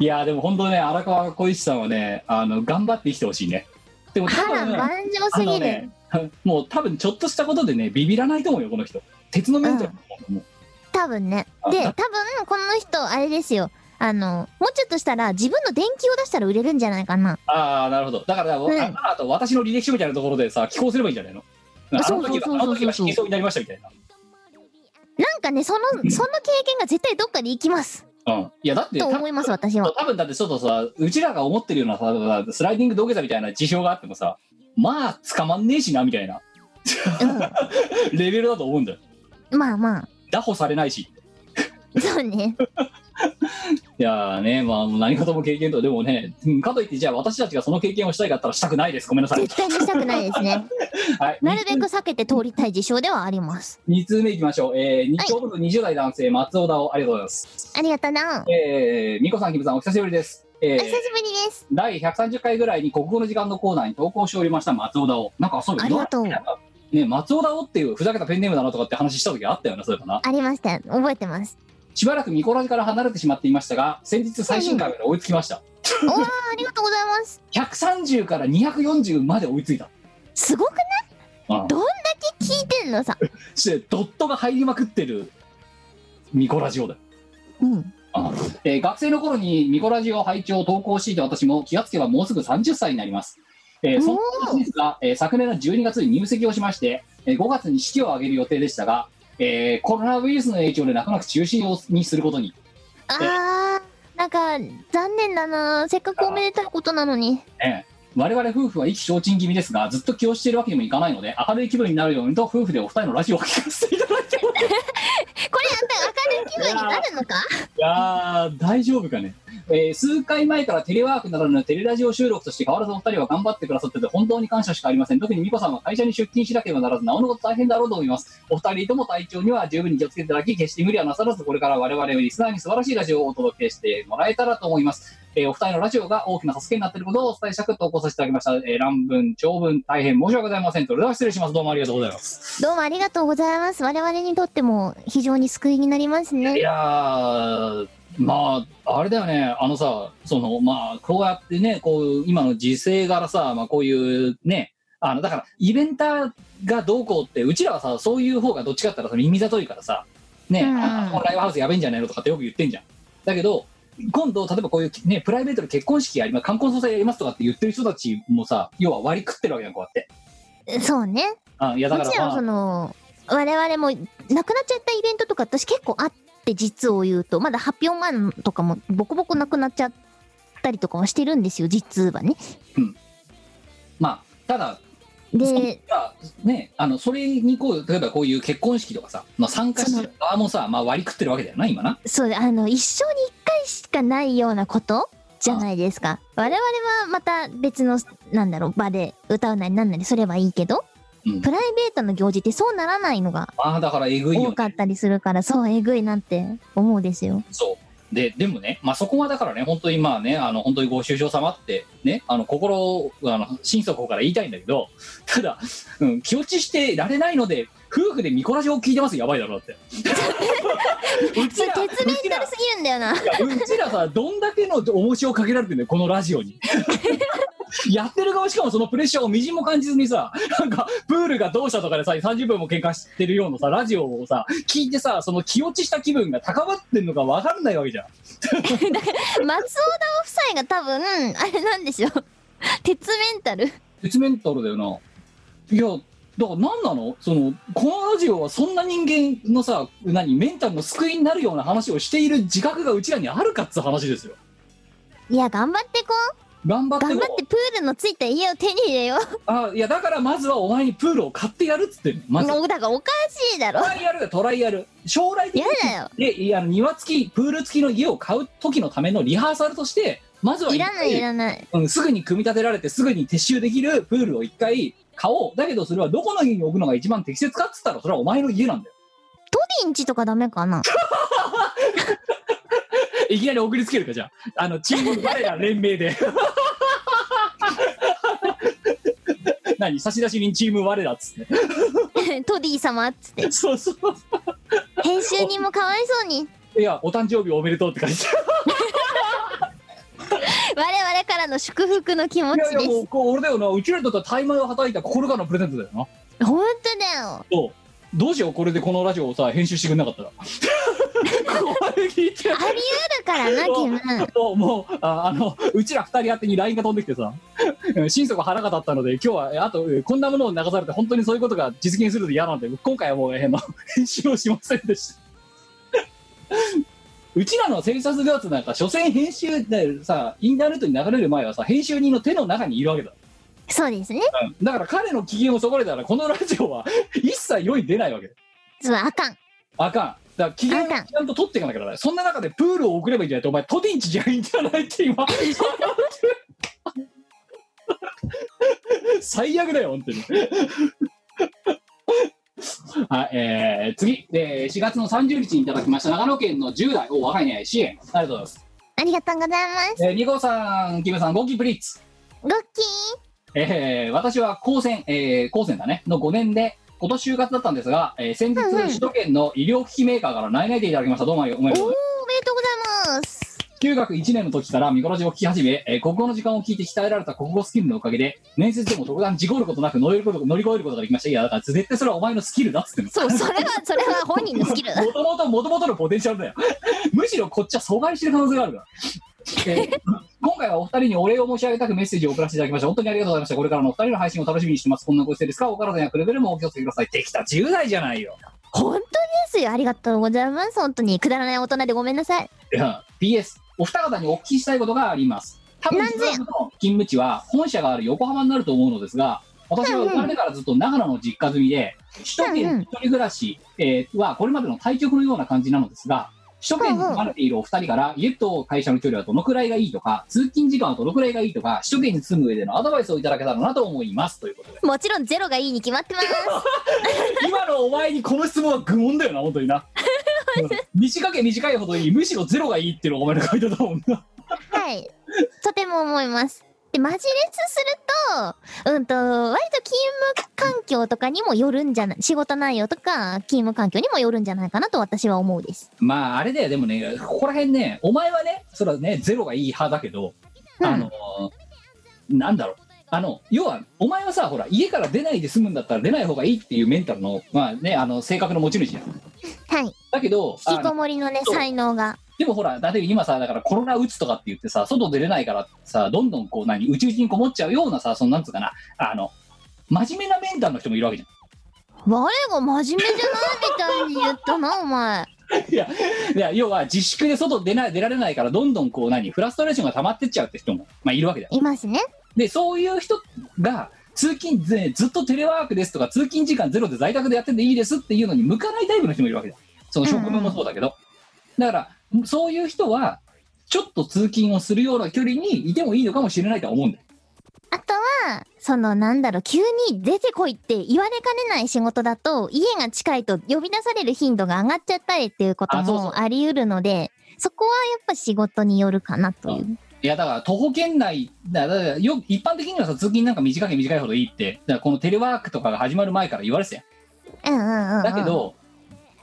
[SPEAKER 3] いや、でも本当ね、荒川小石さんはね、あの、頑張って生きてほしいね。でも多
[SPEAKER 1] 波乱
[SPEAKER 3] 分、
[SPEAKER 1] 万
[SPEAKER 3] ね、
[SPEAKER 1] 丈
[SPEAKER 3] あ
[SPEAKER 1] すぎ
[SPEAKER 3] の
[SPEAKER 1] る。
[SPEAKER 3] ね、 もう多分ちょっとしたことでね、ビビらないと思うよ、この人。鉄の面だと思う。もう
[SPEAKER 1] 多分ね。で、多分、この人、あれですよ。あの、もうちょっとしたら、自分の電気を出したら売れるんじゃないかな。
[SPEAKER 3] ああ、なるほど。だから、
[SPEAKER 1] うん
[SPEAKER 3] ああと私の履歴書みたいなところでさ、寄稿すればいいんじゃないのあ
[SPEAKER 1] そ
[SPEAKER 3] の
[SPEAKER 1] うそう
[SPEAKER 3] 時
[SPEAKER 1] そうそうそう
[SPEAKER 3] は、あの時は引きそうになりましたみたいな。
[SPEAKER 1] なんかね、その、その経験が絶対どっかに行きます。
[SPEAKER 3] うん。いや、だって、
[SPEAKER 1] と
[SPEAKER 3] た
[SPEAKER 1] 思います、私は。
[SPEAKER 3] 多分だってちょっとさ、うちらが思ってるようなさ、スライディング土下座みたいな事象があってもさ、まあ、捕まんねえしな、みたいな
[SPEAKER 1] う
[SPEAKER 3] レベルだと思うんだよ。
[SPEAKER 1] ん。まあまあ。
[SPEAKER 3] 拿捕されないし。
[SPEAKER 1] そうね。
[SPEAKER 3] いやーね、まあ、もう何事も経験と、でもね、うんかといって、じゃあ私たちがその経験をしたいかったら したくないです。ごめんなさい。
[SPEAKER 1] 絶対にしたくないですね。
[SPEAKER 3] はい。
[SPEAKER 1] なるべく避けて通りたい事象ではあります。
[SPEAKER 3] 2通目いきましょう。えー、日曜部の20代男性、松尾田をありがとうございます。
[SPEAKER 1] ありがとな。
[SPEAKER 3] えー、美子さん、キムさん、お久しぶりです。
[SPEAKER 1] お
[SPEAKER 3] えー
[SPEAKER 1] 久しぶりです。
[SPEAKER 3] 第130回ぐらいに国語の時間のコーナーに投稿しておりました松尾田をなんかそういえば
[SPEAKER 1] ありがとう
[SPEAKER 3] なんかね松尾田をっていうふざけたペンネームだなとかって話した時あったよなそういえばな
[SPEAKER 1] ありました。覚えてます。
[SPEAKER 3] しばらくミコラジから離れてしまっていましたが先日最新回まで追いつきました
[SPEAKER 1] おー、ありがとうございます。
[SPEAKER 3] 130から240まで追いついた、
[SPEAKER 1] すごくない
[SPEAKER 3] うん
[SPEAKER 1] どんだけ聞いてんのさ。
[SPEAKER 3] してドットが入りまくってるミコラジオだよ
[SPEAKER 1] うん。
[SPEAKER 3] えー学生の頃にミコラジオ拝聴を投稿していた私も気がつけばもうすぐ30歳になります、えーそんな私ですが、えー昨年の12月に入籍をしまして、えー5月に式を挙げる予定でしたが、えーコロナウイルスの影響でなかなか中止をにすることに、
[SPEAKER 1] あー、なんか、残念だな。せっかくおめでたいことなのに。
[SPEAKER 3] えー我々夫婦は意気消沈気味ですがずっと気をしているわけにもいかないので明るい気分になるようにと夫婦でお二人のラジオを聞かせていただいてます
[SPEAKER 1] これ、あんた明るい気分になるのか
[SPEAKER 3] いやー大丈夫かね、えー数回前からテレワークなどのテレラジオ収録として変わらずお二人は頑張ってくださってて本当に感謝しかありません特に美子さんは会社に出勤しなければならずなおのこと大変だろうと思いますお二人とも体調には十分に気をつけていただき決して無理はなさらずこれから我々リスナーに素晴らしいラジオをお届けしてもらえたらと思います、えーお二人のラジオが大きな助けになっていることをお伝えしたく投稿させていただきました、えー乱文長文大変申し訳ございませんそれでは失礼しますどうもありがとうございます
[SPEAKER 1] どうもありがとうございます。我々にとっても非常に救いになります
[SPEAKER 3] い
[SPEAKER 1] ね。
[SPEAKER 3] やーまああれだよねあのさそのまあこうやってねこう今の時勢柄さ、まあ、こういうねあのだからイベンターがどうこうってうちらはさそういう方がどっちかって言ったらさ耳ざといからさね、
[SPEAKER 1] うん
[SPEAKER 3] あこのライブハウスやべえんじゃないのとかってよく言ってんじゃんだけど今度例えばこういうねプライベートで結婚式やります冠婚葬祭やりますとかって言ってる人たちもさ要は割り食ってるわけじゃんこうやって
[SPEAKER 1] そうね。
[SPEAKER 3] あいやだ
[SPEAKER 1] も
[SPEAKER 3] から
[SPEAKER 1] ちろん
[SPEAKER 3] まあ
[SPEAKER 1] その我々もなくなっちゃったイベントとか私結構あって実を言うとまだ発表前のとかもボコボコなくなっちゃったりとかはしてるんですよ実はね。
[SPEAKER 3] まあただ
[SPEAKER 1] で
[SPEAKER 3] まあね、あのそれにこう例えばこういう結婚式とかさ、まあ、参加してる側もさ、まあ、割り食ってるわけだよな今な
[SPEAKER 1] そうあの一生に一回しかないようなことじゃないですか。我々はまた別のなんだろう場で歌うなりなんなりすればいいけど、
[SPEAKER 3] うん
[SPEAKER 1] プライベートの行事ってそうならないのが
[SPEAKER 3] ああだからえぐいよ
[SPEAKER 1] 多
[SPEAKER 3] ね
[SPEAKER 1] かったりするからそうえぐいなって思うですよ。
[SPEAKER 3] そうででもね、まあ、そこはだからね本当にまあねあの本当にご愁傷様ってねあの心をあの心底から言いたいんだけどただ、うん、気落ちしてられないので夫婦でミコラジオを聞いてますやばいだろ だってう
[SPEAKER 1] そ
[SPEAKER 3] ち
[SPEAKER 1] れ
[SPEAKER 3] ら
[SPEAKER 1] 鉄面
[SPEAKER 3] うち
[SPEAKER 1] た
[SPEAKER 3] ら
[SPEAKER 1] るすぎるんだよな。
[SPEAKER 3] いやうちらさどんだけの重しをかけられてるんだよこのラジオ にやってる側しかもそのプレッシャーをみじんも感じずにさなんかプールがどうしたとかでさ30分も喧嘩してるようなさラジオをさ聞いてさその気落ちした気分が高まってんのか分かんないわけじゃん
[SPEAKER 1] 松尾田夫妻が多分あれなんですよ 鉄メンタル
[SPEAKER 3] 説メンタルだよないやだから何なのそのこのラジオはそんな人間のさ何メンタルの救いになるような話をしている自覚がうちらにあるかっつう話ですよ
[SPEAKER 1] いや頑張ってこ
[SPEAKER 3] 頑張って
[SPEAKER 1] 頑
[SPEAKER 3] こ
[SPEAKER 1] 張ってプールのついた家を手に入れよう。
[SPEAKER 3] あいやだからまずはお前にプールを買ってやるっつってんのまず
[SPEAKER 1] もうだからおかしいだろ
[SPEAKER 3] ト。ライアルだトライアル将来的
[SPEAKER 1] や
[SPEAKER 3] に
[SPEAKER 1] だよ。
[SPEAKER 3] でいや庭付きプール付きの家を買う時のためのリハーサルとしてまずは一
[SPEAKER 1] いらないい
[SPEAKER 3] 回
[SPEAKER 1] らない。
[SPEAKER 3] うん、すぐに組み立てられてすぐに撤収できるプールを一回買おうだけどそれはどこの家に置くのが一番適切かっつったらそれはお前の家なんだよ
[SPEAKER 1] ピンチとかダメか な。
[SPEAKER 3] いきなり送りつけるかじゃああのチーム我ら連名 で何差出人チーム我らっつって
[SPEAKER 1] トディ様っつって。
[SPEAKER 3] そうそう
[SPEAKER 1] 編集人もかわいそうに。
[SPEAKER 3] いやお誕生日おめでとうって感じ
[SPEAKER 1] 我々からの祝福の気持
[SPEAKER 3] い
[SPEAKER 1] ち
[SPEAKER 3] やい
[SPEAKER 1] で
[SPEAKER 3] やもう
[SPEAKER 1] す。
[SPEAKER 3] こう俺だよなうちらにとっては大枚をはたいた心からのプレゼントだよな
[SPEAKER 1] ほんとだよ。
[SPEAKER 3] そうどうしようこれでこのラジオをさ編集してくれなか ったらこれ聞いて
[SPEAKER 1] あり得るから な、キム。
[SPEAKER 3] もうもうああのうちら二人宛てに LINE が飛んできてさうん心底腹が立ったので今日はえあとえこんなものを流されて本当にそういうことが実現すると嫌なので今回はもう変な編集をしませんでしたうちらの制作業つなんか所詮編集でさインターネットに流れる前はさ編集人の手の中にいるわけだ
[SPEAKER 1] そうですね。
[SPEAKER 3] だから彼の機嫌を損ねたらこのラジオは一切世に出ないわけ
[SPEAKER 1] そう、あかん。
[SPEAKER 3] あかんだから機嫌を
[SPEAKER 1] あかん
[SPEAKER 3] ちゃんと取っていかなきゃだからそんな中でプールを送ればいいんじゃないとお前トディンチじゃいいんじゃないって今 最悪だよ本当に はいえー、次、えー、4月の30日にいただきました長野県の10代お若いね支援ありがとうございます、
[SPEAKER 1] ありがとうございます。
[SPEAKER 3] えー、二号さんキムさんゴーキプリッツ
[SPEAKER 1] ごっき
[SPEAKER 3] えー私は高専、えー高専だね、の5年で、今年就活だったんですが、えー先日、
[SPEAKER 1] うんうん
[SPEAKER 3] 首都圏の医療機器メーカーから内々でいただきました。どうもおめでとうござ
[SPEAKER 1] ー。
[SPEAKER 3] い
[SPEAKER 1] おー、お
[SPEAKER 3] ます。
[SPEAKER 1] めでとうございます。
[SPEAKER 3] 中学1年の時からミコラジを聞き始め、えー国語の時間を聞いて鍛えられた国語スキルのおかげで、面接でも特段事故ることなく乗り越えること乗り越えることができました。いや、だから絶対それはお前のスキルだっつってんの
[SPEAKER 1] そう、それは、それは本人のスキルだ。
[SPEAKER 3] もともと、もともとのポテンシャルだよ。 むしろこっちは阻害してる可能性があるから。えー今回はお二人にお礼を申し上げたくメッセージを送らせていただきました。本当にありがとうございました。これからのお二人の配信を楽しみにしてます。こんなご時世ですかお体にはくれぐれもお気をつけください。できた10代じゃないよ。
[SPEAKER 1] 本当ですよ。ありがとうございます。本当に。くだらない大人でごめんなさい。
[SPEAKER 3] いや PS、お二方にお聞きしたいことがあります。多分、
[SPEAKER 1] なん
[SPEAKER 3] 自
[SPEAKER 1] で
[SPEAKER 3] 分の勤務地は本社がある横浜になると思うのですが、私は生まれてからずっと長野の実家済みで、首都
[SPEAKER 1] うんう
[SPEAKER 3] 圏
[SPEAKER 1] ん
[SPEAKER 3] 一人暮らし、えーはこれまでの対局のような感じなのですが、首都圏に
[SPEAKER 1] うんうん、
[SPEAKER 3] 離れているお二人から家と会社の距離はどのくらいがいいとか、通勤時間はどのくらいがいいとか、首都圏に住む上でのアドバイスをいただけたらなと思います。ということで
[SPEAKER 1] もちろんゼロがいいに決ま ってます。
[SPEAKER 3] 今のお前にこの質問は愚問だよな、本当に な。うん短け短いほどいい、むしろゼロがいいっていうのがお前の回答だもんな。
[SPEAKER 1] はい。とても思います。で、マジレスすると、うんと、割と勤務環境とかにもよるんじゃない、仕事内容とか、勤務環境にもよるんじゃないかなと私は思うです。
[SPEAKER 3] まああれだよでもねここら辺ねお前はねそれはねゼロがいい派だけど、
[SPEAKER 1] うん
[SPEAKER 3] あのなんだろうあの要はお前はさほら家から出ないで済むんだったら出ない方がいいっていうメンタルのまあねあの性格の持ち主じゃん
[SPEAKER 1] はい。引
[SPEAKER 3] だけどあ
[SPEAKER 1] きこ
[SPEAKER 3] の
[SPEAKER 1] もりのね、
[SPEAKER 3] そう
[SPEAKER 1] 才能が。
[SPEAKER 3] でもほらだって今さだからコロナ打つとかって言ってさ外出れないからさどんどんこう何うちうちにこもっちゃうようなさそのなんつうかなあの真面目なメンタルの人もいるわけじゃん
[SPEAKER 1] 我が真面目じゃないみたいに言ったな、お前。
[SPEAKER 3] いや要は自粛で外出ない出られないからどんどんこう何フラストレーションが溜まってっちゃうって人もまあいるわけだよ
[SPEAKER 1] いますね。
[SPEAKER 3] でそういう人が通勤ずずっとテレワークですとか通勤時間ゼロで在宅でやってていいですっていうのに向かないタイプの人もいるわけだその職務もそうだけど、だからそういう人はちょっと通勤をするような距離にいてもいいのかもしれないとは思うんだよ
[SPEAKER 1] あとは、そのなんだろう、急に出てこいって言われかねない仕事だと、家が近いと呼び出される頻度が上がっちゃったりっていうこと
[SPEAKER 3] あそうそう
[SPEAKER 1] もあり得るので、そこはやっぱ仕事によるかなという。
[SPEAKER 3] いやだから徒歩圏内だだからよ一般的にはさ通勤なんか短け短いほどいいってだからこのテレワークとかが始まる前から言われてたよ
[SPEAKER 1] うんうんうん、うん。
[SPEAKER 3] だけ、ど、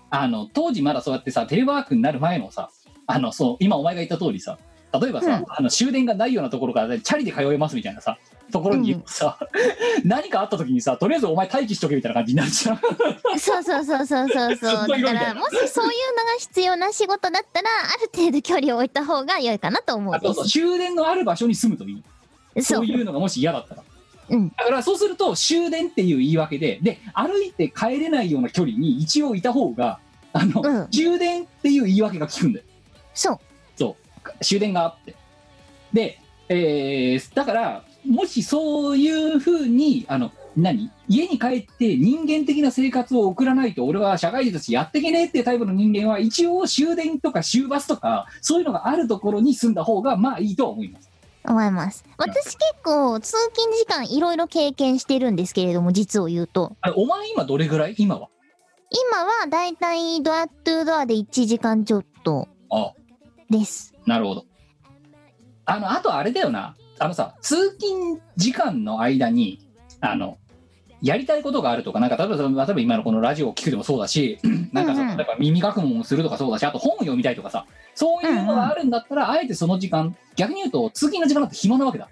[SPEAKER 3] あの当時まだそうやってさテレワークになる前のさあのそう今お前が言った通りさ例えばさ、
[SPEAKER 1] うん
[SPEAKER 3] あの終電がないようなところからチャリで通えますみたいなさところに行くとさ、 何かあった時にさとりあえずお前待機しとけみたいな感じになっちゃう
[SPEAKER 1] そうそうそうそうそうそ う。
[SPEAKER 3] ずっ
[SPEAKER 1] だ
[SPEAKER 3] と
[SPEAKER 1] か
[SPEAKER 3] いるみたいな
[SPEAKER 1] ら、もしそういうのが必要な仕事だったら、ある程度距離を置いた方が良いかなと思う
[SPEAKER 3] あ
[SPEAKER 1] で
[SPEAKER 3] とそう終電のある場所に住むといい
[SPEAKER 1] す。そ
[SPEAKER 3] そうう。いうのがもし嫌だったら
[SPEAKER 1] うん。
[SPEAKER 3] だからそうすると終電っていう言い訳でで歩いて帰れないような距離に一応いた方があの、
[SPEAKER 1] うん
[SPEAKER 3] 終電っていう言い訳が効くんだよ
[SPEAKER 1] そう。
[SPEAKER 3] そう終電があってでえーだからもしそういうふうにあの何家に帰って人間的な生活を送らないと俺は社会人としてやっていけねえっていうタイプの人間は一応終電とか終バスとかそういうのがあるところに住んだ方がまあいいとは思います
[SPEAKER 1] 思います。私結構通勤時間いろいろ経験してるんですけれども、実を言うと。
[SPEAKER 3] あお前今どれぐらい今は
[SPEAKER 1] 今はだいたいドアトゥードアで1時間ちょっと
[SPEAKER 3] あ
[SPEAKER 1] です。
[SPEAKER 3] なるほどあのあとあれだよなあのさ通勤時間の間にあのやりたいことがあるとかなんか例えばその例えば今のこのラジオを聞くでもそうだし なんかそ
[SPEAKER 1] うんう
[SPEAKER 3] の
[SPEAKER 1] ん
[SPEAKER 3] 例えば耳学問をするとかそうだしあと本を読みたいとかさそういうのがあるんだったら、あえてその時間逆に言うと通勤の時間だって暇なわけだ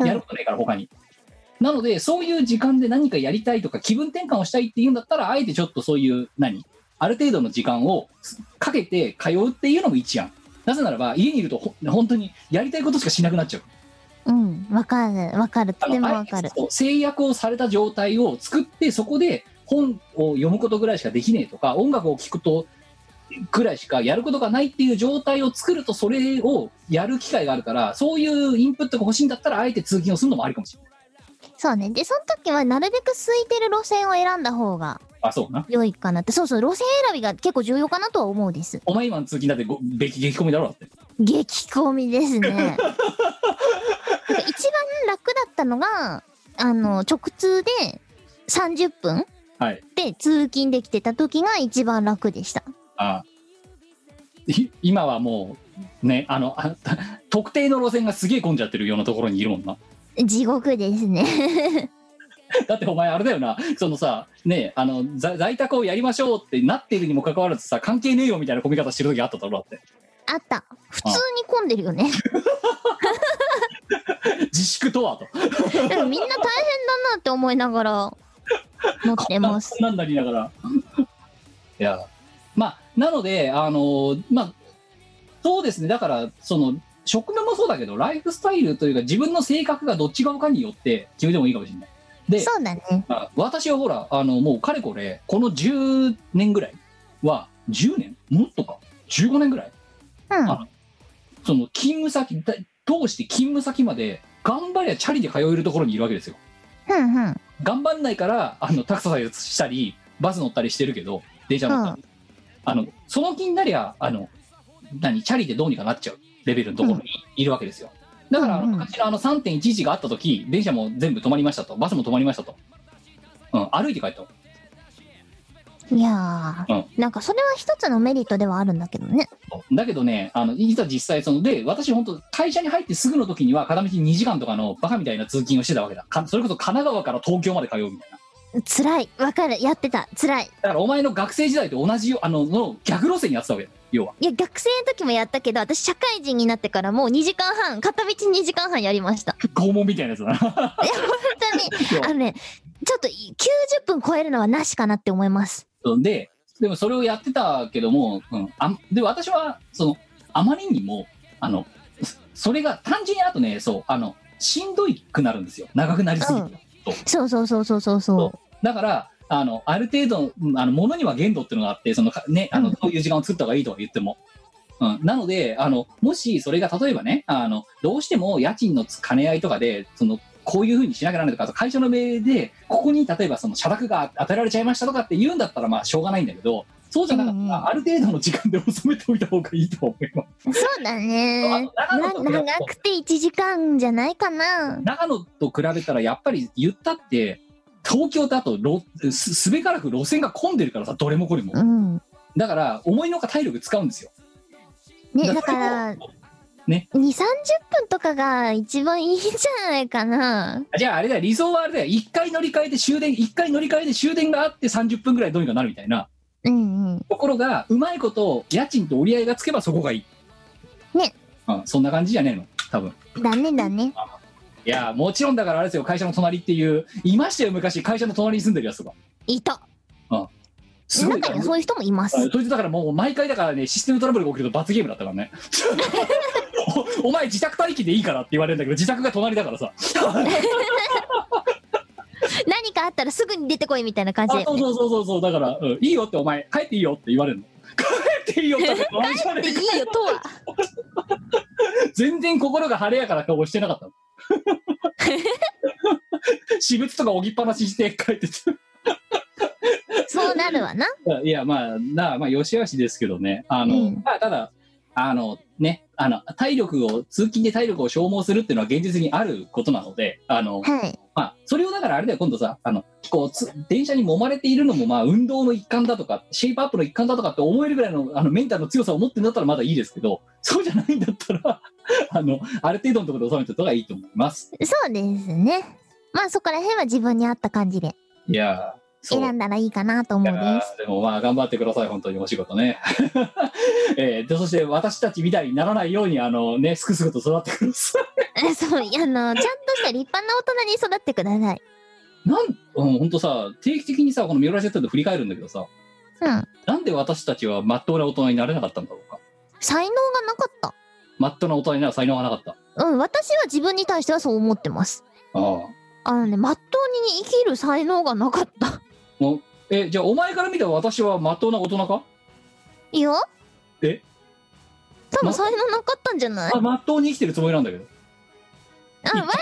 [SPEAKER 1] うん
[SPEAKER 3] やることないから他に。なのでそういう時間で何かやりたいとか気分転換をしたいっていうんだったらあえてちょっとそういう何ある程度の時間をかけて通うっていうのも一案なぜならば家にいるとほ本当にやりたいことしかしなくなっちゃう
[SPEAKER 1] うん、わかる、わかる、と
[SPEAKER 3] あ
[SPEAKER 1] ても
[SPEAKER 3] の
[SPEAKER 1] わかる。
[SPEAKER 3] そう制約をされた状態を作ってそこで本を読むことぐらいしかできねえとか音楽を聴くとぐらいしかやることがないっていう状態を作るとそれをやる機会があるからそういうインプットが欲しいんだったらあえて通勤をするのもありかもしれない
[SPEAKER 1] そうね。で、その時はなるべく空いてる路線を選んだ方が
[SPEAKER 3] あそうな
[SPEAKER 1] 良いかなって。そうそう、路線選びが結構重要かなとは思うです。
[SPEAKER 3] お前今の通勤だってごべき激込みだろだって
[SPEAKER 1] 激込みです ね。なんか一番楽だったのが、あの、直通で30分
[SPEAKER 3] はい
[SPEAKER 1] で通勤できてた時が一番楽でした。
[SPEAKER 3] あい今はもうねあのあ 特定の路線がすげえ混んじゃってるようなところにいるもんな
[SPEAKER 1] 地獄ですね。
[SPEAKER 3] だってお前あれだよなそのさねあの在在宅をやりましょうってなっているにもかかわらずさ関係ねえよみたいな込み方してる時あっただろだって
[SPEAKER 1] あった。普通に混んでるよね。
[SPEAKER 3] 自粛とはと
[SPEAKER 1] でもみんな大変だなって思いながら乗ってます
[SPEAKER 3] こ。んなんなりながらいやまあなのであのまあそうですねだからその職務もそうだけどライフスタイルというか自分の性格がどっち側かによって決めてもいいかもしれないで
[SPEAKER 1] そうだね。
[SPEAKER 3] あ私はほらあのもうかれこれこの10年ぐらいは10年もっとか15年ぐらい
[SPEAKER 1] うん。
[SPEAKER 3] あその勤務先だ通して勤務先まで頑張りゃチャリで通えるところにいるわけですよ
[SPEAKER 1] うんうん。
[SPEAKER 3] 頑張んないからあのタクササイズしたりバス乗ったりしてるけど電車乗ったり、あのその気になりゃあの何チャリでどうにかなっちゃうレベルのところにいるわけですよ、だから、あの
[SPEAKER 1] うんうん
[SPEAKER 3] 昔のあの3.11があった時電車も全部止まりましたとバスも止まりましたと、うん、歩いて帰った
[SPEAKER 1] いやー、なんかそれは一つのメリットではあるんだけどね。
[SPEAKER 3] だけどね、あのいざ実際その、で、私、本当、会社に入ってすぐの時には、片道2時間とかのバカみたいな通勤をしてたわけだ。かそれこそ神奈川から東京まで通うみたいな。
[SPEAKER 1] 辛い。わかる。やってた。辛い。
[SPEAKER 3] だから、お前の学生時代と同じよあのの逆路線にやってたわけだ、要は。
[SPEAKER 1] いや、学生の時もやったけど、私社会人になってからもう2時間半、片道2時間半やりました。
[SPEAKER 3] 拷問みたいなやつだな。
[SPEAKER 1] 本当に。あのね、ちょっと90分超えるのはなしかなって思います。
[SPEAKER 3] そうで、でもそれをやってたけども、うん、あで私はそのあまりにもあのそそれが単純にあとね、そうあのしんどいくなるんですよ、長くなりすぎて。
[SPEAKER 1] うんそうそうそうそうそうそ
[SPEAKER 3] だからあのある程度うんあのものには限度っていうのがあってそのかねあ
[SPEAKER 1] う
[SPEAKER 3] の
[SPEAKER 1] ん
[SPEAKER 3] どういう時間を作った方がいいとは言っても、うん、なのであのもしそれが例えばねあのどうしても家賃の兼ね合いとかでそのこういうふうにしなきゃならないとかあと会社の命令でここに例えばその社宅が与えられちゃいましたとかって言うんだったらまあしょうがないんだけどそうじゃなかったら、
[SPEAKER 1] うんうん
[SPEAKER 3] ある程度の時間で収めておいた方がいいと思います。
[SPEAKER 1] う。そうだね。
[SPEAKER 3] あ
[SPEAKER 1] な
[SPEAKER 3] の長野と比べると
[SPEAKER 1] 長くて1時間じゃないかな。
[SPEAKER 3] 長野と比べたらやっぱり言ったって東京だと路すすべからく路線が混んでるからさどれもこれも。
[SPEAKER 1] うん。
[SPEAKER 3] だから思いのほか体力使うんですよ。
[SPEAKER 1] ね、だから、
[SPEAKER 3] ね
[SPEAKER 1] 2、30分とかが一番いいんじゃないかな。
[SPEAKER 3] じゃああれだよ理想はあれだよ1回乗り換えて終電1回乗り換えて終電があって30分ぐらいどうにかなるみたいな
[SPEAKER 1] うんうん。
[SPEAKER 3] ところがうまいこと家賃と折り合いがつけばそこがいい。
[SPEAKER 1] ね。
[SPEAKER 3] うん、そんな感じじゃねえの多分
[SPEAKER 1] だねだね。
[SPEAKER 3] いやもちろんだからあれですよ会社の隣っていういましたよ昔会社の隣に住んでるやつとか
[SPEAKER 1] いた。
[SPEAKER 3] すごい
[SPEAKER 1] 中
[SPEAKER 3] から
[SPEAKER 1] にはそういう人もいます。
[SPEAKER 3] あそいつだからもう毎回だからねシステムトラブルが起きると罰ゲームだったからね おお前自宅待機でいいからって言われるんだけど自宅が隣だからさ
[SPEAKER 1] 何かあったらすぐに出てこいみたいな感じ
[SPEAKER 3] あ
[SPEAKER 1] で。
[SPEAKER 3] そうそうそうそうそうだから、うん、いいよってお前帰ってい いよって言われるの帰っていいよって言われる
[SPEAKER 1] でいいよとは。
[SPEAKER 3] 全然心が晴れやかな顔してな かったの私物とか置きっぱなしして帰ってた
[SPEAKER 1] そうなるわな。
[SPEAKER 3] いや、まあ、なまあ、よしあしですけどね。あの、
[SPEAKER 1] うん
[SPEAKER 3] まあ、ただ、あの、ね、あの、体力を、通勤で体力を消耗するっていうのは現実にあることなので、あの、
[SPEAKER 1] はい。
[SPEAKER 3] まあ、それをだからあれだよ、今度さ、あの、こう、つ電車に揉まれているのも、まあ、運動の一環だとか、シェイプアップの一環だとかって思えるぐらいの、 あの、メンタルの強さを持ってんだったらまだいいですけど、そうじゃないんだったら、 あの、ある程度のところで収めておいた方がいいと思います。
[SPEAKER 1] そうですね。まあそこら辺は自分に合った感じで
[SPEAKER 3] いやー、そう。
[SPEAKER 1] 選んだらいいかなと
[SPEAKER 3] い
[SPEAKER 1] 思う
[SPEAKER 3] や
[SPEAKER 1] で
[SPEAKER 3] ーでもまあ頑張ってください、本当にお仕事ね。 えーでそして私たちみたいにならないように、あのね、すくすくと育ってくださ
[SPEAKER 1] す。 そう、あの、ちゃんとした立派な大人に育ってください。
[SPEAKER 3] い。 なん、うん、本当さ、定期的にさ、この三浦セットで振り返るんだけどさ、
[SPEAKER 1] うん。
[SPEAKER 3] なんで私たちはまっとうな大人になれなかったんだろうか。
[SPEAKER 1] 才能がなかっ
[SPEAKER 3] まっとうな大人になる才能がなかった。
[SPEAKER 1] た。うん、私は自分に対してはそう思ってます。
[SPEAKER 3] ああ。
[SPEAKER 1] あのね、まっとうに生きる才能がなかった。
[SPEAKER 3] もうえ、じゃあお前から見た私はまっとうな大人か
[SPEAKER 1] いや
[SPEAKER 3] え
[SPEAKER 1] 多
[SPEAKER 3] ま
[SPEAKER 1] 分才能なかったんじゃない
[SPEAKER 3] あまっとうに生きてるつもりなんだけど。
[SPEAKER 1] うん、我よりは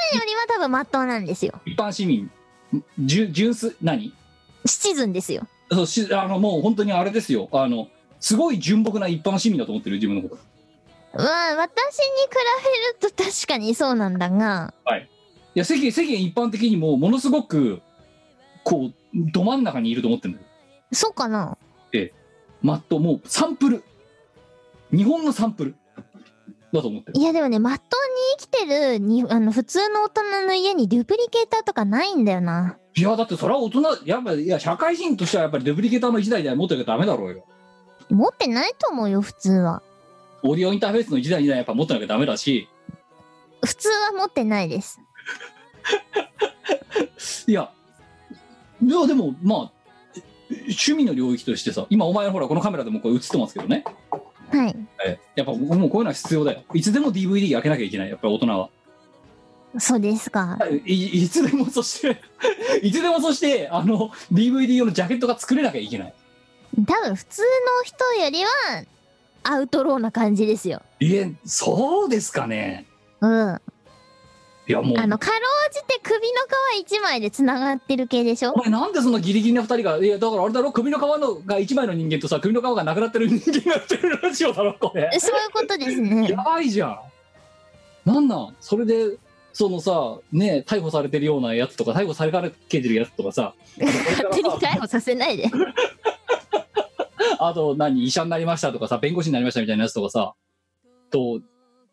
[SPEAKER 1] 多分まっとうなんですよ。
[SPEAKER 3] 一般市民、純純粋、何
[SPEAKER 1] シチズンですよ。
[SPEAKER 3] そうしあの、もう本当にあれですよ。あの、すごい純朴な一般市民だと思ってる、自分のこと。
[SPEAKER 1] まあ、私に比べると確かにそうなんだが、
[SPEAKER 3] いや世間世間一般的にもものすごくこうど真ん中にいると思ってるんだよ
[SPEAKER 1] そうかな
[SPEAKER 3] マットもうサンプル日本のサンプルだと思ってる
[SPEAKER 1] いやでもね、まっとうに生きてるにあの普通の大人の家にデュプリケーターとかないんだよな。
[SPEAKER 3] いやだってそれは大人やっぱいや社会人としてはやっぱりデブリケーターの一台では持ってなきゃダメだろうよ
[SPEAKER 1] 持ってないと思うよ、普通は。
[SPEAKER 3] オーディオインターフェースの一台二台やっぱ持ってなきゃダメだし
[SPEAKER 1] 普通は持ってないです。
[SPEAKER 3] いやいやでもまあ趣味の領域としてさ今お前のほらこのカメラでもこれ映ってますけどね、
[SPEAKER 1] はい。
[SPEAKER 3] ええやっぱもうこういうのは必要だよいつでも DVD 開けなきゃいけないやっぱり大人は
[SPEAKER 1] そうですか。
[SPEAKER 3] いいつでもそして いつでもそしてあの DVD 用のジャケットが作れなきゃいけない
[SPEAKER 1] 多分普通の人よりはアウトローな感じですよ。
[SPEAKER 3] いえそうですかね
[SPEAKER 1] うん。あ
[SPEAKER 3] いやもう
[SPEAKER 1] の、かろうじて首の皮一枚で繋がってる系で しょ
[SPEAKER 3] お前なんでそんなギリギリな2人がいやだからあれだろ首の皮のが1枚の人間とさ首の皮がなくなってる人間がやってるラジオだろこれ
[SPEAKER 1] そういうことです
[SPEAKER 3] や
[SPEAKER 1] ね。
[SPEAKER 3] ばいじゃんなんなんそれでそのさね逮捕されてるようなやつとか逮捕されかけてるやつとかさ
[SPEAKER 1] 勝手に逮捕させないで。
[SPEAKER 3] あと何医者になりましたとかさ弁護士になりましたみたいなやつとかさと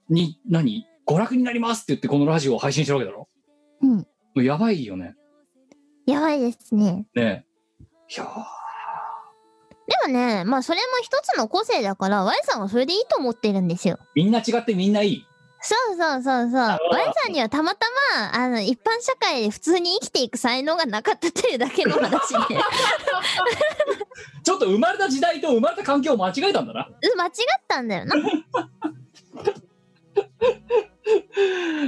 [SPEAKER 3] に何娯楽になりますって言ってこのラジオを配信してるわけだろ
[SPEAKER 1] うん。
[SPEAKER 3] もうやばいよね
[SPEAKER 1] やばいですね。
[SPEAKER 3] ねえいや
[SPEAKER 1] でもね、まあそれも一つの個性だから、Y さんはそれでいいと思ってるんですよ。
[SPEAKER 3] みんな違ってみんないい
[SPEAKER 1] そうそうそうそう。Y さんにはたまたま、あの、一般社会で普通に生きていく才能がなかったというだけの 話で。
[SPEAKER 3] ちょっと生まれた時代と生まれた環境を間違えたんだな
[SPEAKER 1] うん間違ったんだよ な。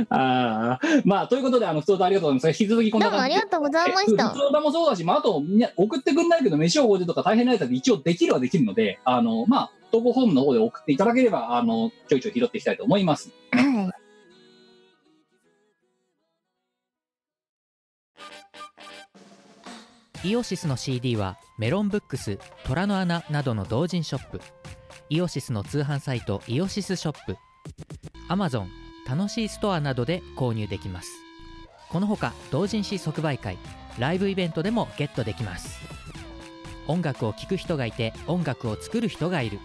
[SPEAKER 3] ああまあということであの普通とありがとうございます引き続きこん
[SPEAKER 1] ど
[SPEAKER 3] な
[SPEAKER 1] うもあ
[SPEAKER 3] 感
[SPEAKER 1] り
[SPEAKER 3] じで
[SPEAKER 1] がとうございまし
[SPEAKER 3] え
[SPEAKER 1] た
[SPEAKER 3] 普。通だもそうだし、まあ、あとみんな送ってくんないけど飯をおごるとか大変なやつで一応できるはできるのであのまあ投稿ホームの方で送っていただければあのちょいちょい拾っていきたいと思います
[SPEAKER 1] はい。
[SPEAKER 5] イオシスの CD はメロンブックス虎の穴などの同人ショップイオシスの通販サイトイオシスショップ Amazon 楽しいストアなどで購入できますこのほか同人誌即売会ライブイベントでもゲットできます音楽を聴く人がいて音楽を作る人がいる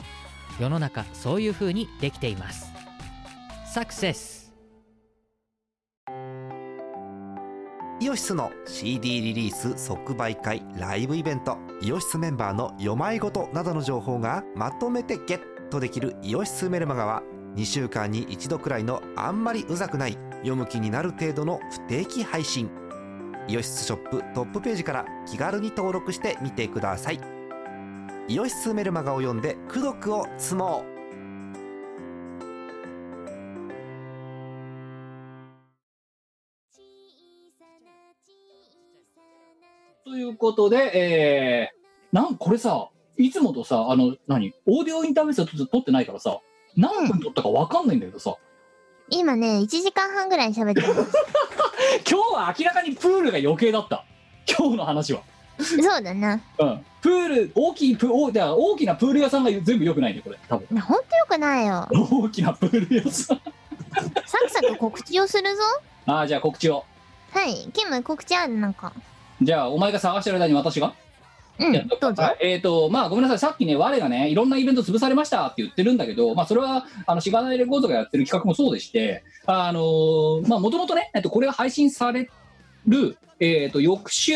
[SPEAKER 5] 世の中そういう風にできていますサクセス
[SPEAKER 6] イオシスの CD リリース即売会ライブイベントイオシスメンバーの読まいごとなどの情報がまとめてゲットできる「イオシスメルマガ」は2週間に1度くらいのあんまりうざくない読む気になる程度の不定期配信イオシスショップトップページから気軽に登録してみてくださいイオシスメルマガを読んで「功徳を積もう」
[SPEAKER 3] ということで、えー、なんこれさ、いつもとさ、あの、何、オーディオインターフェースは撮って撮ってないからさ、何分撮ったかわかんないんだけどさ、
[SPEAKER 1] 今ね、1時間半ぐらい喋ってます。
[SPEAKER 3] 今日は明らかにプールが余計だった今日の話は
[SPEAKER 1] そうだな。
[SPEAKER 3] うんプール大きいプ大だから大きなプール屋さんが全部よくないねこれ多分
[SPEAKER 1] なほんとよくないよ。
[SPEAKER 3] 大きなプール屋さん
[SPEAKER 1] サクサク告知をするぞ。
[SPEAKER 3] ああじゃあ告知を
[SPEAKER 1] はい。キム、告知あるなんか。
[SPEAKER 3] じゃあお前が探してる間に私が
[SPEAKER 1] うん
[SPEAKER 3] やっと、く
[SPEAKER 1] どうぞ。
[SPEAKER 3] はいえっ、と、まあ、ごめんなさい、さっきね、我がね、いろんなイベント潰されましたって言ってるんだけど、まあ、それは、あの、しがないレコードがやってる企画もそうでして、あのーまあ、もともとね、えっと、これが配信される、えっ、と、翌週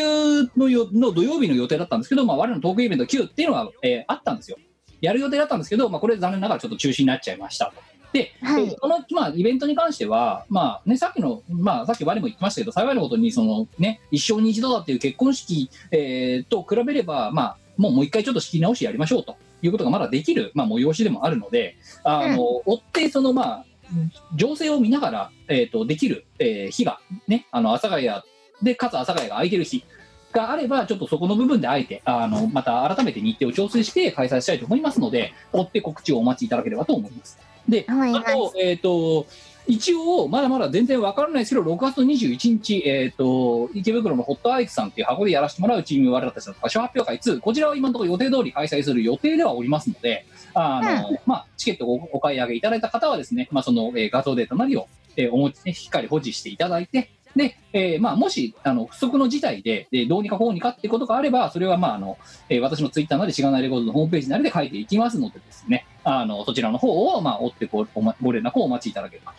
[SPEAKER 3] のよの土曜日の予定だったんですけど、まあ、我のトークイベント9っていうのが、えーあったんですよ。やる予定だったんですけど、まあ、これ残念ながらちょっと中止になっちゃいましたと。で、
[SPEAKER 1] はい
[SPEAKER 3] でこの、まあ、イベントに関しては、まあね、さっきの、まあ、さっき我も言ってましたけど、幸いなことに、そのね、一生に一度だっていう結婚式、えーと比べれば、まあ、もうもう一回ちょっと仕切り直しやりましょうということがまだできる、まあ、催しでもあるので、あの、追って、その、まあ、情勢を見ながら、えー、とできる、えー日が、ね、あの阿佐ヶ谷で、かつ阿佐ヶ谷が空いてる日があれば、ちょっとそこの部分であえて、あのまた改めて日程を調整して開催したいと思いますので、追って告知をお待ちいただければと思います。で、
[SPEAKER 1] お願い
[SPEAKER 3] あと、えっ、と、一応、まだまだ全然わからないですけど、6月21日、えっ、と、池袋のホットアイズさんっていう箱でやらせてもらうチーム我らたちの歌手発表会2、こちらは今のところ予定通り開催する予定ではおりますので、あの、まあ、チケットをおお買い上げいただいた方はですね、まあ、その、えー画像データなりを、えーお持ちでしっかり保持していただいて、で、えーまあ、もし、あの、不測の事態で、でどうにかこうにかってことがあれば、それは、まあ、あの、えー私のツイッターなり、しがないレコードのホームページなりで書いていきますのでですね、あの、そちらの方を、まあ、追ってご、おまご連絡をお待ちいただければと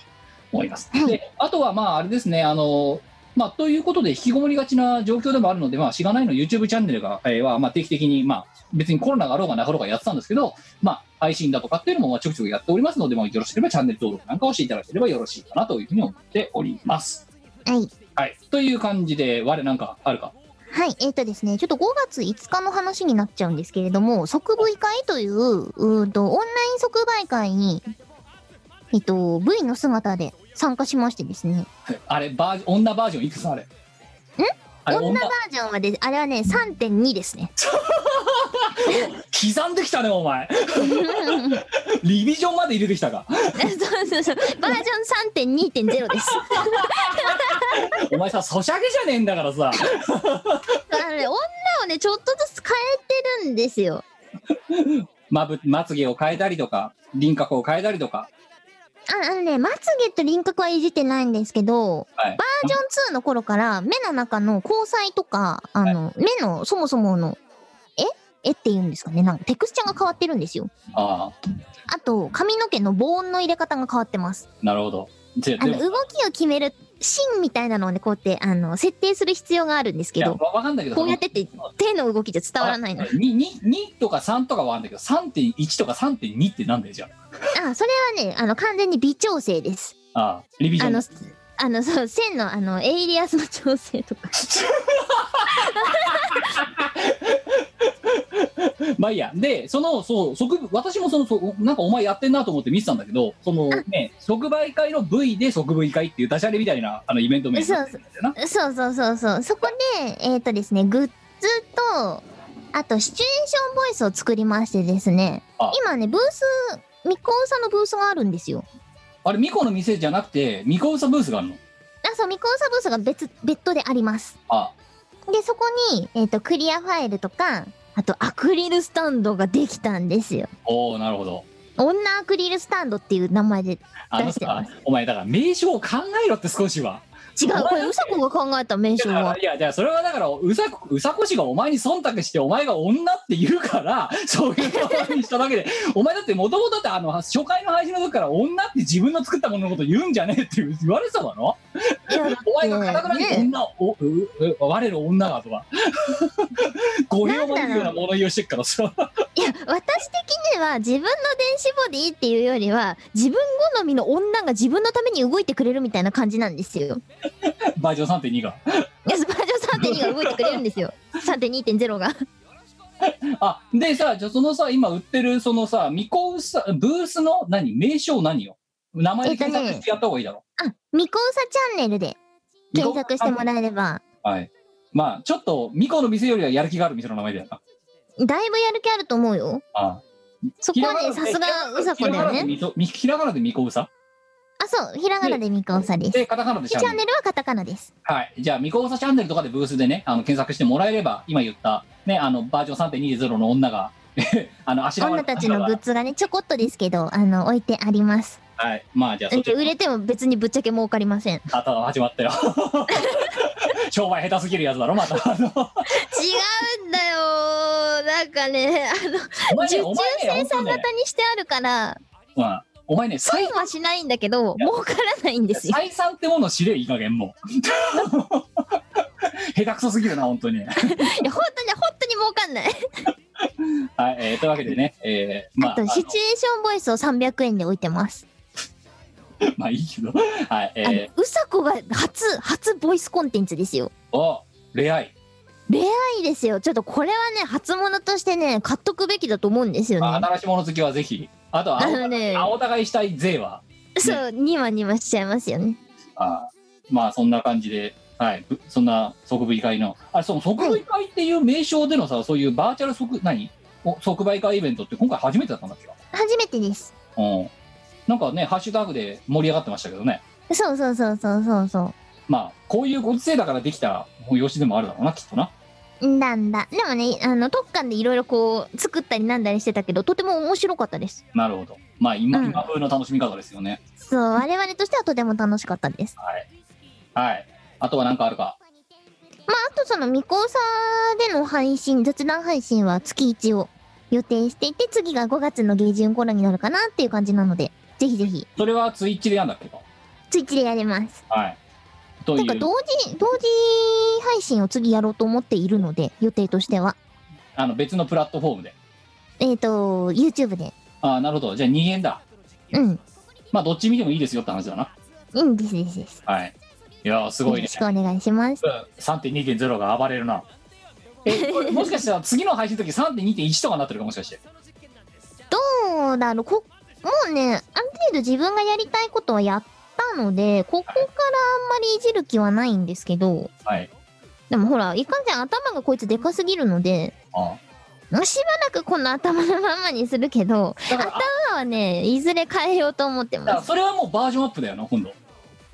[SPEAKER 3] 思います。で、あとは、まあ、あれですね、あの、まあ、ということで、引きこもりがちな状況でもあるので、まあ、しがないの YouTube チャンネルが、えーは、まあ、定期的に、まあ、別にコロナがあろうがなかろうがやってたんですけど、まあ、配信だとかっていうのも、まあ、ちょくちょくやっておりますので、まあ、よろしければチャンネル登録なんかをしていただければよろしいかなというふうに思っております。
[SPEAKER 1] はい。
[SPEAKER 3] はい。という感じで、我なんかあるか。
[SPEAKER 1] はい、えっ、とですね、ちょっと5月5日の話になっちゃうんですけれども、即売会という、うーんと、オンライン即売会に、えっ、と、V の姿で参加しましてですね、
[SPEAKER 3] あれ、バージョン、女バージョンいくつあれ。んあれ、
[SPEAKER 1] 女
[SPEAKER 3] 女
[SPEAKER 1] バ、ージョンはで、あれはね、3.2です ね。
[SPEAKER 3] 刻んできたね、お前。 リビジョンまで入れてきたか。
[SPEAKER 1] そうそうそう、バージョン3.2.0です。
[SPEAKER 3] お前さ、ソシャゲじゃねえんだからさ。
[SPEAKER 1] あのね、女をね、ちょっとずつ変えてるんですよ。
[SPEAKER 3] まぶ、まつげを変えたりとか、輪郭を変えたりとか。
[SPEAKER 1] ああのね、まつげと輪郭はいじってないんですけど、
[SPEAKER 3] はい
[SPEAKER 1] バージョン2の頃から目の中の交彩とか、あの、目のそもそもの、え絵っていうんですかね、なんかテクスチャーが変わってるんですよ。
[SPEAKER 3] ああ、
[SPEAKER 1] あと、髪の毛のボーンの入れ方が変わってます。
[SPEAKER 3] なるほど。で
[SPEAKER 1] あ
[SPEAKER 3] で
[SPEAKER 1] の、
[SPEAKER 3] も
[SPEAKER 1] 動きを決める芯みたいなのをね、こうやって、あの、設定する必要があるんです
[SPEAKER 3] い
[SPEAKER 1] け
[SPEAKER 3] や、
[SPEAKER 1] ど、
[SPEAKER 3] わわかんないけど、
[SPEAKER 1] こうやってって手の動きじゃ伝わらないの。あ
[SPEAKER 3] にに2とか3とかはあるんだけど、3.1とか3.2ってなんだよ、じゃ
[SPEAKER 1] それはね、あの、完全に微調整です。
[SPEAKER 3] あ。ああ、リビジョ
[SPEAKER 1] あ
[SPEAKER 3] ン。
[SPEAKER 1] の、あの、そう、線の、あの、エイリアスの調整とか。
[SPEAKER 3] まあいいや。で、その、そう、即、私もその、そなんかお前やってんなと思って見てたんだけど、そのね、即売会の V で即売会っていうダジャレみたいな、あの、イベント名になってるんだよな。
[SPEAKER 1] そうそうそうそう。そこで、えっ、とですね、グッズと、あと、シチュエーションボイスを作りましてですね
[SPEAKER 3] あ、
[SPEAKER 1] 今ね、ブース、みこうさんのブースがあるんですよ。
[SPEAKER 3] あれ、ミコの店じゃなくて、ミコウサブースがあるの。
[SPEAKER 1] あ、そう、みこうさんブースが別、別途であります。
[SPEAKER 3] あ
[SPEAKER 1] で、そこに、えっ、と、クリアファイルとか、あと、アクリルスタンドができたんですよ。
[SPEAKER 3] おおなるほど。
[SPEAKER 1] 女アクリルスタンドっていう名前で、違う、
[SPEAKER 3] あの
[SPEAKER 1] 出してま
[SPEAKER 3] さ、お前、だから名称を考えろって少しは。
[SPEAKER 1] これ、うさこが考えた名称
[SPEAKER 3] だから
[SPEAKER 1] は。
[SPEAKER 3] いや、じゃあ、それはだから、うさこ、うさこ氏がお前に忖度して、お前が女って言うから、 そういうことにしただけで、お前だって、もともとだって、あの、初回の配信の時から、女って自分の作ったもののこと言うんじゃねえって言われてただろ
[SPEAKER 1] いやだって
[SPEAKER 3] お前がかたくなに
[SPEAKER 1] ね
[SPEAKER 3] 女を、おうう我の女がとか、 語弊を招くような物言いをしてっからさ、
[SPEAKER 1] いや、私的には自分の電子ボディっていうよりは、自分好みの女が自分のために動いてくれるみたいな感じなんですよ。
[SPEAKER 3] バージョン3.2が。
[SPEAKER 1] いやスパージョン3.2が動いてくれるんです よ。3.2.0が。
[SPEAKER 3] あ、でさ、じゃあそのさ、今売ってる、そのさ、ミコウさ、ブースの何、名称何よ。名前で検索してやった方がいいだろ。
[SPEAKER 1] あ、ミコウサチャンネルで検索してもらえれば、
[SPEAKER 3] はい。まあ、ちょっと、ミコの店よりはやる気がある店の名前だよな。
[SPEAKER 1] だいぶやる気あると思うよ。
[SPEAKER 3] ああ
[SPEAKER 1] そこはね、さすがうさこだよね。
[SPEAKER 3] みそみひらがなでミコウ
[SPEAKER 1] あ、
[SPEAKER 3] サ
[SPEAKER 1] そう、ひらがなでミカオサです。
[SPEAKER 3] で、カタカナで
[SPEAKER 1] で
[SPEAKER 3] チ
[SPEAKER 1] チ
[SPEAKER 3] ャ
[SPEAKER 1] ャ
[SPEAKER 3] ン
[SPEAKER 1] ン
[SPEAKER 3] ネ
[SPEAKER 1] ネ
[SPEAKER 3] ル。
[SPEAKER 1] ルはカタカナです。
[SPEAKER 3] はい。じゃあ、ミコウサチャンネルとかでブースでね、あの検索してもらえれば、今言った、ね、あの、バージョン3.2.0の女が、 あの、足が
[SPEAKER 1] 女たちのグッズがね、ちょこっとですけど、あの、置いてあります。
[SPEAKER 3] はい。まあ、じゃ
[SPEAKER 1] う
[SPEAKER 3] あ、そ
[SPEAKER 1] ん
[SPEAKER 3] っち
[SPEAKER 1] 売れても別にぶっちゃけ儲かりません。違う
[SPEAKER 3] あた始まったよ。 商売下手すぎるやつだろ、ま た。あの
[SPEAKER 1] んだよー。なんかね、あの、
[SPEAKER 3] お前ね、
[SPEAKER 1] 受
[SPEAKER 3] お
[SPEAKER 1] 注
[SPEAKER 3] 前ね
[SPEAKER 1] 生、産
[SPEAKER 3] 本当ね
[SPEAKER 1] 型にしてあるから、
[SPEAKER 3] うんお前ね、
[SPEAKER 1] 損
[SPEAKER 3] 採
[SPEAKER 1] はしないんだけど、
[SPEAKER 3] いや
[SPEAKER 1] 儲からないんですよ。
[SPEAKER 3] 採算ってものを知れ、いい加減もう。 下手くそすぎるな、本当に。
[SPEAKER 1] いや、本当に、本当に儲かんない。
[SPEAKER 3] はい、えーというわけでね、えー、まあ、
[SPEAKER 1] あと、シチュエーションボイスを300円で置いてます。
[SPEAKER 3] あのまあいいけど、 はい、
[SPEAKER 1] あ
[SPEAKER 3] え
[SPEAKER 1] の、うさこが初、初ボイスコンテンツですよ。
[SPEAKER 3] ー、お、恋愛。
[SPEAKER 1] いいですよ。ちょっとこれはね、初物としてね、買っとくべきだと思うんですよ
[SPEAKER 3] まあ、
[SPEAKER 1] ね。
[SPEAKER 3] 新しいもの好きはぜひ。あとは
[SPEAKER 1] あ
[SPEAKER 3] 青
[SPEAKER 1] のね、
[SPEAKER 3] 青互いしたい税は。
[SPEAKER 1] そう、ニマニマしちゃいますよね。
[SPEAKER 3] あまあそんな感じで、はい、ぶそんな即売会の、あれ、その即売会っていう名称でのさ、そういうバーチャル即、何お即売会イベントって今回初めてだったんだっけか
[SPEAKER 1] 初めてです。
[SPEAKER 3] うん。なんかね、ハッシュタグで盛り上がってましたけどね。
[SPEAKER 1] そうそうそうそうそうそ
[SPEAKER 3] まあ、こういうご時世だからできた催しでもあるだろうな、きっとな。
[SPEAKER 1] う。んだんだ。でもね、あの、特館でいろいろこう、作ったりなんだりしてたけど、とても面白かったです。
[SPEAKER 3] なるほど。まあ今、
[SPEAKER 1] うん
[SPEAKER 3] 今風の楽しみ方ですよね。
[SPEAKER 1] そう、我々としてはとても楽しかったです。
[SPEAKER 3] はい。あとは何かあるか。
[SPEAKER 1] まあ、あとその、未交差での配信、雑談配信は月1を予定していて、次が5月の下旬頃になるかなっていう感じなので、ぜひぜひ、
[SPEAKER 3] それはツイッチでやんだっけか。
[SPEAKER 1] ツイッチでやります。
[SPEAKER 3] はい。と
[SPEAKER 1] ないんか
[SPEAKER 3] う。
[SPEAKER 1] 同時、同時配信を次やろうと思っているので、予定としては。
[SPEAKER 3] あの別のプラットフォームで。
[SPEAKER 1] えっ、と、YouTube で。
[SPEAKER 3] ああ、なるほど。じゃあ2円だ。
[SPEAKER 1] うん。
[SPEAKER 3] まあどっち見てもいいですよって話だな。
[SPEAKER 1] いいんです、です、です。
[SPEAKER 3] はい。いやーすごい
[SPEAKER 1] よろ
[SPEAKER 3] ね。
[SPEAKER 1] しくお願いします。
[SPEAKER 3] 3.2.0が暴れるな。え、 これもしかしたら次の配信の時3.2.1とかになってるかもしかして。
[SPEAKER 1] そうだろう、こ、もうね、ある程度自分がやりたいことはやったので、ここからあんまりいじる気はないんですけど、
[SPEAKER 3] はい。
[SPEAKER 1] でもほら、いかんせん頭がこいつでかすぎるので、
[SPEAKER 3] あ
[SPEAKER 1] しばらくこの頭のままにするけど、
[SPEAKER 3] だから、あ
[SPEAKER 1] 今はね、いずれ変えようと思って
[SPEAKER 3] だか
[SPEAKER 1] ま
[SPEAKER 3] らそれはもうバージョンアップだよな、今度。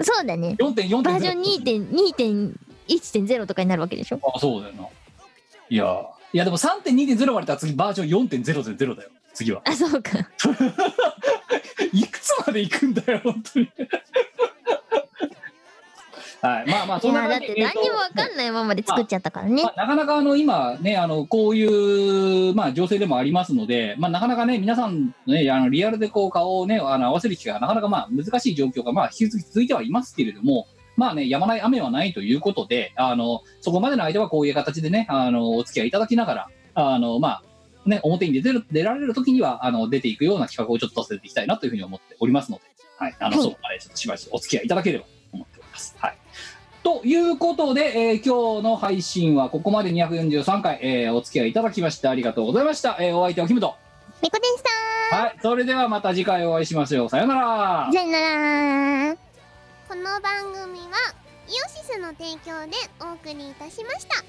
[SPEAKER 1] す。そうだね。
[SPEAKER 3] 4.4.0。
[SPEAKER 1] バージョン2.2.1.0とかになるわけでしょ
[SPEAKER 3] あ、そうだよな。いやーいやでも3.2.0割れたら次バージョン4.0.0だよ。次は。
[SPEAKER 1] あ、そうか。
[SPEAKER 3] いくつまで行くんだよ、本当に。はい。まあまあ、
[SPEAKER 1] い
[SPEAKER 3] そんな
[SPEAKER 1] やだ
[SPEAKER 3] 感
[SPEAKER 1] っ
[SPEAKER 3] じ
[SPEAKER 1] て何にもわかんないままで作っちゃったからね
[SPEAKER 3] ま。あ、なかなかあの今ね、あのこういう、まあ、情勢でもありますので、まあ、なかなかね、皆さん、ね、あのリアルでこう顔を、ね、あの合わせる機会がなかなかまあ難しい状況がまあ引き続き続いてはいますけれども、まあね、やまない雨はないということで、あのそこまでの間はこういう形でね、あのお付き合いいただきながら、あのまあね、表に出てる出られる時にはあの出ていくような企画をちょっとさせていきたいなというふうに思っておりますので、はい、あ
[SPEAKER 1] は
[SPEAKER 3] の
[SPEAKER 1] い
[SPEAKER 3] そこまでちょっとしばらくお付き合いいただければと思っております。はいということで、えー今日の配信はここまで243回、えーお付き合いいただきましてありがとうございました。えーお相手はキムト。
[SPEAKER 1] みこでした
[SPEAKER 3] はい、それではまた次回お会いしましょう。さようなら。
[SPEAKER 1] さよなら
[SPEAKER 7] この番組はイオシスの提供でお送りいたしました。